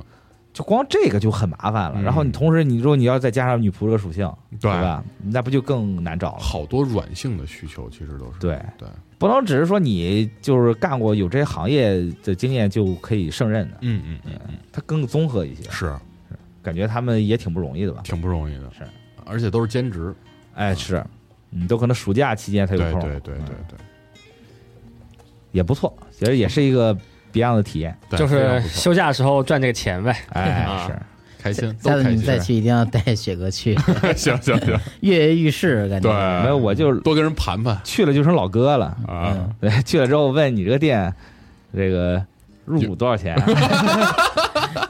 S4: 就光这个就很麻烦了。
S5: 嗯
S4: 然后你同时你说你要再加上女仆这个属性，
S5: 对
S4: 对吧？那不就更难找了？
S5: 好多软性的需求其实都是
S4: 对
S5: 对，
S4: 不能只是说你就是干过有这些行业的经验就可以胜任的，
S5: 嗯嗯嗯嗯，
S4: 它更综合一些。
S5: 是
S4: 感觉他们也挺不容易的吧？
S5: 挺不容易的，
S4: 是，
S5: 而且都是兼职，
S4: 哎，是，你都可能暑假期间才有
S5: 对
S4: 空，
S5: 嗯对对对
S4: 嗯
S5: 对，
S4: 也不错，其实也是一个别样的体 验。
S5: 对
S3: 就
S5: 非常
S3: 是
S5: 不错
S3: 休假的时候赚这个钱呗。
S4: 哎，
S3: 啊
S4: 是，
S5: 开心，都
S2: 下次
S5: 开
S2: 你
S5: 心
S2: 再，去一定要带雪哥去，
S5: 行行行，
S2: 跃跃欲试，感
S5: 对，啊
S2: 觉。
S4: 没有我就
S5: 多跟人盘盘
S4: 去了就成老哥了。
S2: 嗯
S5: 啊，
S4: 对，去了之后问你这个店，这个入股多 少钱啊？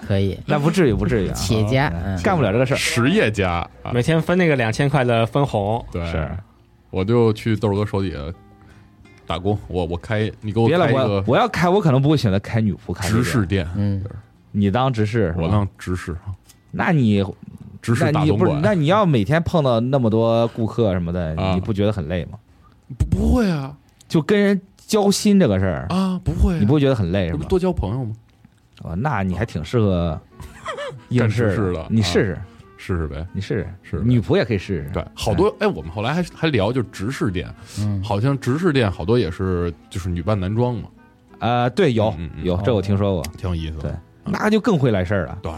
S2: 可以。
S4: 那不至于，不至于啊，
S2: 企业家，
S4: 哎
S2: 嗯，
S4: 干不了这个事儿。
S5: 实业家啊，
S3: 每天分那个两千块的分红，
S5: 对，
S4: 是，
S5: 我就去豆儿哥手底下打工，我我开，你给我
S4: 别了，
S5: 开一
S4: 我
S5: 个
S4: 我要开，我可能不会选择开女仆开
S5: 直视，店，
S2: 嗯，
S4: 你当直视，是吧
S5: 我当直视，
S4: 那你
S5: 直视
S4: 嗯那
S5: 大
S4: 你
S5: 总
S4: 不是
S5: 管，
S4: 那你要每天碰到那么多顾客什么的，
S5: 啊
S4: 你不觉得很累吗？
S5: 不不会啊
S4: 就跟人交心这个事儿，
S5: 啊，不会啊，
S4: 你不会觉得很累
S5: 你
S4: 是
S5: 不
S4: 吗？
S5: 多交朋友吗？
S4: 哦，那你还挺适合应
S5: 干
S4: 试
S5: 直视的
S4: 你
S5: 啊
S4: 试试，
S5: 试试呗，
S4: 你试试，
S5: 是的
S4: 女仆也可以试试。
S5: 对，好多哎，我们后来还还聊，就是直视店，
S2: 嗯
S5: 好像直视店好多也是就是女扮男装嘛，
S4: 呃，对，有
S5: 嗯嗯嗯
S4: 有，这我听说过，
S5: 挺有意思的。
S4: 那就更会来事儿了。
S5: 对，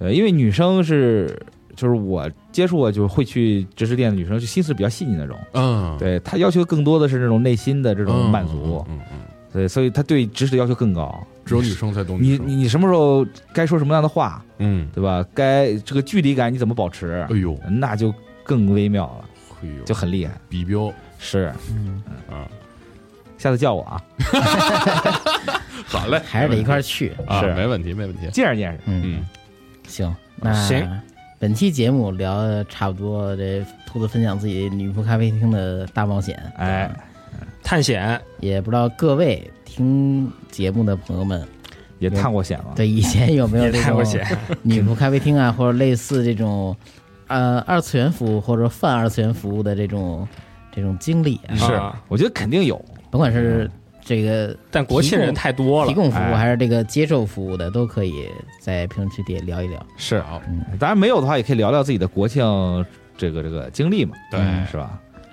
S4: 呃，因为女生是，就是我接触过，就是会去直视店的女生，就心思比较细腻那种。
S5: 嗯，
S4: 对她要求更多的是这种内心的这
S5: 嗯，
S4: 种满足，
S5: 嗯嗯，嗯
S4: 对，所以她对知识的要求更高。
S5: 只有女生才懂
S4: 你
S5: 生
S4: 你你什么时候该说什么样的话，
S5: 嗯，
S4: 对吧？该这个距离感你怎么保持
S5: 哎，呦，
S4: 那就更微妙了，
S5: 哎呦，
S4: 就很厉害。
S5: 比 标
S4: 是，
S2: 嗯，
S5: 啊，
S4: 下次叫我啊，
S5: 好嘞，
S2: 还是得一块儿去。
S5: 啊，
S4: 是
S5: 没问题，没问题。
S4: 见识见识。
S2: 嗯，
S5: 嗯，
S2: 行，那
S3: 哦行。
S2: 本期节目聊的差不多，这兔子分享自己女仆咖啡厅的大冒险，
S4: 哎，
S5: 嗯
S3: 探险
S2: 也不知道各位听节目的朋友们，
S4: 也探过险了。
S2: 对以前有没有
S3: 哦 也
S2: 这
S3: 太危
S2: 种
S3: 险。
S2: 女仆咖啡厅啊，或者类似这种，呃，二次元服务或者泛二次元服务的这种这种经历啊，
S4: 是
S3: 啊，
S4: 我觉得肯定有。
S2: 甭管是这个
S3: 但国庆人太嗯多了
S2: 提，供服务
S4: 哎
S2: 还是这个接受服务的，都可以在评论区底下聊一聊。
S4: 是
S5: 好，
S4: 当然没有的话，也可以聊聊自己的国庆这个这个经历嘛，
S5: 对
S4: 嗯是吧？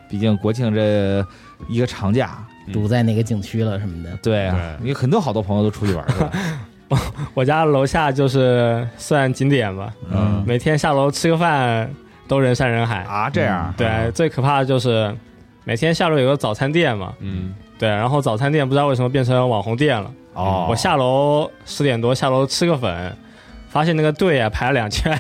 S4: 毕竟国庆这一个长假，
S5: 嗯
S2: 堵在哪个景区了什么的，
S4: 对
S5: 啊
S4: 你很多好多朋友都出去玩儿，是吧？
S3: 我家楼下就是算景点吧，
S5: 嗯
S3: 每天下楼吃个饭都人山人海。
S4: 啊，这样，
S3: 对，最可怕的就是每天下楼有个早餐店嘛，
S5: 嗯，
S3: 对，然后早餐店不知道为什么变成网红店了。
S4: 哦，
S3: 我下楼十点多下楼吃个粉，发现那个队啊排了两圈，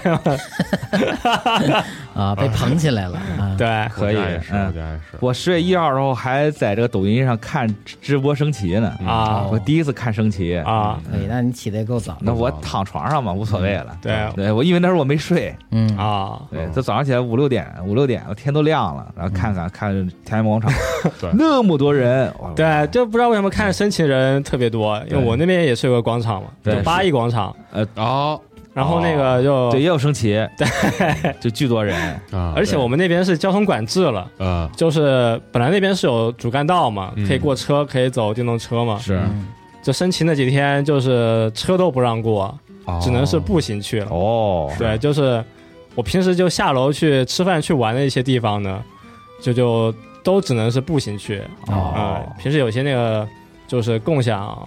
S2: 啊，被捧起来了啊。
S3: 哦 对，
S4: 可以
S5: 我家也，是，我
S4: 嗯，
S5: 家也是，
S4: 我十月一号的时候还在这个抖音上看直直播升旗呢，
S5: 嗯
S3: 啊
S4: 我第一次看升旗，
S3: 啊，
S2: 可以，那你起的也够早的。
S4: 那我躺床上嘛，无所谓了，
S3: 对
S4: 对我因为那时候我没睡，
S2: 嗯，
S3: 啊，
S4: 对
S5: 嗯，
S4: 这早上起来五六点，五六点天都亮了，然后看看看天安门广场
S5: 对，
S4: 那么多人，哇
S3: 对，就不知道为什么看升旗的人特别多，因为我那边也是有个广场嘛，
S4: 对
S3: 就八一广场，
S5: 哦
S3: 然后那个就，
S4: 对，也有升旗，对， 就巨多人，
S5: 啊，
S3: 而且我们那边是交通管制了。
S5: 呃，
S3: 就是本来那边是有主干道嘛，
S5: 嗯
S3: 可以过车，可以走电动车嘛。
S4: 是
S2: 嗯
S3: 就升旗那几天，就是车都不让过，
S5: 哦
S3: 只能是步行去了。
S4: 哦，
S3: 对，就是我平时就下楼去吃饭、去玩的一些地方呢，就就都只能是步行去。啊、
S4: 哦，
S3: 平时有些那个就是共享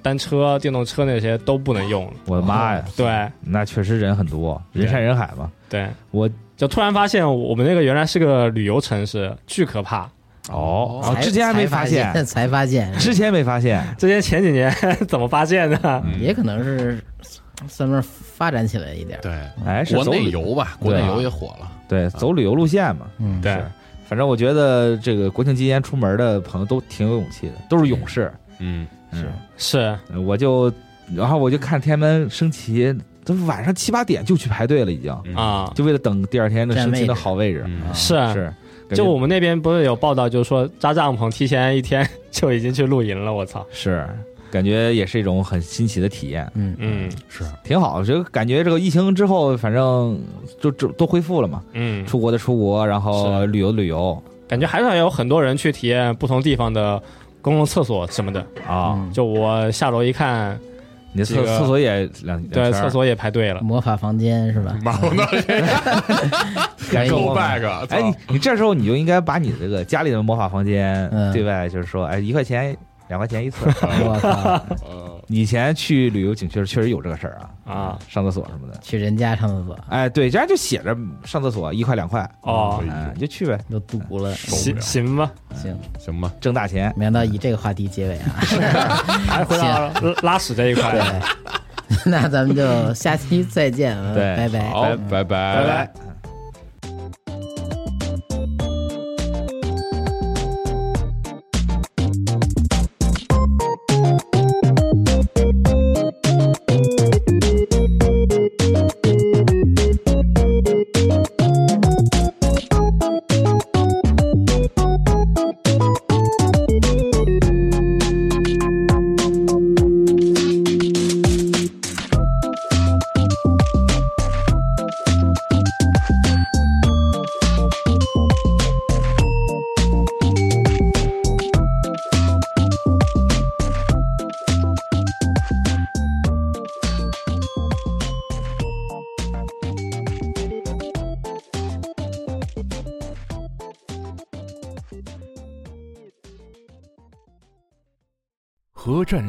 S3: 单车、电动车那些都不能用了。
S4: 我的妈呀，
S3: 对
S4: 哦那确实人很多，人山人海嘛。
S3: 对，
S4: 我
S3: 就突然发现我们那个原来是个旅游城市，巨可怕。
S4: 哦
S5: 哦
S4: 哦，之前还没
S2: 发
S4: 发现，
S2: 才发现，
S4: 之前没发现，
S3: 这些前几年 怎么发现的？
S5: 嗯
S2: 也可能是慢慢发展起来一点。
S5: 对
S4: 哎，是
S5: 国
S4: 走
S5: 内
S4: 旅
S5: 游吧，国内
S4: 对啊
S5: 游也火了，
S4: 对走旅游路线嘛。
S2: 嗯，
S3: 对
S4: 是，反正我觉得这个国庆期间出门的朋友都挺有勇气的，都是勇士。
S5: 嗯，
S4: 是，
S3: 是
S4: 我就然后我就看天安门升旗，都晚上七八点就去排队了，已经，
S5: 嗯，
S3: 啊，
S4: 就为了等第二天的
S2: 占
S4: 升旗
S2: 位
S4: 的
S2: 置
S4: 好位置。
S5: 嗯
S2: 啊
S3: 是啊
S4: 是，感
S3: 就
S4: 觉
S3: 我们那边不是有报道，就是说扎帐篷提前一天 就已经去露营了。我操，
S4: 是感觉也是一种很新奇的体验。
S2: 嗯
S3: 嗯
S5: 是，
S4: 挺好，就感觉这个疫情之后，反正就就都恢复了嘛，
S3: 嗯，
S4: 出国的出国，然后
S3: 是
S4: 旅游的旅游
S3: 感觉还是有很多人去体验不同地方的公共厕所什么的。
S4: 啊，
S2: 嗯
S3: 就我下楼一看，
S4: 你的
S3: 几
S4: 厕
S3: 个
S4: 厕所也两两
S3: 对，
S4: 圈儿
S3: 厕所也排队了。
S2: 魔法房间是吧？
S5: 妈，我那
S2: 可以
S5: go back，啊
S4: 哎，
S5: 操
S4: 你你这时候你就应该把你这个家里的魔法房间
S2: 嗯
S4: 对外就是说，哎，一块钱、两块钱一次。啊
S2: 我 靠，
S5: 呃
S4: 以前去旅游景区确实有这个事儿啊，
S3: 啊，
S4: 上厕所什么的。
S2: 去人家上厕所
S4: 哎，对，人家就写着上厕所一块两块，
S3: 哦
S5: 哎，呦
S4: 哎，你就去呗，
S2: 都堵了。
S5: 嗯受不
S3: 行
S5: 了
S3: 行吧，
S2: 行，
S5: 行吧，
S4: 挣大钱。
S2: 没想到以这个话题结尾 啊。
S3: 还是回到拉拉屎这 一块。
S2: 对，那咱们就下期再见啊，
S4: 对
S2: 拜拜。
S5: 好，拜拜，拜
S4: 哎拜拜。
S6: 核战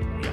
S6: 模样。